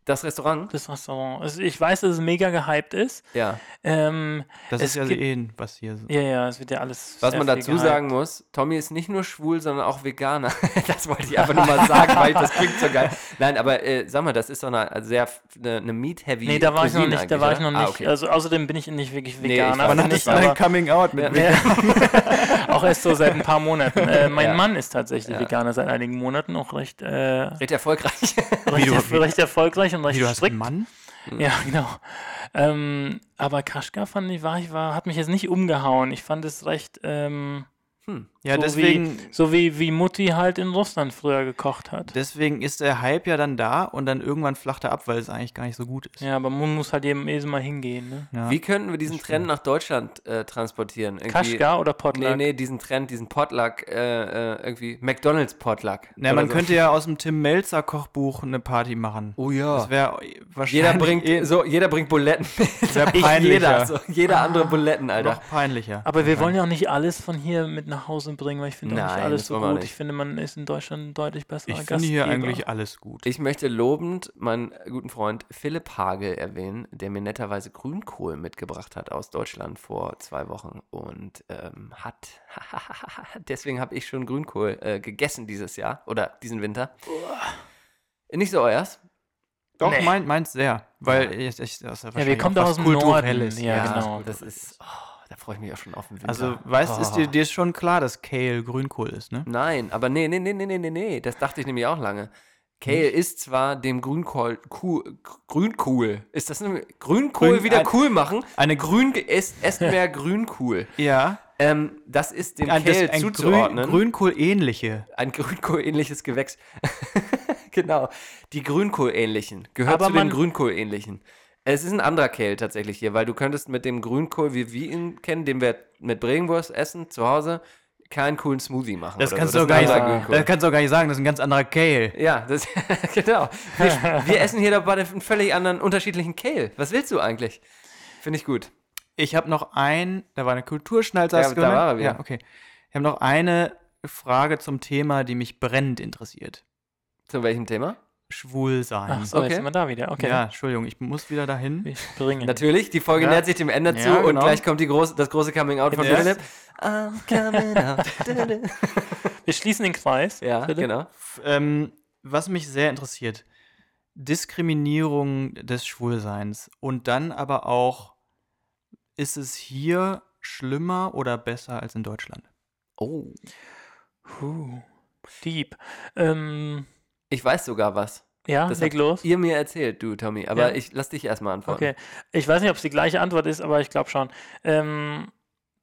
S4: Das Restaurant?
S6: das Restaurant. Also ich weiß, dass es mega gehypt ist.
S4: Ja.
S6: Ähm,
S5: Das
S6: Es
S5: ist ja
S6: gibt-
S5: eh, was hier so.
S6: ja, ja, es wird ja alles.
S4: Was
S6: sehr
S4: man
S6: viel
S4: dazu
S6: gehypt.
S4: sagen muss, Tommy ist nicht nur schwul, sondern auch Veganer. (laughs) Das wollte ich einfach nur mal sagen, weil das klingt so geil. Nein, aber äh, sag mal, das ist doch eine sehr eine, eine meat-heavy
S6: Nee, da war ich noch
S4: Cuisine
S6: nicht, da
S4: eigentlich,
S6: war ich noch
S4: oder?
S6: nicht.
S4: Ah, okay.
S6: Also außerdem bin ich nicht wirklich
S4: Nee, ich
S6: Veganer.
S4: weiß,
S6: bin
S4: wann
S6: ich,
S5: hattest du dein
S6: aber-
S5: Coming Out mit
S4: Ja.
S5: mir?
S6: (laughs) auch erst so seit ein paar Monaten. Äh,
S4: (laughs)
S6: mein
S4: Ja.
S6: Mann ist tatsächlich Veganer seit einigen Monaten, auch recht, äh,
S4: Recht
S6: (laughs)
S4: erfolgreich.
S6: recht,
S5: du-
S6: erf- recht erfolgreich und recht
S5: Wie, du hast einen
S6: strikt.
S5: Mann?
S6: Ja, genau. Ähm, aber Kaschka fand ich, war, ich war, hat mich jetzt nicht umgehauen. Ich fand es recht, ähm,
S5: Ja,
S6: so,
S5: deswegen,
S6: wie, so wie, wie Mutti halt in Russland früher gekocht hat.
S5: deswegen ist der Hype ja dann da und dann irgendwann flacht er ab, weil es eigentlich gar nicht so gut ist.
S6: Ja, aber man muss halt jedem Esel mal hingehen. Ne?
S5: Ja.
S4: Wie könnten wir diesen Trend nach Deutschland äh, transportieren? Irgendwie-
S6: Kaschka oder Potluck?
S4: Nee, nee, diesen Trend, diesen Potluck, äh, äh, irgendwie McDonalds Potluck.
S5: Na,
S4: oder
S5: man
S4: so.
S5: könnte ja aus dem Tim Melzer Kochbuch eine Party machen.
S4: Oh ja.
S5: Das wäre wahrscheinlich
S4: Jeder bringt,
S5: eh
S4: so, jeder bringt Buletten mit. (laughs)
S5: Sehr
S4: Ich-
S5: peinlicher.
S4: Jeder, so, jeder andere Buletten, Alter.
S5: noch peinlicher.
S6: Aber wir wollen ja auch nicht alles von hier mit nach Hause bringen, weil ich finde auch nicht
S4: Nein,
S6: alles
S4: das
S6: so
S4: wollen wir
S6: gut.
S4: nicht.
S6: Ich finde, man ist in Deutschland ein deutlich besser.
S5: ich finde hier eigentlich alles gut.
S4: Ich möchte lobend meinen guten Freund Philipp Hagel erwähnen, der mir netterweise Grünkohl mitgebracht hat aus Deutschland vor zwei Wochen und ähm, hat. (laughs) Deswegen habe ich schon Grünkohl äh, gegessen dieses Jahr oder diesen Winter. Nicht so euers.
S5: Doch,
S6: Nee.
S5: mein, meins sehr. Weil ich, ich, das ist
S6: Ja, wir
S5: wahrscheinlich
S6: kommen
S5: auch
S6: doch
S5: was
S6: aus dem
S5: Kulturelles.
S6: Norden. Ja, genau.
S4: Das ist. Oh, da freue ich mich auch schon auf den Winter.
S5: Also, weißt du, ist
S4: Oh.
S5: dir, dir ist schon klar, dass Kale Grünkohl ist, ne?
S4: Nein, aber nee, nee, nee, nee, nee, nee, nee. Das dachte ich nämlich auch lange. Kale ist zwar dem Grünkohl, Kuh, Grünkohl, ist das eine, Grünkohl
S5: Grün-
S4: wieder
S5: ein-
S4: cool machen?
S5: eine-
S4: Grün, esst, esst mehr
S5: (laughs)
S4: Grünkohl.
S5: Ja.
S4: Ähm, das ist dem
S5: Ein, das,
S4: Kale
S5: ein Grün,
S4: zuzuordnen.
S5: Grünkohl-ähnliche.
S4: ein Grünkohl-ähnliches Gewächs. (laughs) genau. Die Grünkohl-ähnlichen. Gehört
S6: Aber
S4: zu den
S6: man-
S4: Grünkohl-ähnlichen. Es ist ein anderer Kale tatsächlich hier, weil du könntest mit dem Grünkohl, wie wir ihn kennen, den wir mit Bregenwurst essen zu Hause, keinen coolen Smoothie machen.
S5: Das
S4: oder
S5: kannst
S4: so.
S5: du auch
S4: ist
S5: gar
S4: ein
S5: nicht
S4: anderer
S5: sagen.
S4: Grünkohl.
S5: Das kannst du auch gar nicht sagen, das ist ein ganz anderer Kale.
S4: Ja, das, (laughs) genau. Wir, wir essen hier dabei einen völlig anderen, unterschiedlichen Kale. Was willst du eigentlich? Finde ich gut.
S5: Ich habe noch ein, da war eine Kulturschnalz, hast
S4: Ja,
S5: du
S4: da
S5: gemeint?
S4: war er wieder.
S5: Ja, okay. Ich habe noch eine Frage zum Thema, die mich brennend interessiert.
S4: Zu welchem Thema?
S5: Schwul sein.
S6: Ach so,
S4: Okay.
S6: jetzt sind wir da wieder. Okay.
S5: Ja, Entschuldigung, ich muss wieder dahin.
S6: Wir springen.
S4: Natürlich, die Folge
S5: Ja.
S4: nähert sich dem Ende zu
S5: Ja,
S4: und
S5: genau.
S4: gleich kommt die große, das große Coming Out von
S5: Ja.
S4: Philipp. I'm coming
S6: (laughs)
S4: out.
S6: Wir schließen den Kreis.
S4: ja,
S6: Philipp.
S4: genau.
S5: F- Ähm, was mich sehr interessiert, Diskriminierung des Schwulseins und dann aber auch, ist es hier schlimmer oder besser als in Deutschland?
S4: Oh.
S6: Puh. Deep. Ähm,
S4: Ich weiß sogar was.
S6: ja,
S4: Das
S6: Ah, leg
S4: habt
S6: los.
S4: Ihr mir erzählt, du, Tommy. Aber
S6: Ja.
S4: ich lass dich erstmal antworten.
S6: Okay. Ich weiß nicht, ob es die gleiche Antwort ist, aber ich glaube schon. Ähm,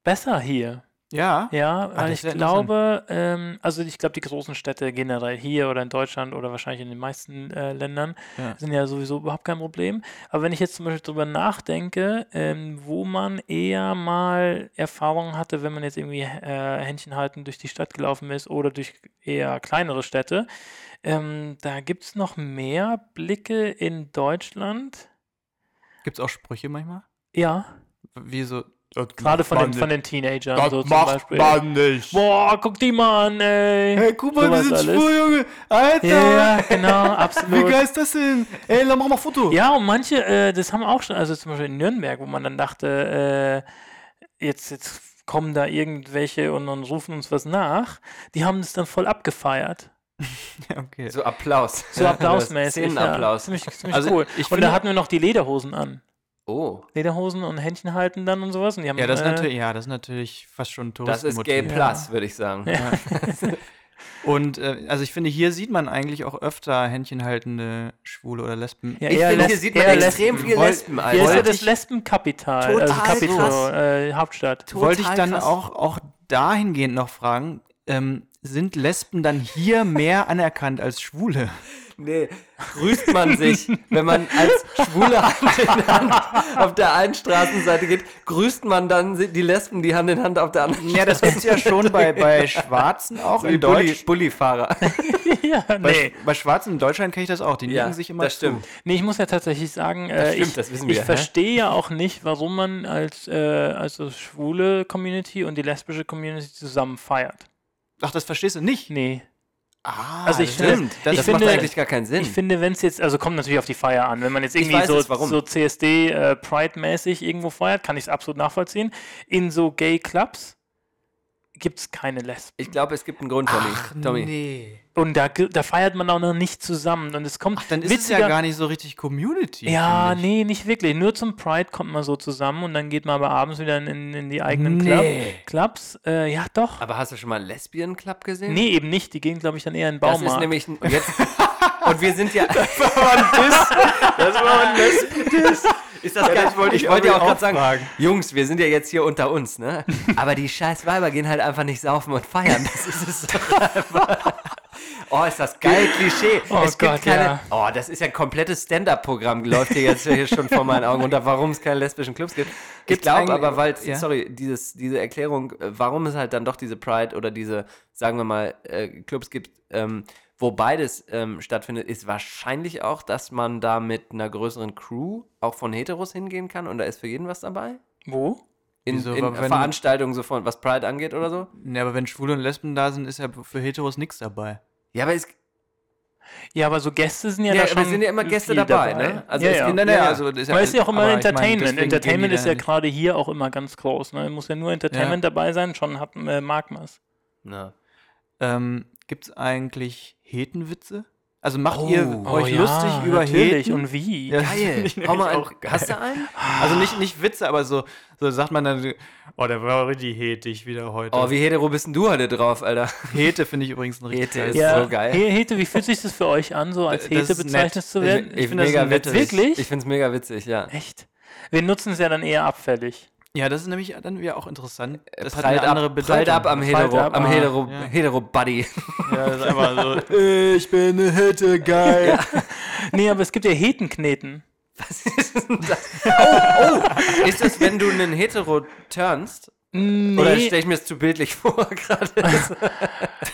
S6: besser hier.
S5: Ja.
S6: Ja,
S5: das
S6: weil ich
S5: ist ja interessant.
S6: glaube, ähm, also ich glaube, die großen Städte generell hier oder in Deutschland oder wahrscheinlich in den meisten äh, Ländern
S5: Ja.
S6: sind ja sowieso überhaupt kein Problem. Aber wenn ich jetzt zum Beispiel drüber nachdenke, ähm, wo man eher mal Erfahrungen hatte, wenn man jetzt irgendwie äh, Händchen halten durch die Stadt gelaufen ist oder durch eher kleinere Städte, ähm, da gibt es noch mehr Blicke in Deutschland.
S5: Gibt es auch Sprüche manchmal?
S6: Ja.
S5: Wie so,
S9: Das
S6: Gerade von,
S9: macht
S6: den,
S9: man
S6: von
S9: nicht.
S6: den Teenagern
S9: Das
S6: so zum
S9: macht
S6: Beispiel.
S9: man nicht.
S6: Boah, guck die mal an, ey.
S5: Hey, guck mal, wir
S6: Sowas
S5: sind
S6: alles.
S5: schwul, Junge. Alter.
S6: Ja, genau,
S5: Wie
S6: absolut.
S5: geil ist das denn? Ey, dann mach mal ein Foto.
S6: Ja, und manche, äh, das haben auch schon, also zum Beispiel in Nürnberg, wo man dann dachte, äh, jetzt, jetzt kommen da irgendwelche und, und rufen uns was nach, die haben das dann voll abgefeiert.
S5: (laughs) Okay.
S4: So Applaus. (laughs)
S6: So applausmäßig. Ja.
S4: Szenenapplaus.
S6: Ziemlich, ziemlich
S5: Also,
S6: cool.
S5: ich
S6: und da
S5: finde-
S6: hatten wir noch die Lederhosen an.
S4: Oh,
S6: Lederhosen und Händchen halten dann und sowas. Und die haben,
S5: Ja, das, ist
S6: äh,
S5: natürlich, ja, das ist natürlich fast schon
S4: das ist Gay
S5: Touristenmotiv.
S4: Plus, würde ich sagen.
S5: (laughs) Und äh, also ich finde, hier sieht man eigentlich auch öfter händchenhaltende Schwule oder Lesben.
S6: Ja,
S4: Ich
S6: eher
S4: finde, hier
S6: Lesben-
S4: sieht man
S6: eher
S4: extrem
S6: Lesben.
S4: viel Lesben.
S6: Hier ist ja
S4: Alter.
S6: das Lesbenkapital, also
S4: Total
S6: Kapito,
S4: krass.
S6: äh, Hauptstadt.
S5: Wollte ich
S4: Total
S5: dann
S4: krass.
S5: auch, auch dahingehend noch fragen, ähm, sind Lesben dann hier mehr anerkannt als Schwule?
S4: Nee, grüßt man sich, wenn man als Schwule Hand in Hand auf der einen Straßenseite geht, grüßt man dann die Lesben, die Hand in Hand auf der anderen
S5: Ja, das gibt es ja schon bei, bei Schwarzen auch
S4: So
S5: in
S4: die Bulli,
S5: Deutschland.
S4: Bullifahrer.
S6: ja, nee.
S5: Bei, bei Schwarzen in Deutschland kenne ich das auch. Die nicken sich immer
S4: das stimmt.
S5: zu.
S6: Nee, ich muss ja tatsächlich sagen, äh,
S4: Das stimmt,
S6: ich,
S4: das wissen
S6: ich
S4: wir, hä?
S6: verstehe ja auch nicht, warum man als äh, also schwule Community und die lesbische Community zusammen feiert.
S5: Ach, das verstehst du nicht?
S6: Nee.
S5: Ah,
S6: Also ich finde-
S5: stimmt. Das
S6: ich
S4: das
S5: macht
S6: finde-
S4: macht
S5: eigentlich-
S4: eigentlich gar keinen Sinn.
S6: Ich finde, wenn es jetzt, also kommt natürlich auf die Feier an, wenn man jetzt irgendwie
S4: weiß
S6: so,
S4: es, warum.
S6: so CSD äh, Pride-mäßig irgendwo feiert, kann ich es absolut nachvollziehen. In so Gay Clubs gibt es keine Lesben.
S4: Ich glaube, es gibt einen Grund, Tommy. Tommy.
S5: Nee.
S6: Und da, ge- da feiert man auch noch nicht zusammen. Und es kommt
S5: Ach, dann ist es ja
S6: witziger-
S5: gar nicht so richtig Community.
S6: Ja,
S5: finde ich.
S6: nee, nicht wirklich. Nur zum Pride kommt man so zusammen und dann geht man aber abends wieder in- in, in die eigenen Club,
S4: Nee.
S6: Clubs. Äh, ja, doch.
S4: Aber hast du schon mal einen Lesbian Club gesehen?
S6: nee, eben nicht. Die gehen, glaube ich, dann eher in den
S4: Das
S6: Baumarkt.
S4: ist nämlich ein- jetzt und wir sind ja
S5: Das war ein Lesben.
S4: ist das gar,
S5: das wollte
S4: ich
S5: ich
S4: wollte ja auch
S5: irgendwie
S4: gerade sagen,
S5: auch fragen.
S4: Jungs, wir sind ja jetzt hier unter uns, ne? Aber die scheiß Weiber gehen halt einfach nicht saufen und feiern. Das ist es. doch einfach. Oh, ist das geil, Klischee.
S6: Oh
S4: es gibt
S6: Gott,
S4: keine,
S6: ja.
S4: Oh, das ist ja ein komplettes Stand-Up-Programm, läuft hier jetzt hier schon vor meinen Augen runter, warum es keine lesbischen Clubs gibt.
S5: Gibt's
S4: ich glaube
S5: eigentlich-
S4: aber, weil,
S5: ja?
S4: sorry, dieses, diese Erklärung, äh, warum es halt dann doch diese Pride oder diese, sagen wir mal, äh, Clubs gibt, ähm, wo beides ähm, stattfindet, ist wahrscheinlich auch, dass man da mit einer größeren Crew auch von Heteros hingehen kann und da ist für jeden was dabei.
S6: Wo?
S4: In,
S5: Wieso?
S4: in
S5: Aber wenn-
S4: Veranstaltungen so von, was Pride angeht oder so.
S5: Nee, aber wenn Schwule und Lesben da sind, ist ja für Heteros nichts dabei.
S4: Ja, aber es,
S6: Ja, aber so Gäste sind ja,
S4: ja,
S6: da schon
S4: aber es sind ja immer Gäste
S6: viel
S4: dabei, ne?
S6: ja,
S4: es
S6: ja.
S4: gibt-
S5: Nein, nein,
S4: ja, ja.
S5: also das ist
S6: Weil es ist ja auch immer
S5: aber ich meine,
S6: Entertainment.
S5: deswegen gehen
S6: Entertainment
S5: die
S6: ist
S5: da
S6: ja
S5: nicht.
S6: gerade hier auch immer ganz groß. Ne? Muss ja nur Entertainment dabei sein, schon hat äh, mag man's.
S4: Na.
S5: Ähm, Gibt es eigentlich Hetenwitze? Also macht
S4: Oh.
S5: ihr
S4: Oh
S5: euch lustig über
S6: natürlich.
S5: Heten?
S6: Und wie?
S5: Ja, das finde
S4: Geil.
S5: (laughs) ich nämlich
S4: Hau mal
S5: auch
S4: einen.
S5: geil.
S4: Hast du einen?
S5: Also nicht, nicht Witze, aber so, so sagt man dann, so, oh, der war richtig hetig wieder heute.
S4: Oh, wie hetero bist denn du heute drauf, Alter?
S5: Hete finde ich übrigens ein richtig
S4: Hete
S5: geiles
S4: ist
S5: Wort.
S6: ja.
S4: so geil.
S6: He- Hete, wie fühlt sich das für euch an, so als
S5: Das
S6: Hete
S5: ist nett.
S6: bezeichnet zu werden?
S5: Ich finde das ein nettes-
S6: Wirklich?
S4: Ich finde es mega witzig, ja.
S6: Echt? Wir nutzen es ja dann eher abfällig.
S5: Ja, das ist nämlich dann wieder auch interessant. Das hat
S4: Prallt
S5: eine andere
S4: ab, prallt
S5: Bedeutung.
S4: ab am
S6: Prallt
S4: Hetero,
S6: ab,
S4: am
S6: ah,
S4: Hetero,
S5: ja.
S4: Hetero Buddy.
S5: Ja, das ist einfach so, "Äh, ich bin eine Hete, geil.
S6: Nee, aber es gibt ja Hetenkneten.
S4: Was ist denn das? (laughs) Oh, oh, ist das, wenn du einen Hetero turnst?
S6: Nee,
S4: Oder stelle ich mir das zu bildlich (laughs) vor gerade?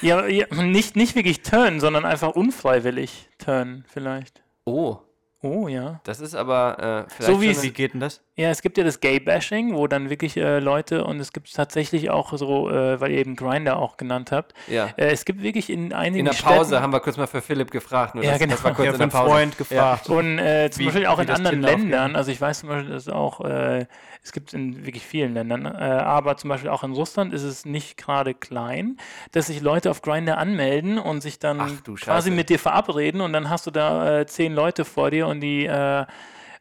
S6: ja, ja, nicht, nicht wirklich turn, sondern einfach unfreiwillig turn vielleicht.
S4: Oh,
S6: Oh ja.
S4: das ist aber äh, vielleicht
S6: So wie
S4: schon
S5: Wie
S4: eine,
S5: geht denn das?
S6: Ja, es gibt ja das Gay-Bashing, wo dann wirklich äh, Leute, und es gibt tatsächlich auch so, äh, weil ihr eben Grinder auch genannt habt,
S4: ja.
S6: äh, es gibt wirklich in einigen
S4: In der Pause
S6: Städten,
S4: haben wir kurz mal für Philipp gefragt. Nur das,
S6: Ja,
S4: das
S6: genau.
S4: war kurz
S5: Ja,
S4: in
S5: von
S4: der
S5: einem
S4: Pause.
S5: Freund gefragt.
S6: Und äh, zum
S5: Wie-
S6: Beispiel auch
S5: wie
S6: in
S5: das
S6: anderen
S5: Tinder
S6: Ländern, also ich weiß zum Beispiel, dass auch, äh, es gibt in wirklich vielen Ländern, äh, aber zum Beispiel auch in Russland ist es nicht gerade klein, dass sich Leute auf Grindr anmelden und sich dann
S4: Ach, du
S6: quasi
S4: Scheiße.
S6: mit dir verabreden und dann hast du da äh, zehn Leute vor dir und die äh,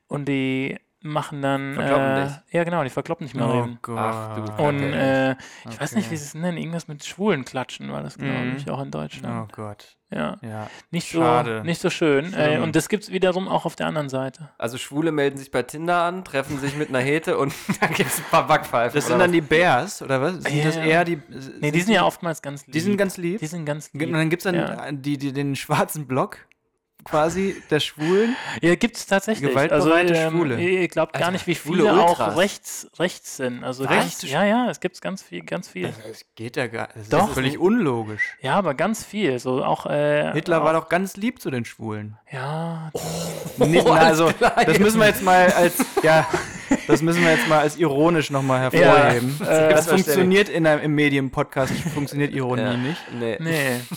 S6: und die machen dann
S4: Verkloppen
S6: äh, ja genau, die verkloppen nicht mehr reden.
S5: Oh Gott. Oh
S4: Ach du Kacke.
S6: Und äh, ich weiß nicht,
S5: Okay.
S6: wie sie es nennen, irgendwas mit Schwulen klatschen war das, glaube
S5: Mhm.
S6: ich, auch in
S5: oh
S6: Deutschland.
S5: Gott.
S6: Ja.
S5: Ja.
S6: Nicht so,
S5: Schade.
S6: nicht so schön. Äh,
S5: Schlimm.
S6: und das gibt es wiederum auch auf der anderen Seite.
S4: Also Schwule melden sich bei Tinder an, treffen sich mit einer Hete und (laughs) dann gibt es ein paar Backpfeifen.
S5: Das sind
S4: oder
S5: dann die Bears, oder was? Sind
S6: Ja.
S5: das eher die.
S6: Nee, die sind ja oftmals ganz lieb.
S5: Die sind ganz lieb.
S6: Die sind ganz lieb.
S5: Und dann gibt es dann
S6: ja,
S5: äh, die, die, den schwarzen Block quasi der Schwulen.
S6: ja gibt es tatsächlich.
S5: Gewaltbereite
S6: also, ähm,
S5: Schwule.
S6: Ihr glaubt gar
S4: Alter,
S6: nicht, wie
S4: schwule
S6: viele auch
S4: Ultras.
S6: rechts, rechts sind. Also
S5: Was?
S6: rechts, ja, ja, es gibt ganz viel, ganz viel.
S5: Das geht ja gar nicht.
S6: Doch.
S5: Das ist völlig unlogisch.
S6: Ja, aber ganz viel. So auch, äh,
S5: Hitler war
S6: auch,
S5: doch ganz lieb zu den Schwulen.
S6: Ja,
S5: (laughs) Oh, Nee, na, also, das müssen wir jetzt mal als. Ja, Das müssen wir jetzt mal als ironisch nochmal hervorheben. äh,
S6: Ja,
S5: das
S6: äh,
S4: selbstverständlich.
S5: funktioniert in einem, im Medium-Podcast, funktioniert Ironie nicht.
S4: Nee.
S6: Nee.
S5: (laughs)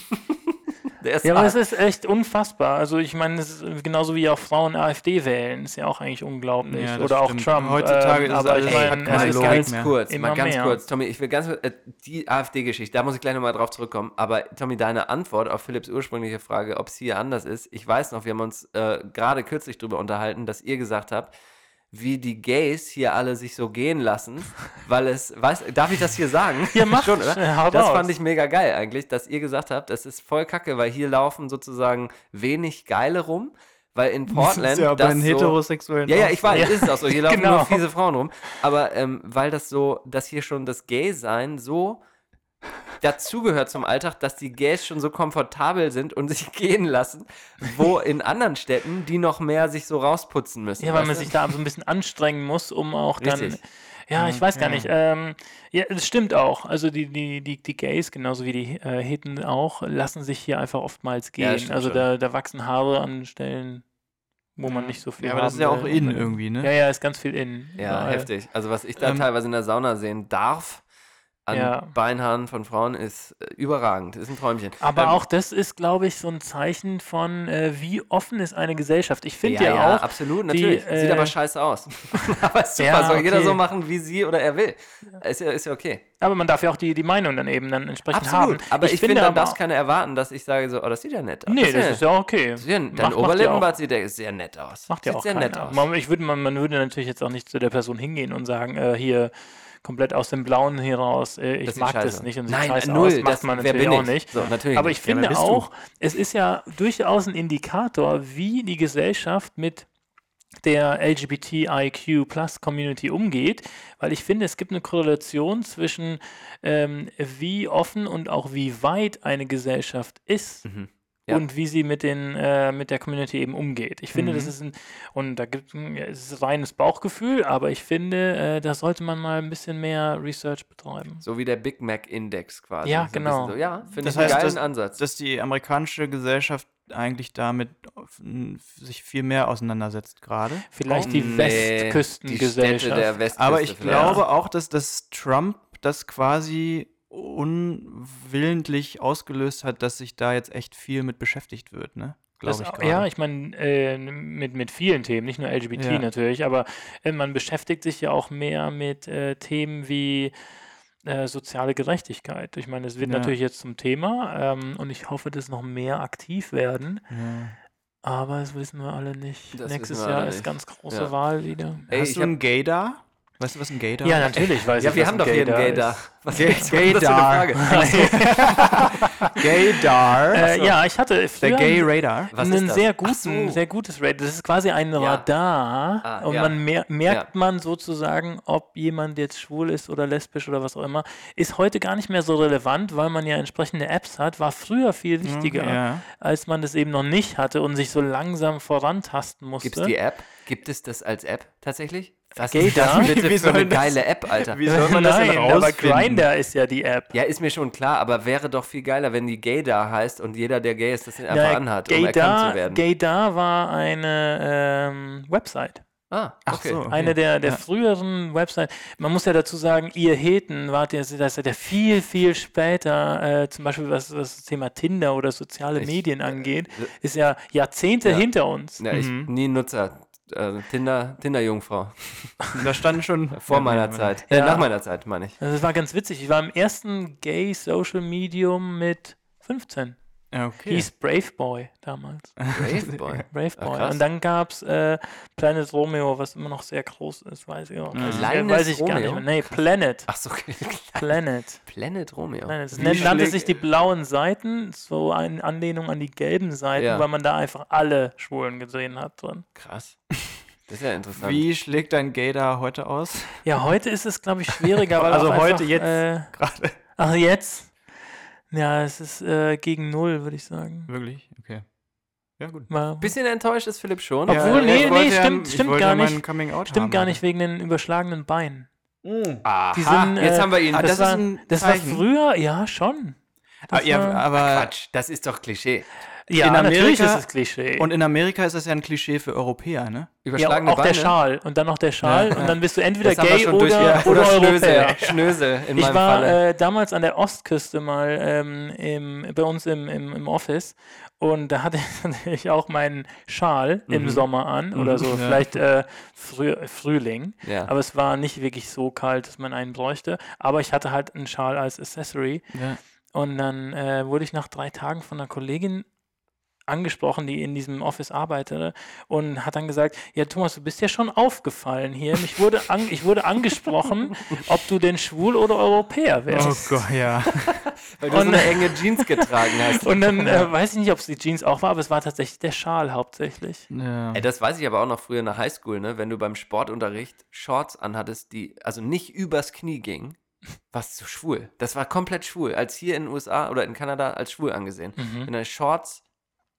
S4: Der ist
S6: Ja, aber es
S4: arg.
S6: ist echt unfassbar. Also ich meine, es ist genauso wie auch Frauen AfD wählen, ist ja auch eigentlich unglaublich.
S5: Ja, das
S6: Oder auch
S5: stimmt.
S6: Trump. ähm,
S5: Heutzutage Ähm, ist es
S6: aber
S5: alles-
S6: ich
S5: Ey,
S6: meine,
S5: hat
S6: es
S5: keine
S6: ist
S5: Logik
S6: ganz
S5: mehr.
S4: ganz kurz, mal
S6: Immer
S4: ganz
S6: mehr.
S4: kurz. Tommy, ich will ganz kurz, äh, die AfD-Geschichte, da muss ich gleich nochmal drauf zurückkommen. Aber Tommy, deine Antwort auf Philipps ursprüngliche Frage, ob es hier anders ist, ich weiß noch, wir haben uns äh, gerade kürzlich drüber unterhalten, dass ihr gesagt habt, wie die Gays hier alle sich so gehen
S5: (laughs)
S4: lassen, weil es, weiß, darf ich das hier sagen?
S6: Ja, mach.
S4: schon, oder?
S6: Hau
S4: Das
S6: raus.
S4: fand ich mega geil eigentlich, dass ihr gesagt habt, das ist voll kacke, weil hier laufen sozusagen wenig Geile rum, weil in Portland
S5: Das ist ja bei
S4: das
S5: den
S4: so,
S5: Heterosexuellen.
S4: ja, ja,
S5: auch
S4: ich weiß,
S6: Ja.
S4: ist es auch so. Hier laufen
S6: (laughs) Genau.
S4: nur fiese Frauen rum. Aber ähm, weil das so, dass hier schon das Gay-Sein so dazugehört zum Alltag, dass die Gays schon so komfortabel sind und (laughs) sich gehen lassen, wo in anderen Städten die noch mehr sich so rausputzen müssen.
S6: Ja, weil
S4: weißt
S6: man
S4: du?
S6: sich da so ein bisschen anstrengen muss, um auch dann.
S4: Richtig.
S6: Ja, ich weiß gar nicht. Ähm, ja, das stimmt auch. Also die, die, die, die Gays, genauso wie die äh, Heten auch, lassen sich hier einfach oftmals
S4: Ja, das
S6: gehen.
S4: stimmt
S6: also
S4: schon.
S6: da, da wachsen Haare an Stellen, wo man nicht so viel
S5: Ja, aber das
S6: haben
S5: ist ja auch
S6: will.
S5: in irgendwie, ne?
S6: Ja, ja, ist ganz viel in.
S4: Ja,
S6: Überall.
S4: heftig. Also was ich da
S5: Ähm,
S4: teilweise in der Sauna sehen darf an
S6: Ja.
S4: Beinhaaren von Frauen ist äh, überragend. Ist ein Träumchen.
S6: Aber
S4: Ähm,
S6: auch das ist, glaube ich, so ein Zeichen von, äh, wie offen ist eine Gesellschaft. Ich finde
S4: ja,
S6: ja,
S4: ja,
S6: auch,
S4: absolut,
S6: die,
S4: natürlich. Sieht
S6: äh,
S4: aber scheiße
S6: (laughs)
S4: aus. aber ist super,
S6: Ja,
S4: soll jeder
S6: okay.
S4: so machen, wie sie oder er will. Ist ja, ist ja okay.
S6: aber man darf ja auch die, die Meinung dann eben dann entsprechend
S4: Absolut.
S6: haben.
S4: Aber ich, finde, dann
S6: aber
S4: darf
S6: auch-
S4: keiner erwarten, dass ich sage so, oh, das sieht ja nett aus.
S6: Nee, das ist ja auch okay.
S4: sehr, dein
S6: Macht- macht ja auch-
S4: Oberlippenbart sieht ja sehr nett aus.
S6: Macht ja
S4: sieht
S6: auch
S4: sehr
S6: keiner.
S4: nett aus.
S6: Man, ich würde, man, man würde natürlich jetzt auch nicht zu der Person hingehen und sagen, äh, hier komplett aus dem Blauen hier raus, äh, ich
S4: Das sieht
S6: mag
S4: scheiße
S6: das
S4: aus.
S6: nicht und sieht
S4: Nein,
S6: scheiße
S4: null,
S6: aus, macht
S4: das-
S6: man
S4: wer
S6: natürlich
S4: bin
S6: auch
S4: ich?
S6: nicht.
S4: So, natürlich
S6: Aber
S4: nicht.
S6: ich
S4: Ja, wer
S6: finde
S4: bist du?
S6: auch, es ist ja durchaus ein Indikator, wie die Gesellschaft mit der LGBTIQ Plus Community umgeht, weil ich finde, es gibt eine Korrelation zwischen ähm, wie offen und auch wie weit eine Gesellschaft ist
S4: Mhm. Ja.
S6: und wie sie mit den äh, mit der Community eben umgeht. Ich finde,
S4: Mhm.
S6: das ist ein und da gibt hm, ja, es ist reines Bauchgefühl, aber ich finde, äh, da sollte man mal ein bisschen mehr Research betreiben.
S4: So wie der Big Mac Index quasi.
S6: Ja,
S4: so ein bisschen
S6: genau.
S4: So, ja, finde
S5: Das
S4: ich einen
S5: heißt,
S4: geilen
S5: dass-
S4: Ansatz.
S5: Dass die amerikanische Gesellschaft eigentlich damit offen- sich viel mehr auseinandersetzt gerade.
S6: Vielleicht die
S4: Nee, Die Städte
S6: Westküstengesellschaft.
S4: der Westküste
S5: Aber ich
S4: vielleicht.
S5: glaube auch, dass das Trump das quasi unwillentlich ausgelöst hat, dass sich da jetzt echt viel mit beschäftigt wird, ne? Glaube ich
S6: Das-
S5: gerade.
S6: Ja, ich meine, äh, mit, mit vielen Themen, nicht nur LGBT
S5: Ja.
S6: natürlich, aber äh, man beschäftigt sich ja auch mehr mit äh, Themen wie äh, soziale Gerechtigkeit. Ich meine, es wird
S5: Ja.
S6: natürlich jetzt zum Thema ähm, und ich hoffe, dass noch mehr aktiv werden,
S5: ja.
S6: aber das wissen wir alle nicht.
S4: Das
S6: Nächstes
S4: wissen wir
S6: Jahr
S4: alle
S6: ist
S4: nicht.
S6: ganz große
S4: Ja.
S6: Wahl wieder.
S4: Ey,
S5: Hast
S4: ich
S5: du einen Gaydar? Weißt du, was ein Gaydar
S6: Ja,
S5: ist?
S6: natürlich, weiß
S4: ja,
S6: ich,
S4: wir
S6: was
S4: haben
S6: ein
S4: doch hier einen
S6: Gaydar ist.
S4: Gaydar. Was
S5: Gay-
S4: was ist das für
S5: Gaydar.
S4: eine Frage?
S6: (laughs)
S5: Gaydar.
S6: Äh, ja, ich hatte
S5: der
S6: früher
S5: Gay Radar.
S4: Was ist
S6: einen
S4: das?
S6: sehr
S4: Ach so.
S6: guten, sehr gutes Rating. Das ist quasi ein Radar
S4: Ah,
S6: und
S4: ja.
S6: man mer merkt
S4: Ja.
S6: man sozusagen, ob jemand jetzt schwul ist oder lesbisch oder was auch immer, ist heute gar nicht mehr so relevant, weil man ja entsprechende Apps hat. War früher viel
S4: Hm,
S6: wichtiger,
S5: ja.
S6: als man das eben noch nicht hatte und sich so langsam vorantasten musste.
S4: Gibt es die App? Gibt es das als App tatsächlich? Was ist
S6: Ne? Gaydar?
S4: das bitte
S5: Wie
S4: für eine
S5: soll das-
S4: geile App, Alter?
S5: Wie soll man das denn
S6: Nein, aber
S5: rausfinden?
S6: Grinder ist ja die App.
S4: Ja, ist mir schon klar, aber wäre doch viel geiler, wenn die Gaydar heißt und jeder, der gay ist, das einfach
S6: Ja,
S4: anhat, um erkannt
S6: Gaydar,
S4: zu werden.
S6: Gaydar war eine ähm, Website.
S4: ah,
S5: Ach
S4: okay.
S5: so, okay.
S6: Eine der, der
S5: Ja.
S6: früheren Websites. Man muss ja dazu sagen, ihr Heten wart ja, das seid ja viel, viel später, äh, zum Beispiel was, was das Thema Tinder oder soziale
S4: Ich-
S6: Medien angeht, ist ja Jahrzehnte
S4: Äh, Ja.
S6: hinter uns.
S4: Ja, ich nie Nutzer. Äh, Tinder, Tinder-Jungfrau.
S5: Da standen schon
S4: Vor meiner Zeit. Äh,
S6: Ja.
S4: nach meiner Zeit, meine
S6: (laughs)
S4: ich.
S6: Also es war ganz witzig. Ich war im ersten Gay Social Medium mit 15.
S5: Ja, okay.
S6: Hieß Brave Boy
S4: (laughs)
S6: damals.
S4: Brave Boy.
S6: Brave
S4: Ah,
S6: Boy.
S4: krass.
S6: Und dann gab es äh, Planet Romeo, was immer noch sehr groß ist, weiß ich auch nicht.
S4: Kleines
S6: weiß ich gar nicht
S4: Mhm. Romeo?
S6: mehr. Nee, Planet.
S4: Ach so, (laughs) okay.
S6: Planet.
S4: Planet Romeo.
S6: Nein, es
S5: Wie
S6: nennt- nannte
S5: schlägt-
S6: sich die blauen Seiten, so eine Anlehnung an die gelben Seiten,
S4: Ja.
S6: weil man da einfach alle Schwulen gesehen hat drin.
S4: Krass. Das ist ja interessant.
S5: Wie schlägt dein Gaydar heute aus? (laughs)
S6: Ja, heute ist es, glaube ich, schwieriger, weil
S5: Also
S6: auch
S5: heute,
S6: einfach,
S5: jetzt?
S6: Äh,
S5: Gerade.
S6: ach, jetzt? Ja, es ist äh, gegen Null, würde ich sagen.
S5: Wirklich? Okay. Ja, gut.
S6: Mal,
S4: Bisschen enttäuscht ist Philipp schon.
S6: Ja. Obwohl,
S5: ich
S6: nee, nee,
S5: wollte
S6: stimmt-
S5: ich
S6: stimmt
S5: wollte
S6: gar
S5: meinen
S6: nicht.
S5: Coming Out haben,
S6: stimmt gar nicht
S5: aber-
S6: wegen den überschlagenen Beinen.
S4: Aha,
S5: Mm.
S6: Die sind, äh,
S4: jetzt haben wir ihn.
S5: Ah,
S6: Das,
S5: das ist
S6: war,
S5: ein
S6: das war
S5: Zeichen.
S6: früher, ja, schon.
S5: Ah,
S6: Das
S5: ja,
S6: war-
S5: aber
S4: Quatsch, das ist doch Klischee.
S6: Ja,
S5: in
S6: natürlich
S5: Amerika-
S6: ist es Klischee.
S5: Und in Amerika ist das ja ein Klischee für Europäer, ne?
S6: ja,
S4: Überschlagene
S6: auch der
S4: Bande.
S6: Schal. Und dann noch der Schal.
S4: Ja.
S6: Und dann bist du entweder
S4: Das haben wir
S6: gay
S4: schon durch-
S6: oder,
S4: ja,
S6: oder, Europäer.
S4: Schnösel. Schnösel in
S6: Ich
S4: meinem
S6: war
S4: Falle.
S6: äh, damals an der Ostküste mal ähm, im, bei uns im, im, im Office und da hatte ich (laughs) auch meinen Schal
S4: Mhm.
S6: im Sommer an oder so, vielleicht äh, Frü Frühling.
S4: Ja.
S6: Aber es war nicht wirklich so kalt, dass man einen bräuchte. Aber ich hatte halt einen Schal als Accessory.
S5: Ja.
S6: Und dann äh, wurde ich nach drei Tagen von einer Kollegin angesprochen, die in diesem Office arbeitete und hat dann gesagt, ja Thomas, du bist ja schon aufgefallen hier. Mich wurde an, ich wurde angesprochen, ob du denn schwul oder Europäer wärst.
S5: Gott, ja.
S4: Weil du so
S6: und-
S4: eine enge Jeans getragen hast.
S6: (laughs) Und dann äh, weiß ich nicht, ob es die Jeans auch war, aber es war tatsächlich der Schal hauptsächlich.
S5: ja.
S4: Ey, das weiß ich aber auch noch früher in der Highschool, ne? Wenn du beim Sportunterricht Shorts anhattest, die also nicht übers Knie gingen, warst du schwul. Das war komplett schwul. Als hier in den USA oder in Kanada als schwul angesehen.
S6: Mhm.
S4: Wenn deine Shorts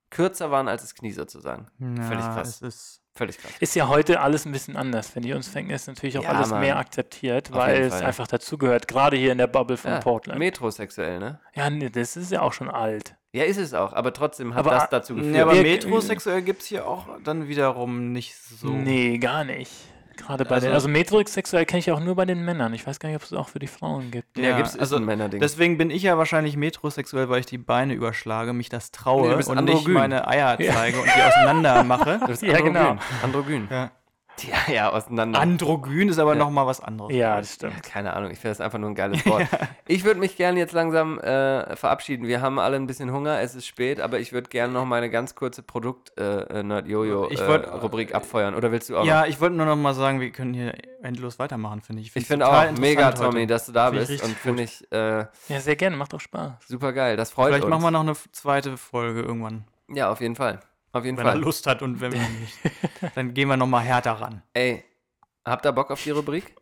S4: kürzer waren als das Knie sozusagen. Völlig
S5: Ja,
S4: krass.
S5: Es ist
S4: Völlig krass.
S6: Ist ja heute alles ein bisschen anders, finde ich. Und deswegen ist natürlich auch
S4: Ja,
S6: alles
S4: Mann.
S6: mehr akzeptiert,
S4: Auf
S6: weil
S4: jeden
S6: es
S4: Fall.
S6: einfach dazugehört, gerade hier in der Bubble von
S4: Ja,
S6: Portland.
S4: Metrosexuell, ne?
S6: Ja, nee, das ist ja auch schon alt.
S4: Ja, ist es auch, aber trotzdem hat
S6: Aber-
S4: das dazu geführt.
S5: Ja, aber
S6: Wir-
S5: metrosexuell gibt es hier auch dann wiederum nicht so.
S6: Nee, gar nicht. Gerade bei
S5: Also-
S6: den, also metrosexuell kenne ich auch nur bei den Männern. Ich weiß gar nicht, ob es auch für die Frauen gibt.
S4: Ja, gibt's- ist
S6: also
S4: ein Männerding.
S5: also Deswegen bin ich ja wahrscheinlich metrosexuell, weil ich die Beine überschlage, mich das traue
S4: Nee, du bist
S5: und
S4: androgyn.
S5: nicht meine Eier zeige und die auseinander mache.
S6: Ja, genau.
S4: Androgyn.
S5: Ja.
S4: Ja, ja, auseinander.
S5: Androgyn ist aber noch nochmal was anderes.
S6: Ja, das stimmt.
S4: Keine Ahnung, ich finde das einfach nur ein geiles Wort.
S5: (laughs)
S4: Ich würde mich gerne jetzt langsam äh, verabschieden. Wir haben alle ein bisschen Hunger, es ist spät, aber ich würde gerne noch meine ganz kurze äh,
S5: Ich wollt-
S4: Produkt-Nerd-Jojo-Rubrik abfeiern. äh, abfeuern. Oder willst du auch noch?
S5: Ja, ich wollte nur noch mal sagen, wir können hier endlos weitermachen, finde ich.
S4: Ich
S5: find's
S4: finde
S5: total
S4: auch mega,
S5: interessant
S4: Tommy,
S5: heute.
S4: dass du da
S5: Finde ich
S4: bist
S5: richtig
S4: und finde ich äh,
S6: Ja, sehr gerne, macht auch Spaß.
S4: super geil. Das freut
S5: Vielleicht
S4: uns.
S5: machen wir noch eine zweite Folge irgendwann,
S4: ja, auf jeden Fall. Auf jeden
S5: wenn er
S4: Fall.
S5: Lust hat und wenn wir
S4: (laughs)
S5: nicht. Dann gehen wir noch mal härter ran.
S4: Ey, habt ihr Bock auf die Rubrik?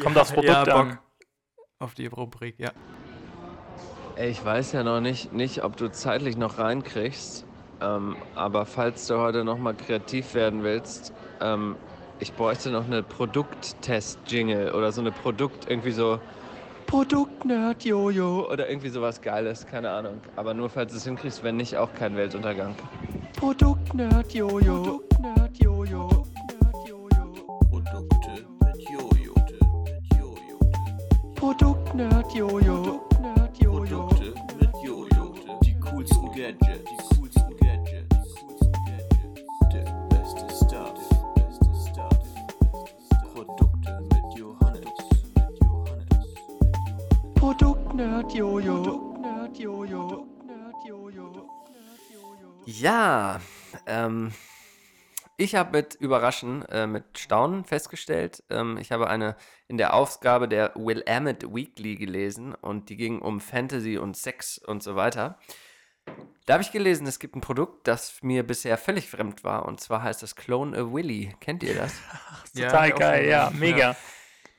S6: Kommt aufs Produkt
S5: ja,
S6: an.
S5: Bock. Auf die Rubrik,
S4: (laughs)
S5: ja.
S9: Ey, Ich weiß ja noch nicht, nicht ob du zeitlich noch reinkriegst, ähm, aber falls du heute noch mal kreativ werden willst, ähm, ich bräuchte noch eine Produkttest-Jingle oder so eine Produkt, irgendwie so Produkt-Nerd-Jojo oder irgendwie sowas Geiles, keine Ahnung. Aber nur falls du es hinkriegst, wenn nicht, auch kein Weltuntergang. Produkt-Nerd-Jojo. Produkt-Nerd-Jojo. Produkt-Nerd-Jojo. Produkt-Nerd-Jojo.
S7: Die coolsten Gadgets. Die coolsten Gadgets. Der beste Stuff. Beste Stuff. Produkte mit Johannes. Mit Johannes.
S4: Ja, ähm, ich habe mit Überraschen, äh, mit Staunen festgestellt, ähm, ich habe eine in der Ausgabe der Willamette Weekly gelesen und die ging um Fantasy und Sex und so weiter. Da habe ich gelesen, es gibt ein Produkt, das mir bisher völlig fremd war und zwar heißt das Clone a Willy. Kennt ihr das?
S6: Total geil, ja, mega.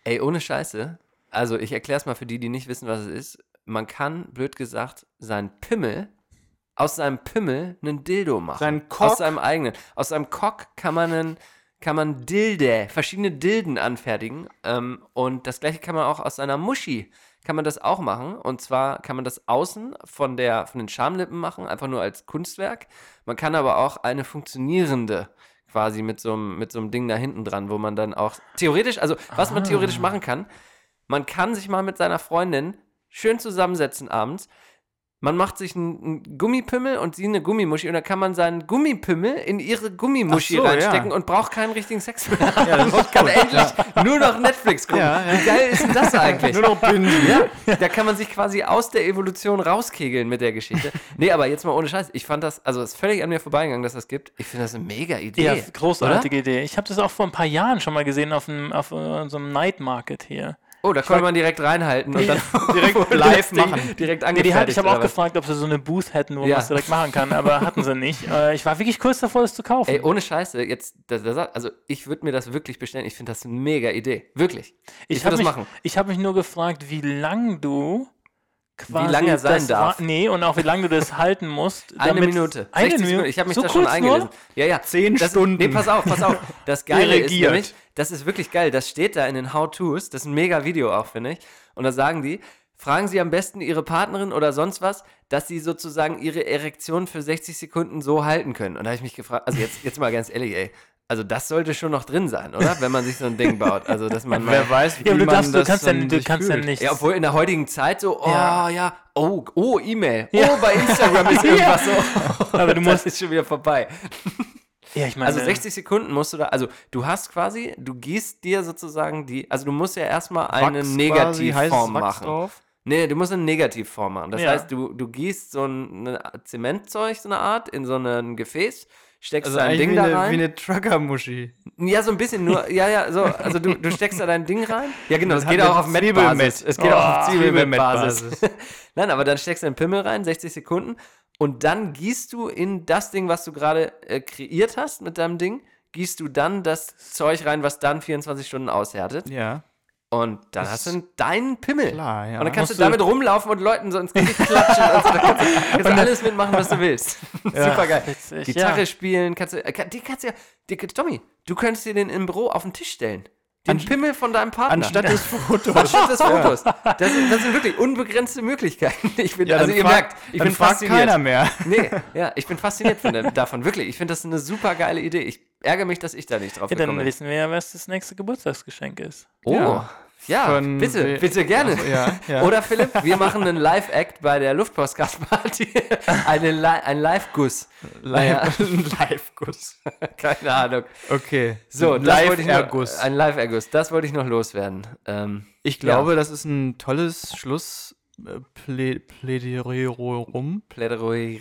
S4: Ey, ohne Scheiße. Also, ich erkläre es mal für die, die nicht wissen, was es ist. Man kann, blöd gesagt, seinen Pimmel, aus seinem Pimmel einen Dildo machen.
S5: Seinen Cock?
S4: Aus seinem eigenen. Aus seinem Cock kann man einen, kann man Dilde, verschiedene Dilden anfertigen. Ähm, und das gleiche kann man auch aus seiner Muschi, kann man das auch machen. Und zwar kann man das außen von, der, von den Schamlippen machen, einfach nur als Kunstwerk. Man kann aber auch eine funktionierende quasi mit so einem, mit so einem Ding da hinten dran, wo man dann auch theoretisch, also was man
S5: Ah.
S4: theoretisch machen kann, man kann sich mal mit seiner Freundin schön zusammensetzen abends. Man macht sich einen, einen Gummipimmel und sie eine Gummimuschi und dann kann man seinen Gummipimmel in ihre Gummimuschi
S5: Ach so,
S4: reinstecken
S5: ja.
S4: und braucht keinen richtigen Sex mehr.
S5: Ja, das ist
S4: kann endlich nur noch Netflix gucken.
S5: Ja, ja.
S4: Wie geil ist denn das eigentlich?
S5: noch Binden.
S4: ja, da kann man sich quasi aus der Evolution rauskegeln mit der Geschichte. Nee, aber jetzt mal ohne Scheiß. Ich fand das, also es ist völlig an mir vorbeigegangen, dass das gibt. Ich finde das eine mega Idee.
S6: Ja,
S4: oder?
S6: großartige Idee. Ich habe das auch vor ein paar Jahren schon mal gesehen auf, einem, auf äh, so einem Night Market hier.
S4: Oh, da konnte man direkt reinhalten
S5: (laughs)
S4: und dann
S5: Direkt live machen.
S4: direkt
S6: Nee, die hat, ich habe auch
S4: oder was?
S6: gefragt, ob sie so eine Booth hätten, wo
S4: Ja.
S6: man es direkt machen kann, aber hatten sie nicht. Äh, ich war wirklich kurz davor, das zu kaufen.
S4: Ey, ohne Scheiße, jetzt, das, das, also ich würde mir das wirklich bestellen. Ich finde das eine mega Idee. Wirklich. Ich,
S6: hab
S4: würde das
S6: mich,
S4: machen.
S6: Ich habe mich nur gefragt, wie lang du quasi
S4: lange er sein
S6: das
S4: darf.
S6: wa- Nee, und auch wie lange du
S4: (laughs)
S6: das halten musst.
S4: Eine
S6: damit-
S4: Minute.
S6: Eine
S4: 60
S6: Minute.
S4: Minuten. Ich habe mich
S6: so
S4: da schon
S6: kurz nur?
S4: eingelesen. Ja, ja.
S5: Zehn
S4: das,
S5: Stunden.
S4: Nee, pass auf, pass auf. Das Geile ist
S5: regiert.
S4: nämlich, das ist wirklich geil. Das steht da in den How-Tos. Das ist ein mega Video auch, finde ich. Und da sagen die, Fragen Sie am besten Ihre Partnerin oder sonst was, dass Sie sozusagen Ihre Erektion für 60 Sekunden so halten können. Und da habe ich mich gefragt, also jetzt, jetzt mal ganz ehrlich, ey, also das sollte schon noch drin sein, oder? Wenn man sich so ein Ding baut. Also, dass man mal,
S5: Wer weiß, wie
S6: Ja, aber du
S5: man
S6: darfst, du
S5: das
S6: kannst ja,
S5: dann
S6: du
S5: sich
S6: kannst ja
S5: fühlt.
S6: nicht.
S4: Ja, obwohl in der heutigen Zeit so, oh ja,
S6: Ja.
S4: oh, oh, E-Mail. Oh, bei Instagram
S5: (laughs)
S4: ist irgendwas so.
S6: Aber du
S4: (laughs)
S6: musst-
S4: Das ist schon wieder vorbei.
S6: ja, ich meine,
S5: äh,
S4: Also 60 Sekunden musst du da, also du hast quasi, du gießt dir sozusagen die, also du musst ja erstmal eine
S5: Wachs quasi, heißes
S4: Negativform
S5: Wachs
S4: machen.
S5: Drauf.
S4: Nee, du musst eine Negativform machen. Das
S6: Ja.
S4: heißt, du, du gießt so ein eine Zementzeug, so eine Art, in so ein Gefäß, steckst
S5: Also
S4: da ein
S5: eigentlich
S4: Ding
S5: wie,
S4: da
S5: eine,
S4: rein.
S5: wie eine Trucker-Muschi.
S4: Ja, so ein bisschen nur. Ja, ja, so. Also du, du steckst da dein Ding rein. Ja, genau. Es
S5: Das
S4: geht
S5: hat
S4: auch
S5: eine
S4: auf
S5: Zwiebel
S4: Mettbasis.
S5: mit.
S4: Es geht auch auf
S5: Oh,
S4: Zwiebelmettbasis.
S5: Zwiebelmettbasis.
S4: (laughs) Nein, aber dann steckst du den Pimmel rein, 60 Sekunden. Und dann gießt du in das Ding, was du gerade äh, kreiert hast mit deinem Ding, gießt du dann das Zeug rein, was dann 24 Stunden aushärtet.
S5: Ja.
S4: Und dann hast du deinen Pimmel.
S5: Klar, ja.
S4: Und dann kannst du
S6: Musst du-
S4: damit rumlaufen und Leuten so ins Gesicht
S5: (laughs)
S4: klatschen. und so. Da kannst du, kannst du alles mitmachen, was du willst. Super geil.
S6: witzig,
S4: Gitarre
S6: ja.
S4: spielen, kannst du, äh, kann- die kannst du ja, die, Tommy, du könntest dir den im Büro auf den Tisch stellen. Den Pimmel von deinem Partner.
S5: Anstatt des
S4: (laughs)
S5: Fotos.
S4: Anstatt
S5: (laughs)
S4: des Fotos. Das, das sind wirklich unbegrenzte Möglichkeiten. (laughs) Ich bin,
S5: Ja,
S4: also
S5: dann
S4: ihr
S5: frag-
S4: merkt, ich
S5: dann
S4: bin
S5: fragt
S4: fasziniert.
S5: keiner mehr.
S4: (laughs) Nee,
S5: (laughs)
S4: ja, ich bin fasziniert von der, davon, wirklich. Ich finde das eine super geile Idee. Ich ärgere mich, dass ich da nicht drauf
S6: Ja,
S4: gekommen
S6: dann
S4: bin.
S6: wissen wir ja, was das nächste Geburtstagsgeschenk ist.
S4: Oh, ja,
S5: Ja. Von-
S4: bitte,
S5: we-
S4: bitte gerne.
S5: Ach so, ja, ja.
S4: Oder Philipp, wir machen einen Live-Act bei der (laughs) Luftpostcast-Party. Eine Li ein Live-Guss.
S5: Live- (laughs)
S4: Live-Guss. Keine Ahnung.
S5: Okay.
S4: So, das wollte ich noch-
S5: Live-Erguss.
S4: Ein Live-Erguss, das wollte ich noch loswerden. Ähm,
S5: Ich glaube, das ist ein tolles Schluss. äh, Plä Plädiererum.
S4: Plädoyer.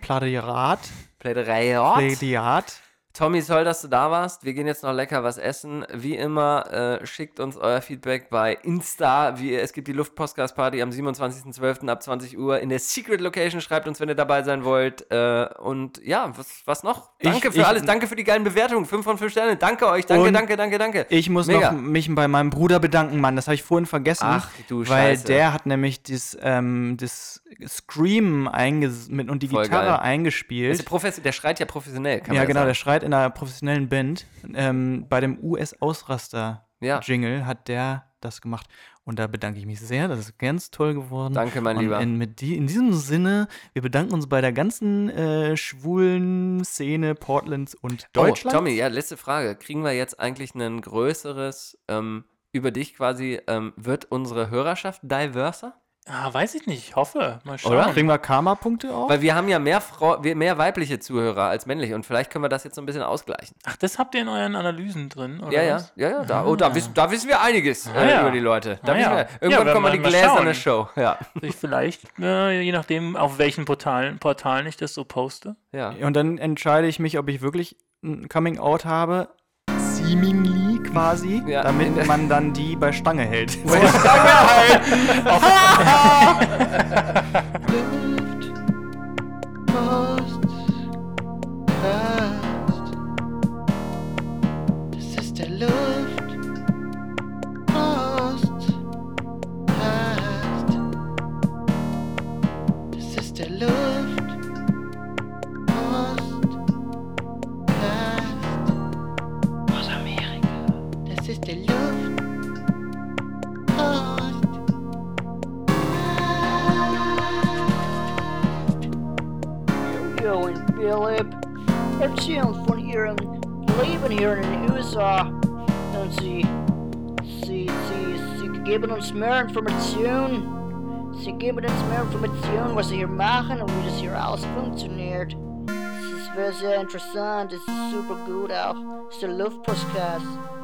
S5: Plädierat.
S4: Plädoyer.
S5: Plädiat.
S4: Tommy, toll, dass du da warst. Wir gehen jetzt noch lecker was essen. Wie immer, äh, schickt uns euer Feedback bei Insta. Wie, es gibt die Luftpostcast-Party am 27.12. ab 20 Uhr in der Secret Location. Schreibt uns, wenn ihr dabei sein wollt. Äh, und ja, was, was noch?
S5: Ich-
S4: Danke für
S5: ich-
S4: alles. Danke für die geilen Bewertungen. 5 von 5 Sternen. Danke euch. Danke,
S5: Und
S4: danke, danke, danke.
S5: Ich muss
S4: Mega.
S5: noch mich bei meinem Bruder bedanken, Mann. Das habe ich vorhin vergessen.
S4: Ach, du
S5: Weil
S4: Scheiße.
S5: der hat nämlich das, ähm, das Scream einges mit, und die
S4: Voll
S5: Gitarre
S4: geil.
S5: eingespielt.
S4: Ist profession- der schreit ja professionell. Kann
S5: ja,
S4: man
S5: genau,
S4: sagen.
S5: der schreit in einer professionellen Band. Ähm, bei dem
S4: Ja.
S5: US-Ausraster-Jingle hat der das gemacht. Und da bedanke ich mich sehr. Das ist ganz toll geworden.
S4: Danke, mein
S5: Und
S4: Lieber.
S5: In, mit die, in diesem Sinne, wir bedanken uns bei der ganzen äh, schwulen Szene Portlands und Deutschlands.
S4: Oh, Tommy, ja, letzte Frage. Kriegen wir jetzt eigentlich ein größeres ähm, über dich quasi? Ähm, wird unsere Hörerschaft diverser?
S6: Ah, weiß ich nicht. Ich hoffe. Mal schauen.
S5: Oder? Kriegen wir Karma-Punkte auch?
S4: Weil wir haben ja mehr, Frau, wir- mehr weibliche Zuhörer als männliche und vielleicht können wir das jetzt so ein bisschen ausgleichen.
S6: Ach, das habt ihr in euren Analysen drin, oder
S4: Ja, ja,
S6: was?
S4: ja, ja. Da, oh, da, wissen, da wissen wir einiges
S6: Ah,
S4: äh,
S6: ja.
S4: über die Leute. Da
S6: Ah,
S4: wissen
S6: ja.
S4: wir, irgendwann
S6: Ja,
S4: kommt mal die
S6: werden wir mal
S4: gläserne
S6: schauen.
S4: Show. Ja,
S6: Ich vielleicht, äh, je nachdem, auf welchen Portalen, Portalen ich das so poste.
S4: ja.
S5: Und dann entscheide ich mich, ob ich wirklich ein Coming-out habe, seemingly quasi,
S4: Ja.
S5: damit
S4: (laughs)
S5: man dann die bei Stange hält.
S2: Das ist der Luft. Post. Hast. Das ist der Luft. Post. Hast. Aus Amerika. Das ist der Luft. Post.
S3: Yo and Philip. It's Jim from here and leaving here in USA. And see, see, see, see, geben uns mehr Informationen. Sie geben uns mehr Informationen, was sie hier machen und wie das hier alles funktioniert. Es ist sehr, sehr interessant, es ist super gut auch. Es ist der Luftpostcast.